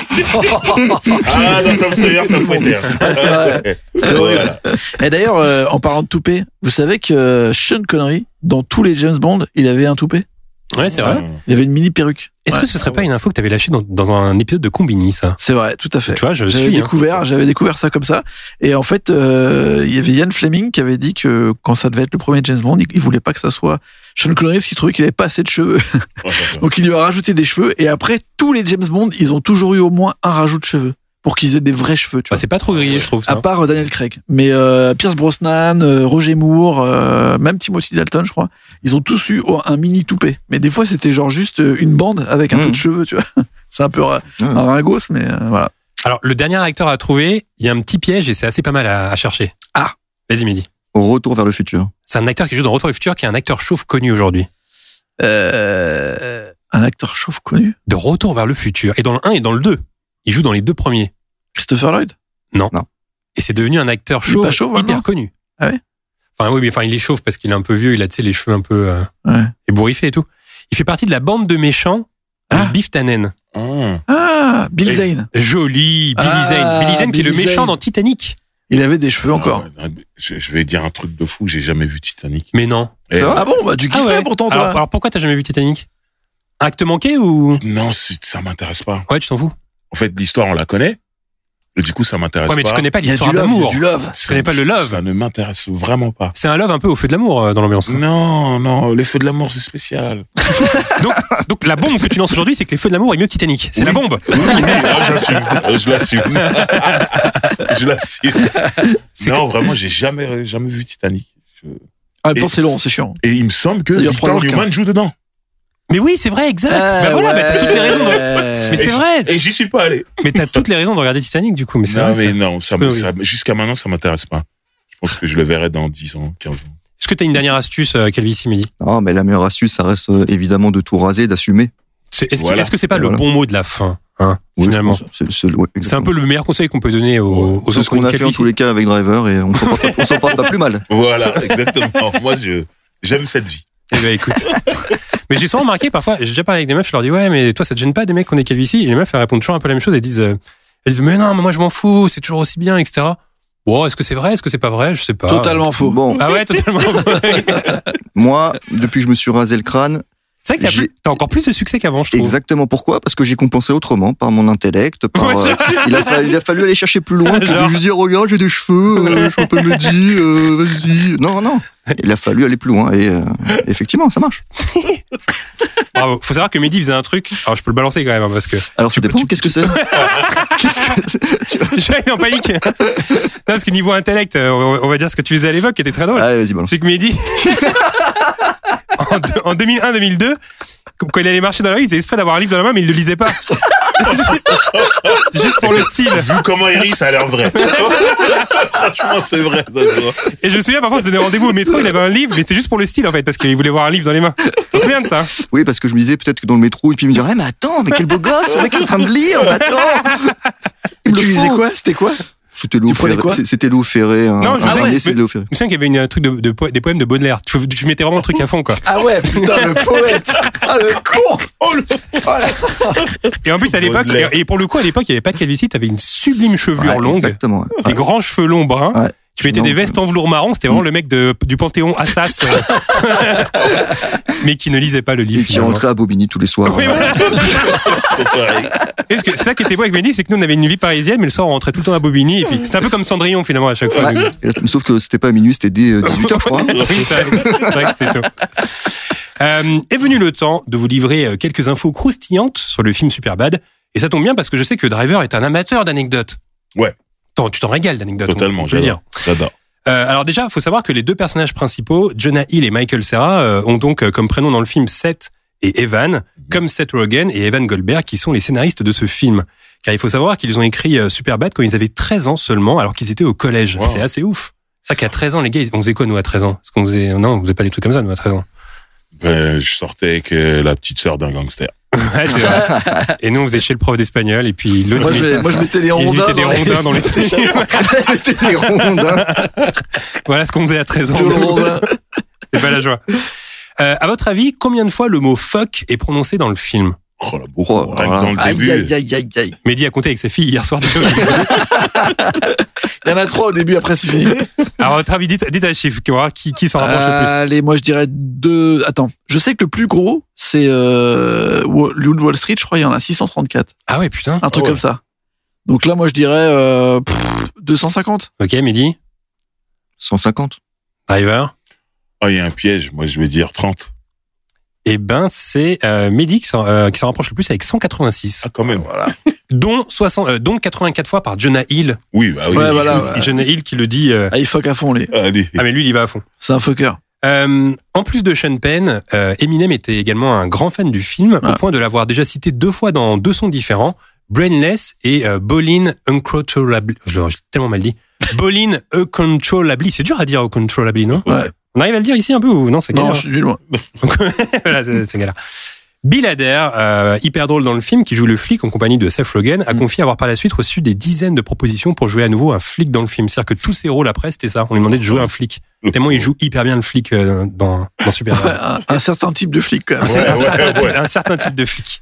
ah, dans Tom Sawyer, ça fouettait. hein. Ah, c'est vrai. C'est horrible. Et d'ailleurs, euh, en parlant de toupet, vous savez que euh, Sean Connery, dans tous les James Bond, il avait un toupet. Ouais, c'est vrai. Il avait une mini perruque. Est-ce Ouais. que ce serait pas une info que t'avais lâchée dans, dans un épisode de Combini, ça C'est vrai, tout à fait. Tu vois, je J'avais suis. hein. découvert, j'avais découvert ça comme ça. Et en fait, euh, il y avait Ian Fleming qui avait dit que quand ça devait être le premier James Bond, il- il voulait pas que ça soit Sean Connery parce qu'il trouvait qu'il avait pas assez de cheveux. Ouais, ouais, ouais. Donc il lui a rajouté des cheveux. Et après, tous les James Bond, ils ont toujours eu au moins un rajout de cheveux pour qu'ils aient des vrais cheveux. Tu Bah, vois. c'est pas trop grillé, je trouve. Ça. hein. À part euh, Daniel Craig. Mais euh, Pierce Brosnan, euh, Roger Moore, euh, même Timothy Dalton, je crois, ils ont tous eu oh, un mini toupet. Mais des fois, c'était genre juste euh, une bande avec un Mhm. peu de cheveux, tu vois. C'est un peu ra- Ouais. un ringos, mais euh, voilà. Alors, le dernier acteur à trouver, il y a un petit piège et c'est assez pas mal à, à chercher. Ah. Vas-y, Mehdi. Au retour vers le futur. C'est un acteur qui joue dans Retour et Futur, qui est un acteur chauve connu aujourd'hui. Euh, un acteur chauve connu De Retour vers le futur. Et dans le 1 et dans le 2. Il joue dans les deux premiers. Christopher Lloyd Et c'est devenu un acteur Il est chauve pas chauve, hyper maintenant connu. Ah ouais Enfin, oui, mais enfin, il est chauve parce qu'il est un peu vieux, il a, tu sais, les cheveux un peu euh, Ouais. ébouriffés et tout. Il fait partie de la bande de méchants, Ah. Biff Tannen. Ah. Ah, Bill Et- Zane. Joli, Billy Ah, Zane. Billy Zane qui est le Billy méchant Zane. dans Titanic. Il avait des cheveux encore. Ah ouais, je, je vais dire un truc de fou, j'ai jamais vu Titanic. Mais non. Eh, vrai Ah bon, bah tu kiffes ouais. pourtant toi. alors, alors pourquoi t'as jamais vu Titanic Acte manqué ou non, c'est- ça m'intéresse pas. Ouais, tu t'en fous. En fait, l'histoire, on la connaît. Et du coup, ça m'intéresse Ouais, mais pas. tu connais pas il y a l'histoire du love, il y a d'amour. du love. Ça- connais pas le love. Ça ne m'intéresse vraiment pas. C'est un love un peu au feu de l'amour euh, dans l'ambiance. Non, non, les feux de l'amour, c'est spécial. Donc, donc la bombe que tu lances aujourd'hui, c'est que les feux de l'amour est mieux que Titanic. C'est la bombe. Ah, je l'assume. Euh, Je l'assume. je l'assume. C'est Non, vraiment, j'ai jamais, jamais vu Titanic. Je- En même temps, Et- c'est long, c'est chiant. Et il me semble que Ça dure Victor 3h15. Newman joue dedans. Mais oui, c'est vrai, exact. Ah Ah bah voilà, bah, t'as toutes les raisons. De... Mais Et c'est je- vrai. Et j'y suis pas allé. Mais t'as toutes les raisons de regarder Titanic du coup. Mais c'est Non, vrai, mais ça. non, ça me- Oui, oui. ça- jusqu'à maintenant, ça m'intéresse pas. Je pense que je le verrai dans 10 ans, 15 ans. Est-ce que tu as une dernière astuce, euh, Calvici Mehdi Ah, mais la meilleure astuce, ça reste euh, évidemment de tout raser, d'assumer. C'est- Est-ce que- Voilà. est-ce que c'est pas le Voilà. bon mot de la fin hein, Oui, je Finalement, pense. C'est- c'est- ouais, c'est un exactement. peu le meilleur conseil qu'on peut donner aux, aux C'est ce autres qu'on a fait en Calvici. tous les cas avec Driver et on s'en porte pas- on s'en porte pas plus mal. Voilà, exactement. Moi, je j'aime cette vie. Eh ben, écoute. mais j'ai souvent remarqué parfois, j'ai déjà parlé avec des meufs, je leur dis ouais, mais toi ça te gêne pas des mecs qu'on est calvici Et les meufs elles répondent toujours un peu la même chose, elles disent, euh, elles disent mais non, mais moi je m'en fous, c'est toujours aussi bien, etc. Bon, est-ce que c'est vrai, est-ce que c'est pas vrai, je sais pas. Totalement faux. Bon, Ah ouais, totalement. vrai. moi, depuis que je me suis rasé le crâne, c'est vrai que t'as J'ai- plus- t'as encore plus de succès qu'avant, je trouve. exactement pourquoi Parce que j'ai compensé autrement, par mon intellect, par. Ouais, euh, il, a fallu, il a fallu aller chercher plus loin pour Genre. juste dire regarde, j'ai des cheveux, euh, je suis un peu maudit, euh, vas-y. Non, non. Il a fallu aller plus loin et euh, effectivement, ça marche. Bravo. Faut savoir que Mehdi faisait un truc, alors je peux le balancer quand même, hein, parce que Alors, ça dépend, qu'est-ce que c'est Qu'est-ce que c'est Tu vois je suis en panique. non, parce que niveau intellect, euh, on on va dire ce que tu faisais à l'époque qui était très drôle. Allez, vas-y, balance. C'est que Mehdi, en, deux- en 2001-2002, comme quand il allait marcher dans la rue, il faisait exprès d'avoir un livre dans la main, mais il ne le lisait pas. Juste pour le style. Vu comment il rit, ça a l'air vrai. Franchement, c'est vrai, ça se voit. Et je me souviens, parfois, on se donnait rendez-vous au métro, il avait un livre, mais c'était juste pour le style, en fait, parce qu'il voulait avoir un livre dans les mains. T'en souviens de ça Oui, parce que je me disais peut-être que dans le métro, une fille me dirait, Eh, mais attends, mais quel beau gosse, ce mec est en train de lire, mais attends. Il me tu le lisais faut. quoi C'était quoi C'était Léo Tu prenais Ferré. quoi C'est- C'était Léo Ferré. un- Non, je un sais, carnet, mais- c'est Léo Ferré. Je me souviens qu'il y avait une- un truc de, de po- des poèmes de Baudelaire. Tu, tu mettais vraiment le truc à fond, quoi. Ah ouais, putain, le poète Ah, le con oh, le... Et en plus, à l'époque, Baudelaire. et et pour le coup, à l'époque, il n'y avait pas de calvitie, t'avais une sublime chevelure Ouais, longue, Exactement. ouais. des grands cheveux longs bruns. Ouais. Mm. Tu mettais Non, des vestes en velours marron, c'était vraiment le mec de, du Panthéon Assas, euh, mais qui ne lisait pas le livre. Et qui finalement. rentrait à Bobigny tous les soirs. Oui, voilà. C'est pareil. Et ce que- C'est ça qui était beau avec Mehdi, c'est que nous on avait une vie parisienne, mais le soir on rentrait tout le temps à Bobigny, et puis c'était un peu comme Cendrillon finalement à chaque fois. Ouais. Donc, Et- Sauf que c'était pas à minuit, c'était dès 18h, je crois. oui, c'est vrai, c'est vrai que c'était tôt. Euh, est venu le temps de vous livrer euh, quelques infos croustillantes sur le film Superbad, et ça tombe bien parce que je sais que Driver est un amateur d'anecdotes. Ouais. T'en- tu t'en régales d'anecdotes. on- Totalement, on peut le dire. j'adore. J'adore. Euh, alors déjà, il faut savoir que les deux personnages principaux, Jonah Hill et Michael Serra, euh, ont donc euh, comme prénom dans le film Seth et Evan, comme Seth Rogen et Evan Goldberg, qui sont les scénaristes de ce film. Car il faut savoir qu'ils ont écrit euh, Superbad quand ils avaient 13 ans seulement, alors qu'ils étaient au collège. Wow. C'est assez ouf. C'est ça qu'à 13 ans, les gars, ils- on faisait quoi, nous, à 13 ans Parce qu'on faisait... Non, on faisait pas des trucs comme ça, nous, à 13 ans. Ben, je sortais avec euh, la petite sœur d'un gangster. Ouais, c'est vrai. et nous, on faisait chez le prof d'espagnol, et puis l'autre... moi, il je, mettait- mets- moi, je mettais les il rondins. mettait des dans les- rondins dans les trucs. C'était des rondes, hein. voilà ce qu'on faisait à 13 ans. Tout le rondin. C'est pas la joie. Euh, à votre avis, combien de fois le mot fuck est prononcé dans le film Oh la bourre. Oh, Rien que voilà. dans le Ah, Aïe, début. aïe, aïe, aïe, aïe. Mehdi a compté avec sa fille hier soir. déjà. Il y en a trois au début, après c'est fini. Alors, à votre avis, dites, dites un chiffre, qu'on va voir qui, qui s'en rapproche le Allez, moi je dirais deux. Attends, je sais que le plus gros, c'est euh, Wa- le Wall Street, je crois, il y en a 634. plus. Ah ouais, putain. Un truc Ah ouais. comme ça. Donc là, moi je dirais euh, pff, 250. Ok, Mehdi, 150. driver. Oh, il y a un piège. Moi, je vais dire 30. Eh ben, c'est euh, Mehdi qui s'en euh, qui s'en rapproche le plus avec 186, Ah, quand même. dont, 60, euh, dont 84 fois par Jonah Hill. Oui, bah oui. Ouais, voilà. Et Jonah Hill qui le dit. euh, Ah, il fuck à fond, les. Allez. ah, mais lui, il y va à fond. C'est un fucker. Euh, en plus de Sean Penn, euh, Eminem était également un grand fan du film, au Ouais. point de l'avoir déjà cité deux fois dans deux sons différents, Brainless et euh, Ballin Uncontrollably. Je l'ai tellement mal dit. Ballin Uncontrollably. C'est dur à dire Uncontrollably, non Ouais. On arrive à le dire ici un peu ou non C'est Non, galère. je suis du loin. voilà, c'est c'est galère. Bill Adair, euh, hyper drôle dans le film, qui joue le flic en compagnie de Seth Rogen, a confié avoir par la suite reçu des dizaines de propositions pour jouer à nouveau un flic dans le film. C'est-à-dire que tous ses rôles après, c'était ça. On lui demandait de jouer un flic. Tellement il joue hyper bien le flic euh, dans, dans Superman. Un, un certain type de flic, quand Un même. cer- un, ouais, certain type, ouais. un certain type de flic.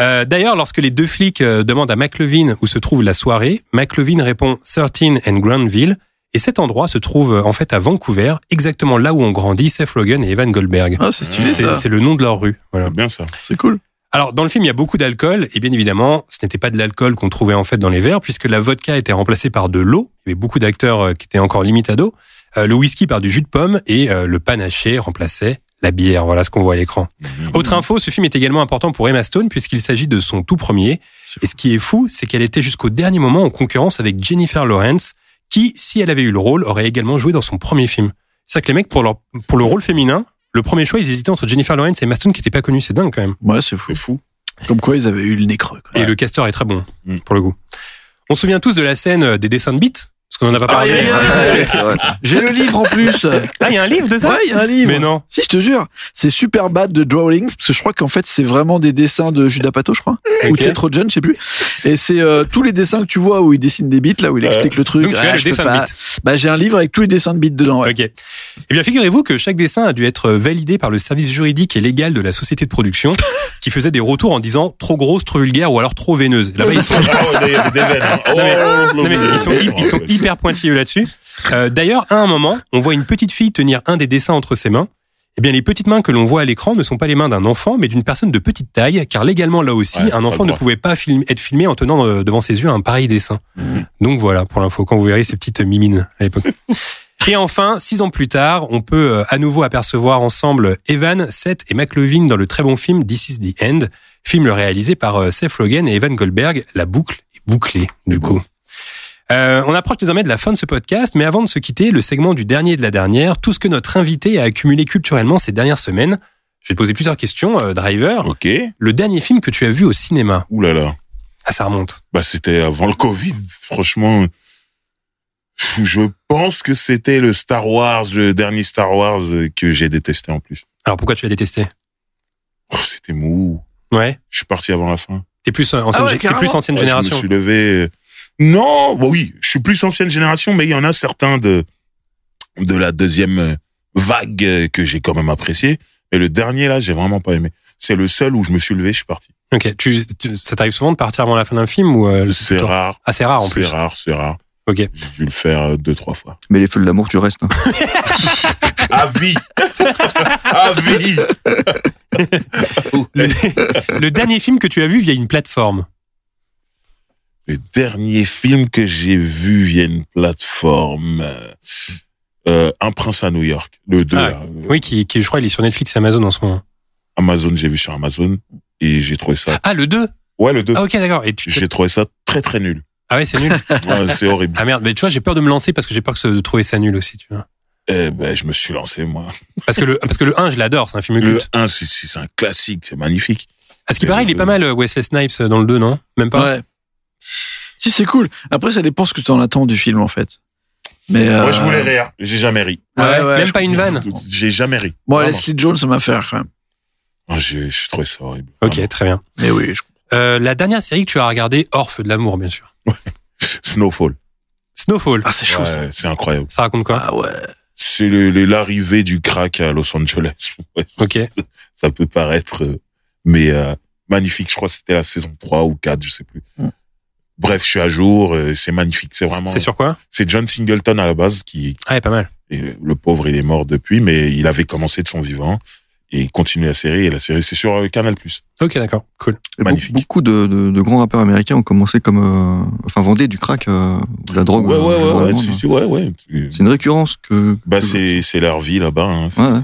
Euh, D'ailleurs, lorsque les deux flics euh, demandent à McLevin où se trouve la soirée, McLevin répond 13 and Granville, et cet endroit se trouve euh, en fait à Vancouver, exactement là où ont grandi Seth Rogen et Evan Goldberg. Ah, c'est stylé, C'est ça. c'est le nom de leur rue. Voilà. C'est bien ça. C'est cool. Alors, dans le film, il y a beaucoup d'alcool, et bien évidemment, ce n'était pas de l'alcool qu'on trouvait en fait dans les verres, puisque la vodka était remplacée par de l'eau. Il y avait beaucoup d'acteurs euh, qui étaient encore limite ados. Euh, le whisky par du jus de pomme, et euh, le panaché remplaçait la bière. Voilà ce qu'on voit à l'écran. Autre info, ce film est également important pour Emma Stone, puisqu'il s'agit de son tout premier. Et ce qui est fou, c'est qu'elle était jusqu'au dernier moment en concurrence avec Jennifer Lawrence, qui, si elle avait eu le rôle, aurait également joué dans son premier film. C'est-à-dire que les mecs, pour, leur, pour le rôle féminin, le premier choix, ils hésitaient entre Jennifer Lawrence et Emma Stone, qui n'était pas connue. C'est dingue quand même. Ouais, c'est fou. C'est fou. Comme quoi, ils avaient eu le nez creux. quoi. Et le casteur est très bon, Mm. pour le coup. On se souvient tous de la scène euh, des dessins de bites, parce Parce qu'on en a pas parlé. Aïe, aïe, aïe. C'est vrai, ça. J'ai le livre en plus. Ah, il y a un livre de ça Ouais, il y a un livre. Mais non. Si, je te jure, c'est super bad de drawings parce que je crois qu'en fait c'est vraiment des dessins de Judas Pato, je crois, ou Ok. de Seth Rogen, je sais plus. Et c'est euh, tous les dessins que tu vois où il dessine des beats, là où il explique le truc. Donc, tu as le Ah, je peux dessin de pas. beats. Bah j'ai un livre avec tous les dessins de beats dedans. ouais. Ok. Eh bien, figurez-vous que chaque dessin a dû être validé par le service juridique et légal de la société de production, qui faisait des retours en disant trop grosse, trop vulgaire ou alors trop veineuse. Là-bas, ils sont, Oh, il y a des ailes, hein. Non, mais- Oh, non, mais ils sont, hy- ils sont hyper pointilleux là-dessus. Euh, D'ailleurs, à un moment, on voit une petite fille tenir un des dessins entre ses mains. Eh bien, les petites mains que l'on voit à l'écran ne sont pas les mains d'un enfant, mais d'une personne de petite taille, car légalement, là aussi, Ouais, c'est un pas enfant le ne droit. pouvait pas film- être filmé en tenant euh, devant ses yeux un pareil dessin. Donc voilà, pour l'info, quand vous verrez ces petites mimines à l'époque. Et enfin, six ans plus tard, on peut euh, à nouveau apercevoir ensemble Evan, Seth et McLovin dans le très bon film This is the End, film réalisé par euh, Seth Rogen et Evan Goldberg. La boucle est bouclée, du coup. Euh, on approche désormais de la fin de ce podcast, mais avant de se quitter, le segment du dernier et de la dernière, tout ce que notre invité a accumulé culturellement ces dernières semaines. Je vais te poser plusieurs questions, euh, Driver. Ok. Le dernier film que tu as vu au cinéma, Ouh là là. ah, ça remonte. Bah, c'était avant le Covid. Franchement, je pense que c'était le Star Wars, le dernier Star Wars euh, que j'ai détesté en plus. Alors pourquoi tu l'as détesté Oh, c'était mou. Ouais. Je suis parti avant la fin. T'es plus euh, ancienne, Ah ouais, t'es carrément. plus ancienne Ouais, génération. Je me suis levé. euh, Non, bah oui, je suis plus ancienne génération, mais il y en a certains de de la deuxième euh, vague euh, que j'ai quand même apprécié. Et le dernier là, j'ai vraiment pas aimé. C'est le seul où je me suis levé, je suis parti. Ok. Tu, tu- ça t'arrive souvent de partir avant la fin d'un film ou euh, C'est plutôt- rare, Ah, c'est rare en c'est plus. rare, c'est rare. Ok. J'ai dû le faire euh, deux trois fois. Ah Mais les feux de l'amour, tu restes. hein. À vie, à vie. Oh, Le, le dernier film que tu as vu via une plateforme. Le dernier film que j'ai vu via une plateforme, euh, euh, Un prince à New York, le 2. Ah, là, euh, Oui, qui, qui, je crois, il est sur Netflix et Amazon en ce moment. Amazon, j'ai vu sur Amazon et j'ai trouvé ça. Ah, le Euh, 2 Ouais, le 2. Ah, ok, d'accord. Et tu- J'ai trouvé ça très très nul. Ah ouais, c'est nul. Ouais, c'est horrible. Ah merde, mais tu vois, j'ai peur de me lancer parce que j'ai peur que ce- de trouver ça nul aussi, tu vois. Eh ben, je me suis lancé, moi. Parce que le, parce que le 1, je l'adore, c'est un film Le culte. 1, c'est- c'est c'est un classique, c'est magnifique. À ce qui paraît, il est pas mal euh, Wesley Snipes euh, dans le 2, non Même pas Ouais. Si c'est cool. Après ça dépend ce que t'en attends du film en fait. Mais Moi, euh, je voulais rire. J'ai jamais ri. Ah ouais, Ouais, ouais, Même je pas une vanne J'ai jamais ri. Moi, Vraiment. Leslie Jones, ça m'a fait rire, quand même. Oh, J'ai j'ai trouvé ça horrible. Ok, Vraiment. très bien. Mais oui, je Euh, la dernière série que tu as regardée, hors feu de l'amour, bien sûr. Snowfall. Snowfall. Ah, c'est chaud, ça. Ouais, c'est incroyable. Ça raconte quoi Ah ouais. C'est le- le- l'arrivée du crack à Los Angeles. Ouais, Ok. ça peut paraître, euh, mais euh, magnifique. Je crois que c'était la saison 3 ou 4, je sais plus. Hmm. Bref, je suis à jour. euh, C'est magnifique. C'est vraiment. C'est sur quoi C'est John Singleton à la base qui, Ah, ouais, pas mal. Et le le pauvre, il est mort depuis, mais il avait commencé de son vivant. Et il continue la série. Et la série, c'est sur euh, Canal+. Ok, d'accord, cool. Et be- Magnifique. Beaucoup de, de- de grands rappeurs américains ont commencé comme. euh, enfin, vendaient du crack euh, ou de la drogue. ouais, euh, ouais, ouais, ouais, généralement, c'est- hein. c'est- ouais, ouais. C'est une récurrence que. Bah, que- c'est, c'est leur vie là-bas. hein. C'est Ouais, ouais.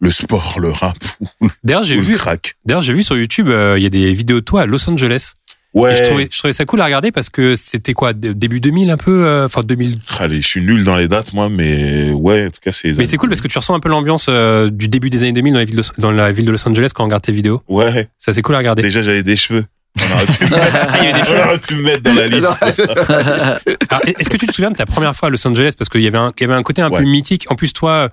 Le sport, le rap, ou D'ailleurs, j'ai le vu, crack. d'ailleurs, j'ai vu sur YouTube, euh, il y a des vidéos de toi à Los Angeles. Et Ouais. je trouvais, je trouvais ça cool à regarder parce que c'était quoi, d- début 2000 un peu, euh, enfin 2000. Allez, je suis nul dans les dates, moi, mais ouais, en tout cas, c'est. Mais c'est cool parce que tu ressens un peu l'ambiance euh, du début des années 2000 dans la ville de Los- dans la ville de Los Angeles quand on regarde tes vidéos. Ouais. Ça, c'est cool à regarder. Déjà, j'avais des cheveux. On aurait pu, on aurait pu me mettre dans la liste. Alors, Est-ce que tu te souviens de ta première fois à Los Angeles Parce qu'il y, avait un- il y avait un côté un Ouais. peu mythique. En plus, toi,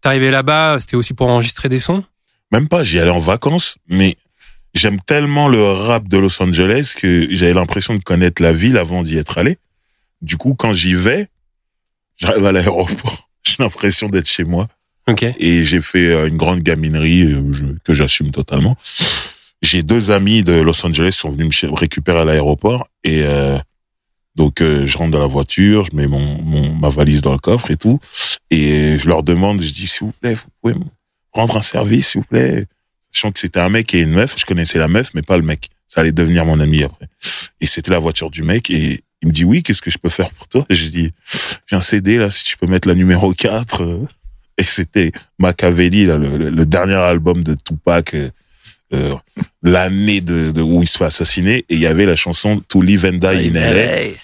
t'arrivais là-bas, c'était aussi pour enregistrer des sons Même pas, j'y allais en vacances, mais j'aime tellement le rap de Los Angeles que j'avais l'impression de connaître la ville avant d'y être allé. Du coup, quand j'y vais, j'arrive à l'aéroport, j'ai l'impression d'être chez moi. Ok. Et j'ai fait euh, une grande gaminerie euh, je- que j'assume totalement. J'ai deux amis de Los Angeles qui sont venus me ch- récupérer à l'aéroport. Et euh, donc, euh, je rentre dans la voiture, je mets mon, mon- ma valise dans le coffre et tout. Et je leur demande, je dis, s'il vous plaît, vous pouvez me rendre un service, s'il vous plaît. Sachant que c'était un mec et une meuf. Je connaissais la meuf, mais pas le mec. Ça allait devenir mon ami après. Et c'était la voiture du mec. Et il me dit, oui, qu'est-ce que je peux faire pour toi Et Je dis, j'ai un CD là, si tu peux mettre la numéro 4. euh. Et c'était Machiavelli, là, le, le- le dernier album de Tupac, euh, euh, l'année de, de- où il se fait assassiner, et il y avait la chanson To Live and Die in LA. Et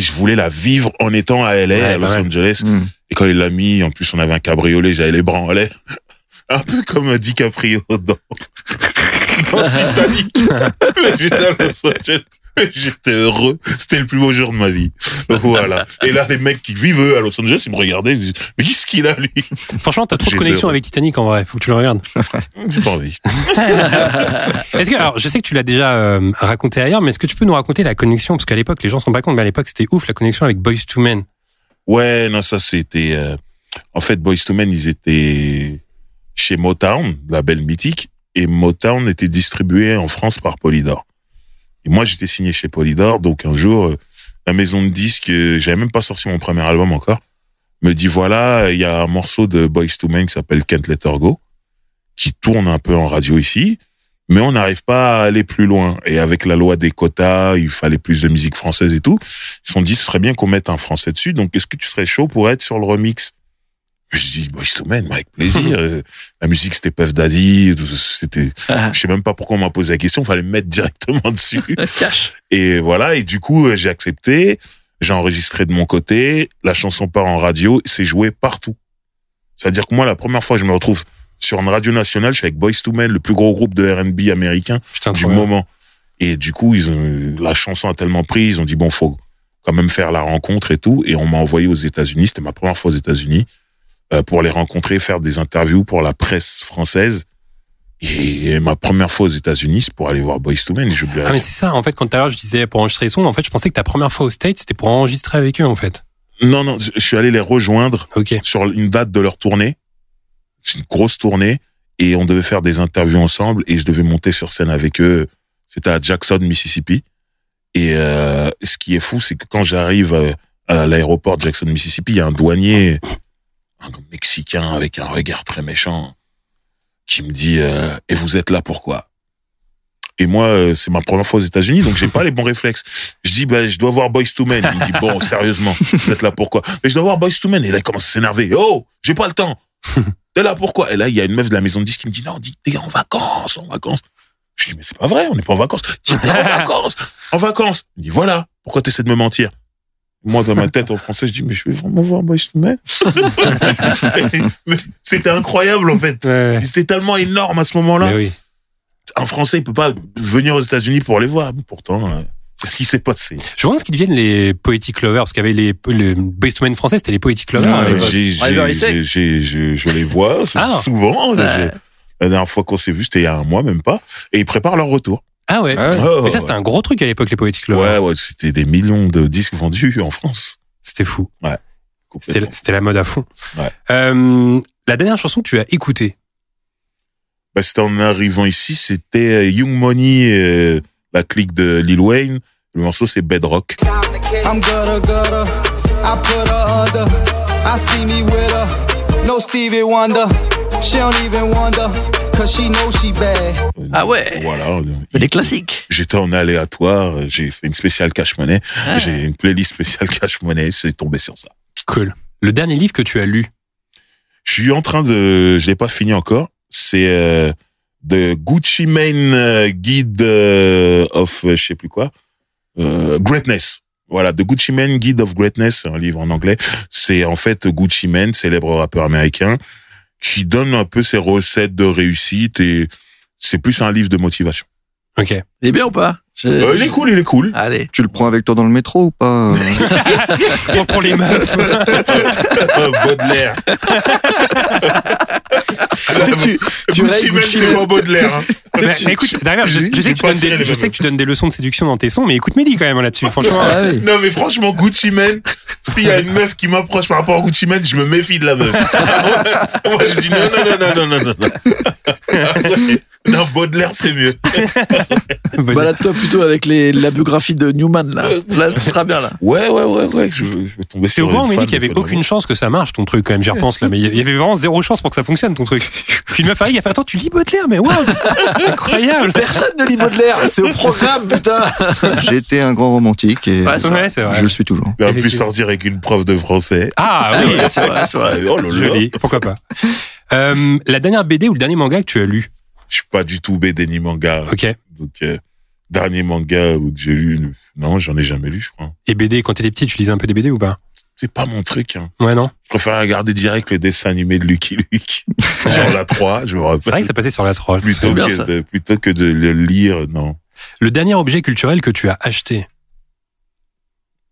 je voulais la vivre en étant à LA, Ouais, à Los pas mal. Angeles. Mm. Et quand il l'a mis, en plus on avait un cabriolet, j'avais les bras en l'air. Un peu comme DiCaprio dans, dans Titanic. Mais j'étais à Los Angeles. J'étais heureux. C'était le plus beau jour de ma vie. Voilà. Et là, les mecs qui vivent eux, à Los Angeles, ils me regardaient, ils me disent, mais qu'est-ce qu'il a, lui? Franchement, t'as trop de J'ai connexion zéro. avec Titanic en vrai. Faut que tu le regardes. J'ai pas envie. Est-ce que, alors, je sais que tu l'as déjà euh, raconté ailleurs, mais est-ce que tu peux nous raconter la connexion Parce qu'à l'époque, les gens s'en rendent pas compte, mais à l'époque, c'était ouf la connexion avec Boys to Men. Ouais, non, ça c'était. euh, En fait, Boys to Men, ils étaient chez Motown, label mythique, et Motown était distribué en France par Polydor. Et moi, j'étais signé chez Polydor, donc un jour, euh, la maison de disques, euh, j'avais même pas sorti mon premier album encore, me dit voilà, il y a un morceau de Boys to Men qui s'appelle Can't Let Her Go, qui tourne un peu en radio ici, mais on n'arrive pas à aller plus loin. Et avec la loi des quotas, il fallait plus de musique française et tout ils se sont dit, ce serait bien qu'on mette un français dessus, donc est-ce que tu serais chaud pour être sur le remix Je dis, bah, je te mène, avec plaisir. Euh, la musique, c'était Puff Daddy, tout ça, c'était, je sais même pas pourquoi on m'a posé la question, fallait me mettre directement dessus. Cash. Et voilà, et du coup, euh, j'ai accepté, j'ai enregistré de mon côté, la chanson part en radio, c'est joué partout. C'est-à-dire que moi, la première fois que je me retrouve sur une radio nationale, je suis avec Boys to Men, le plus gros groupe de R&B américain Putain, du trop bien. moment. Et du coup, ils ont, la chanson a tellement pris, ils ont dit bon, faut quand même faire la rencontre et tout. Et on m'a envoyé aux États-Unis. C'était ma première fois aux États-Unis euh, pour les rencontrer, faire des interviews pour la presse française. Et ma première fois aux États-Unis, c'est pour aller voir Boys to Men. J'ai oublié la Ah, mais c'est ça, en fait, quand tout à l'heure je disais pour enregistrer les sons, en fait, je pensais que ta première fois au States, c'était pour enregistrer avec eux, en fait. Non, non, je suis allé les rejoindre Ok. sur une date de leur tournée. C'est une grosse tournée. Et on devait faire des interviews ensemble et je devais monter sur scène avec eux. C'était à Jackson, Mississippi. Et euh, ce qui est fou, c'est que quand j'arrive euh, à l'aéroport de Jackson, Mississippi, il y a un douanier, un Mexicain avec un regard très méchant, qui me dit euh, Et vous êtes là pourquoi ?» Et moi, euh, c'est ma première fois aux États-Unis, donc j'ai pas les bons réflexes. Je dis bah, Je dois voir Boys to Men. Il me dit Bon, sérieusement, vous êtes là pourquoi ?» Mais je dois voir Boys to Men. Et là, il commence à s'énerver. « Oh, j'ai pas le temps T'es là pourquoi ?» Et là, il y a une meuf de la maison de disques qui me dit « Non, on dit, t'es en vacances, en vacances. » Je dis, mais c'est pas vrai, on n'est pas en vacances. Tu es en vacances, en vacances. Il dit, voilà, pourquoi tu essaies de me mentir Moi, dans ma tête, en français, je dis, mais je vais vraiment voir Boys to Men. C'était incroyable, en fait. Ouais. C'était tellement énorme à ce moment-là. Mais oui. Un Français, il peut pas venir aux États-Unis pour les voir. Pourtant, euh, c'est ce qui s'est passé. Je me demande ce qu'ils deviennent les Poetic Lovers, parce qu'avec les, les Boys to Men français, c'était les Poetic Lovers. à Ah, l'époque. j'ai- j'ai- Oliver Isaac. j'ai- j'ai- je- je les vois Ah. souvent. Je- La dernière fois qu'on s'est vu, c'était il y a un mois, même pas. Et ils préparent leur retour. ah ouais. Ah ouais. Oh, Mais ça, c'était un gros truc à l'époque, les Poetic Lovers. ouais, ouais, c'était des millions de disques vendus en France. C'était fou. C'était complètement. la- c'était la mode à fond. Ouais. Euh, la dernière chanson que tu as écoutée. Bah, c'était en arrivant ici, c'était euh, Young Money, euh, la clique de Lil Wayne. Le morceau, c'est Bedrock. I'm gutter, gutter. I put her under. I see me with her. No Stevie Wonder. She don't even wonder. Cause she knows she bad. Euh, Ah ouais. Voilà. euh, Les classiques. J'étais en aléatoire, euh, j'ai fait une spéciale cash money, Ah. j'ai une playlist spéciale cash money, c'est tombé sur ça. Cool. Le dernier livre que tu as lu. Je suis en train de, je l'ai pas fini encore, c'est euh, de Gucci Mane euh, Guide euh, of, euh, je sais plus quoi, euh, Greatness. Voilà, The Gucci Mane Guide of Greatness, un livre en anglais. C'est en fait Gucci Mane, célèbre rappeur américain, qui donne un peu ses recettes de réussite et c'est plus un livre de motivation. Ok. Il est bien ou pas J'ai- Euh, il est cool, il est cool. Allez. Tu le prends avec toi dans le métro ou pas euh pour les meufs. Baudelaire. tu tu Gucci Mane, c'est pas Baudelaire. hein. Mais Bah, écoute, d'ailleurs, je, je sais, que tu Pas donnes tiré des, les je sais mêmes. que tu donnes des leçons de séduction dans tes sons, mais écoute Mehdi quand même là-dessus, franchement. Ah oui. Non mais franchement Gucci Mane, s'il y a une meuf qui m'approche par rapport à Gucci Mane, je me méfie de la meuf. Moi je dis non non non non non non non. non. Non Baudelaire c'est mieux. Bonne- Balade-toi plutôt avec les, la biographie de Newman, là. Là, tu seras bien, là. Ouais ouais ouais ouais, je, je vais tomber C'est sur au une moins, on m'a dit fan qu'il y de avait Fun aucune chance que ça marche, ton truc, quand même, j'y repense, là. Mais il y avait vraiment zéro chance pour que ça fonctionne, ton truc. Puis une meuf arrive, il a fait, attends, tu lis Baudelaire, mais waouh! Incroyable! Personne ne lit Baudelaire. C'est au programme, putain. J'étais un grand romantique et Ouais, c'est vrai. Ouais, c'est je vrai. le suis toujours. Il aurait pu Effectivement. sortir avec une prof de français. Ah oui! Ouais, c'est vrai, c'est vrai. Oh là là. Joli, pourquoi pas. Euh, la dernière BD ou le dernier manga que tu as lu. Je suis pas du tout BD ni manga. Ok. Et Donc euh, dernier manga que j'ai lu, non j'en ai jamais lu je crois. BD, quand t'étais petit, tu lisais un peu des BD ou pas? C'est pas mon truc. Hein. Ouais, non? Je préfère regarder direct le dessin animé de Lucky Luke sur la 3, je C'est me vrai rappelle. que ça passait sur la 3. plutôt bien, que ça. de plutôt que de le lire non Le dernier objet culturel que tu as acheté.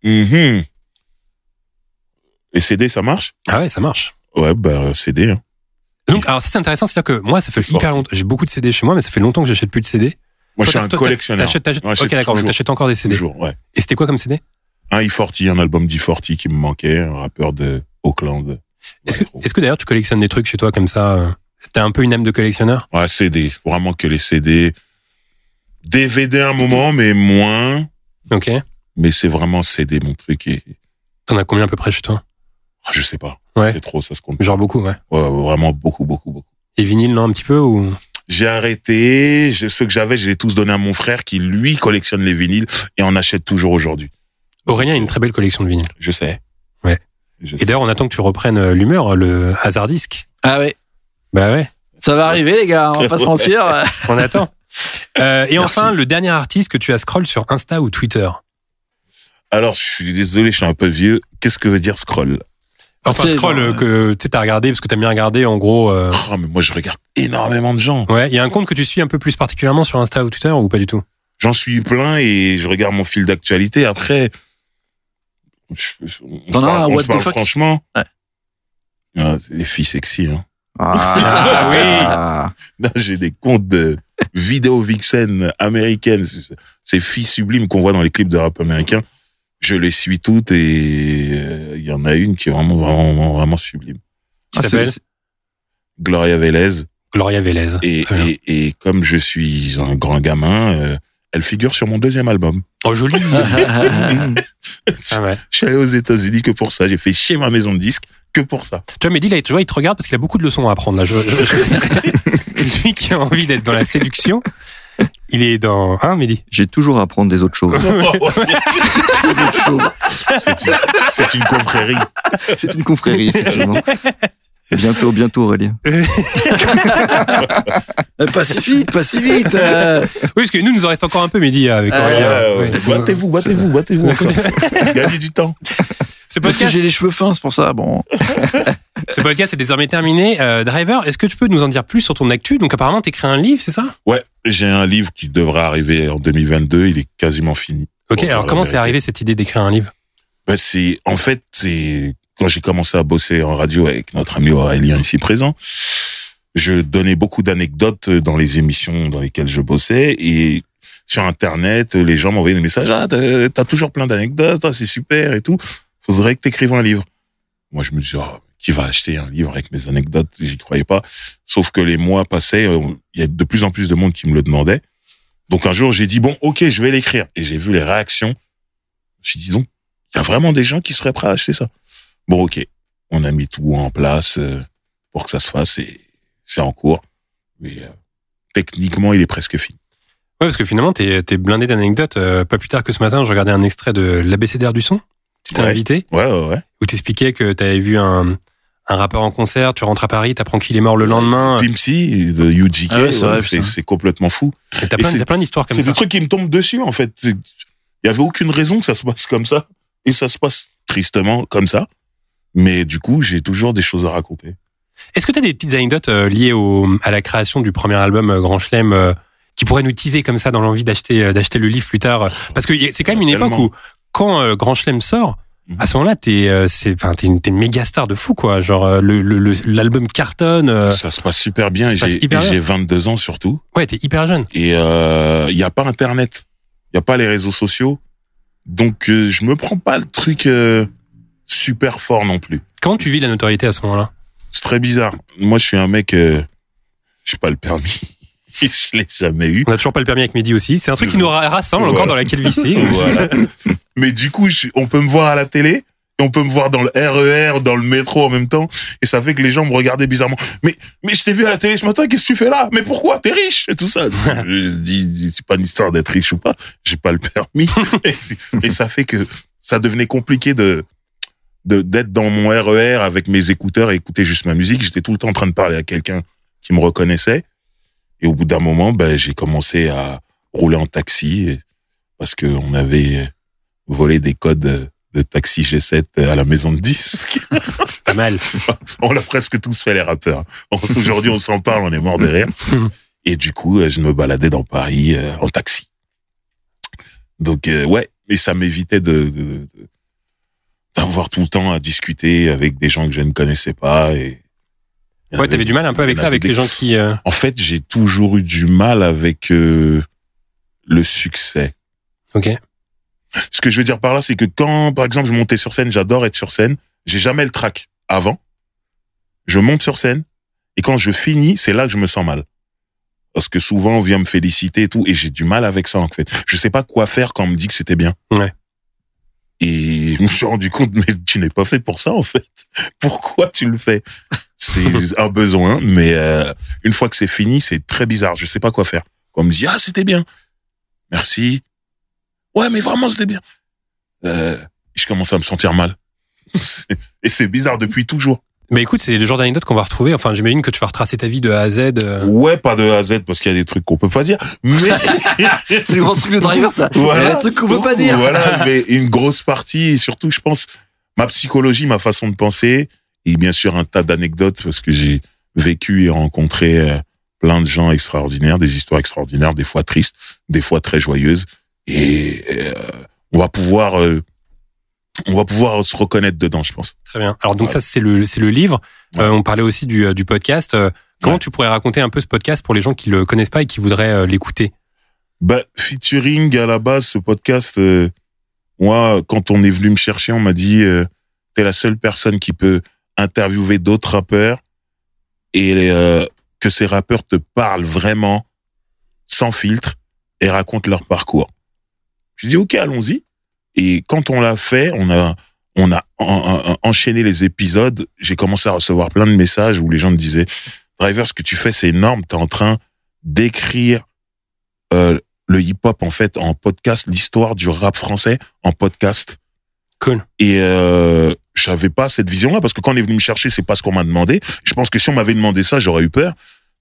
Mhm. Les CD, ça marche Ah ouais, ça marche. Ouais, bah, CD. hein. Donc, alors ça c'est intéressant, c'est-à-dire que moi ça fait Fort. hyper longtemps, j'ai beaucoup de CD chez moi, mais ça fait longtemps que j'achète plus de CD. Toi, Moi, je suis t'as- un toi, t'as- collectionneur. t'achètes- t'achètes- Ouais, ok, j'achète d'accord, donc toujours. t'achètes encore des CD. Toujours, ouais. Et c'était quoi comme CD Un E40, un album d'E40 qui me manquait, un rappeur de Auckland. Est-ce que, Ouais, trop. est-ce que d'ailleurs tu collectionnes des trucs chez toi comme ça euh, T'as un peu une âme de collectionneur Ouais, CD. Vraiment que les CD. DVD à un moment, mais moins. Ok. Mais c'est vraiment CD, mon truc. Et... T'en as combien à peu près chez toi Ah, Je sais pas. Ouais. C'est trop, ça se compte. Genre beaucoup, ouais. Ouais, ouais, vraiment beaucoup, beaucoup, beaucoup. Et vinyle, non, un petit peu ou J'ai arrêté. Je, ceux que j'avais, je les ai tous donnés à mon frère qui, lui, collectionne les vinyles et en achète toujours aujourd'hui. Aurélien a une très belle collection de vinyles. Je sais. Ouais. Je Et sais. d'ailleurs, on attend que tu reprennes euh, l'humeur, le hasard disque. Ah ouais. Bah ouais, Ça va arriver, les gars, on va pas se mentir. on attend. Euh, Merci. et enfin, le dernier artiste que tu as scroll sur Insta ou Twitter. Alors, je suis désolé, je suis un peu vieux. Qu'est-ce que veut dire scroll Enfin, Tu sais, scroll genre, euh, que tu sais, t'as regardé parce que t'as bien regardé en gros. euh, Oh, mais moi, je regarde énormément de gens. Ouais, il y a un compte que tu suis un peu plus particulièrement sur Insta ou Twitter ou pas du tout J'en suis plein et je regarde mon fil d'actualité. Après, je- je- on, se T'en as un, parle, on what se the parle fuck franchement. Ouais. Ah, c'est des filles sexy. Hein. Ah Là, j'ai des comptes de vidéos vixen américaines. C'est- Ces filles sublimes qu'on voit dans les clips de rap américain. Je les suis toutes et euh, il y en a une qui est vraiment, vraiment, vraiment sublime. Qui Ah, s'appelle c'est- Gloria Vélez. Gloria Vélez. Et, Très bien. et, et comme je suis un grand gamin, euh, elle figure sur mon deuxième album. Oh, joli Mm. Ah ouais. Je suis allé aux États-Unis que pour ça. J'ai fait chez ma maison de disques que pour ça. Tu vois, Mehdi, là, tu vois, il te regarde parce qu'il a beaucoup de leçons à apprendre. Là. Je, je- Lui qui a envie d'être dans la séduction, il est dans... Hein, Mehdi J'ai toujours à apprendre des autres choses. C'est une- c'est une confrérie. C'est une confrérie, effectivement. Bientôt, bientôt, Aurélien. Euh, pas si vite, pas si vite. euh. Oui, parce que nous, nous en reste encore un peu, Mehdi, avec Ah Aurélien. ouais, ouais, Bah, Ouais. Battez-vous, battez-vous, battez-vous. encore. Gagnez du temps. Ce Parce que podcast, j'ai les cheveux fins, c'est pour ça. Bon. ce podcast est désormais terminé. Euh, Driver, est-ce que tu peux nous en dire plus sur ton actu Donc apparemment, tu écris un livre, c'est ça Ouais, j'ai un livre qui devrait arriver en 2022. Il est quasiment fini. Ok, Bon, alors la comment c'est vérité. arrivé cette idée d'écrire un livre Bah, c'est, en fait, c'est quand j'ai commencé à bosser en radio avec notre ami Aurélien ici présent. Je donnais beaucoup d'anecdotes dans les émissions dans lesquelles je bossais et sur Internet, les gens m'envoyaient des messages. Ah, t'as t'as toujours plein d'anecdotes, ah, c'est super et tout. Faudrait que t'écrives un livre. Moi, je me disais, Ah, qui va acheter un livre avec mes anecdotes? J'y croyais pas. Sauf que les mois passaient, euh, il y a de plus en plus de monde qui me le demandait. Donc un jour, j'ai dit, bon, ok, je vais l'écrire. Et j'ai vu les réactions. J'ai dit, donc, il y a vraiment des gens qui seraient prêts à acheter ça. Bon, ok, on a mis tout en place euh, pour que ça se fasse et c'est en cours. Mais euh, techniquement, il est presque fini. Ouais, parce que finalement, t'es es blindé d'anecdotes. Euh, pas plus tard que ce matin, je regardais un extrait de l'ABCDR du son. Tu t'es Ouais. invité, Ouais, ouais, ouais. où t'expliquais que t'avais vu un, un rappeur en concert, tu rentres à Paris, t'apprends qu'il est mort le lendemain. Pimpsy de UGK, Ah ouais, c'est ouais, vrai, c'est putain. c'est complètement fou. Et T'as Et plein, c'est- t'as plein d'histoires comme C'est ça. des trucs qui me tombent dessus, en fait. C'est- Il y avait aucune raison que ça se passe comme ça. Et ça se passe tristement comme ça. Mais du coup, j'ai toujours des choses à raconter. Est-ce que t'as des petites anecdotes euh, liées au, à la création du premier album euh, Grand Chelem euh, qui pourraient nous teaser comme ça dans l'envie d'acheter euh, d'acheter le livre plus tard Parce que y a- c'est quand même une Oh, Tellement. époque où quand euh, Grand Chelem sort, Mhm. à ce moment-là, t'es euh, c'est- enfin, t'es une- t'es une méga star de fou quoi. Genre euh, le- le- le- l'album cartonne. euh, Ça se passe super bien. ça et se passe J'ai hyper et bien. j'ai 22 ans surtout. ouais, t'es hyper jeune. Et il euh, n'y a pas Internet. Il n'y a pas les réseaux sociaux. Donc, euh, je me prends pas le truc euh, super fort non plus. Comment tu vis la notoriété à ce moment-là C'est très bizarre. Moi, je suis un mec... Euh, je pas le permis. je l'ai jamais eu. On a toujours pas le permis avec Mehdi aussi. C'est un truc qui nous ra- rassemble encore Voilà. dans la calvitie. Voilà. Mais du coup, je- on peut me voir à la télé, et on peut me voir dans le RER, dans le métro en même temps, et ça fait que les gens me regardaient bizarrement. Mais, mais je t'ai vu à la télé ce matin, qu'est-ce que tu fais là Mais pourquoi T'es riche et tout ça. je dis, c'est pas une histoire d'être riche ou pas. J'ai pas le permis. et, c'est- et ça fait que ça devenait compliqué de de- d'être dans mon RER avec mes écouteurs et écouter juste ma musique. J'étais tout le temps en train de parler à quelqu'un qui me reconnaissait. Et au bout d'un moment, ben, j'ai commencé à rouler en taxi et- parce que on avait volé des codes de taxi G7 à la maison de disques. Pas mal. on l'a presque tous fait les rappeurs. On- Aujourd'hui, on s'en parle, on est mort de rire. Et du coup, euh, je me baladais dans Paris euh, en taxi. Donc euh, ouais, mais ça m'évitait de, de- de- d'avoir tout le temps à discuter avec des gens que je ne connaissais pas et il y Ouais, en avait- t'avais du mal un peu avec il y en ça, avait avec des- les gens qui. euh, En fait, j'ai toujours eu du mal avec euh, le succès. Ok. Ce que je veux dire par là, c'est que quand, par exemple, je montais sur scène, j'adore être sur scène, j'ai jamais le trac avant. Je monte sur scène, et quand je finis, c'est là que je me sens mal. Parce que souvent, on vient me féliciter et tout, et j'ai du mal avec ça, en fait. Je sais pas quoi faire quand on me dit que c'était bien. Ouais. Et je me suis rendu compte, mais tu n'es pas fait pour ça, en fait. Pourquoi tu le fais? C'est un besoin, mais euh, une fois que c'est fini, c'est très bizarre. Je sais pas quoi faire. Quand on me dit, ah, c'était bien. Merci. Ouais, mais vraiment, c'était bien. Euh, je commence à me sentir mal. Et c'est bizarre depuis toujours. Mais écoute, c'est le genre d'anecdote qu'on va retrouver. Enfin, j'imagine que tu vas retracer ta vie de A à Z. euh, Ouais, pas de A à Z parce qu'il y a des trucs qu'on peut pas dire, mais C'est le grand truc de driver, ça. Voilà. Il y a des trucs qu'on peut pas Beaucoup, dire. Voilà, mais une grosse partie et surtout, je pense, ma psychologie, ma façon de penser et bien sûr un tas d'anecdotes parce que j'ai vécu et rencontré euh, plein de gens extraordinaires, des histoires extraordinaires, des fois tristes, des fois très joyeuses et euh, on va pouvoir euh, on va pouvoir se reconnaître dedans, je pense. Très bien. Alors donc ça c'est le c'est le livre. Euh, on parlait aussi du, euh, du podcast. Euh, comment Ouais. tu pourrais raconter un peu ce podcast pour les gens qui le connaissent pas et qui voudraient euh, l'écouter Bah, featuring à la base, ce podcast, euh, moi, quand on est venu me chercher, on m'a dit euh, t'es la seule personne qui peut interviewer d'autres rappeurs et euh, que ces rappeurs te parlent vraiment, sans filtre, et racontent leur parcours. Je dis ok, allons-y. Et quand on l'a fait, on a on a en- en- en- enchaîné les épisodes. J'ai commencé à recevoir plein de messages où les gens me disaient Driver, ce que tu fais, c'est énorme. T'es en train d'écrire euh, le hip-hop en fait en podcast, l'histoire du rap français en podcast. Cool. Et euh, je savais pas cette vision-là parce que quand on est venu me chercher, c'est pas ce qu'on m'a demandé. Je pense que si on m'avait demandé ça, j'aurais eu peur.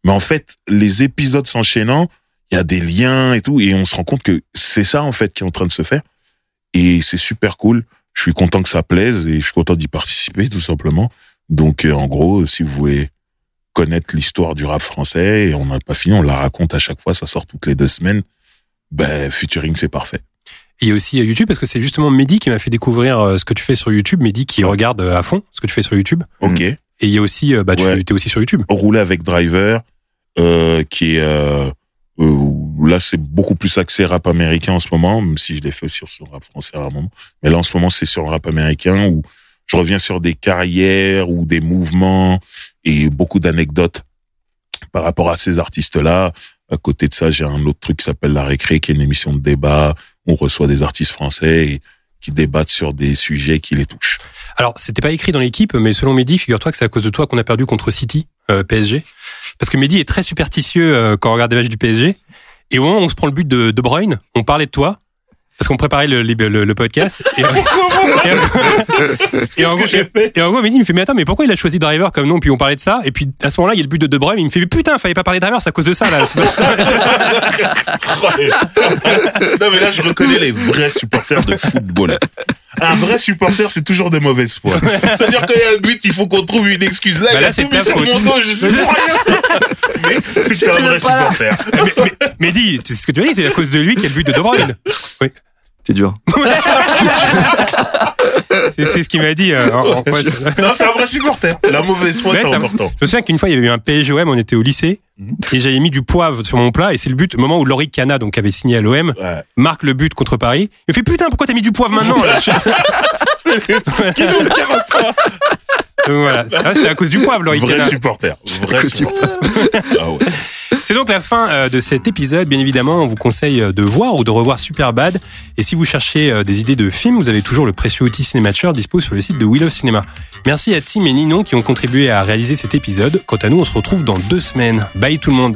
Mais en fait, les épisodes s'enchaînant, il y a des liens et tout, et on se rend compte que c'est ça en fait qui est en train de se faire. Et c'est super cool. Je suis content que ça plaise et je suis content d'y participer tout simplement. Donc euh, en gros, si vous voulez connaître l'histoire du rap français et on n'a pas fini, on la raconte à chaque fois, ça sort toutes les deux semaines. Ben, featuring, c'est parfait. Et il y a aussi euh, YouTube parce que c'est justement Mehdi qui m'a fait découvrir euh, ce que tu fais sur YouTube. Mehdi qui regarde euh, à fond ce que tu fais sur YouTube. Ok. Et il y a aussi euh, bah tu Ouais. es aussi sur YouTube. Rouler Hmm. avec Driver, euh, qui est euh, euh, là c'est beaucoup plus axé rap américain en ce moment, même si je l'ai fait aussi sur le rap français à un moment. Mais là en ce moment c'est sur le rap américain où je reviens sur des carrières ou des mouvements et beaucoup d'anecdotes par rapport à ces artistes-là. À côté de ça, j'ai un autre truc qui s'appelle La Récré, qui est une émission de débat. où On reçoit des artistes français et qui débattent sur des sujets qui les touchent. Alors, c'était pas écrit dans l'équipe, mais selon Mehdi, figure-toi que c'est à cause de toi qu'on a perdu contre City, euh, PSG. Parce que Mehdi est très superstitieux euh, quand on regarde les matchs du PSG. Et au moment où on se prend le but de De Bruyne, on parlait de toi. Parce qu'on préparait le, le- le- le podcast. Et, et- et en, gros- et en gros, Mehdi me fait, mais attends, mais pourquoi il a choisi Driver comme nom Puis on parlait de ça. Et puis à ce moment-là, il y a le but de De Bruyne. Il me fait, mais putain, fallait pas parler de Driver, c'est à cause de ça, là. C'est pas- non mais là je reconnais les vrais supporters de football. Un vrai supporter, c'est toujours de mauvaise foi. C'est-à-dire qu'il y a un but, il faut qu'on trouve une excuse. Là, Bah il là, a c'est tout ta mis sur faute. mon dos, je sais rien. Mais c'est que t'es un vrai supporter. Mehdi, c'est ce que tu as dit, c'est à cause de lui qu'il y a le but de De Bruyne. Oui. C'est dur. C'est c'est ce qu'il m'a dit. euh, en- en- ouais, c'est- Non, c'est un vrai supporter. La mauvaise foi, Ouais, c'est ça- important. Mhm. Je me souviens qu'une fois, il y avait eu un PSGOM, on était au lycée, et j'avais mis du poivre sur mon plat, et c'est le but, au moment où Laurie Cana, donc, avait signé à l'OM, Ouais. marque le but contre Paris. Il me fait putain, pourquoi t'as mis du poivre maintenant, là? Donc voilà. Ah, C'était à cause du poivre, Laurie Vrai Cana. supporter. Vrai supporter. Ah ouais. C'est donc la fin euh, de cet épisode. Bien évidemment, on vous conseille euh, de voir ou de revoir Superbad. Et si vous cherchez euh, des idées de films, vous avez toujours le précieux outil Cinémature dispo sur le site de Wheel of Cinema. Merci à Tim et Ninon qui ont contribué à réaliser cet épisode. Quant à nous, on se retrouve dans deux semaines. Bye tout le monde.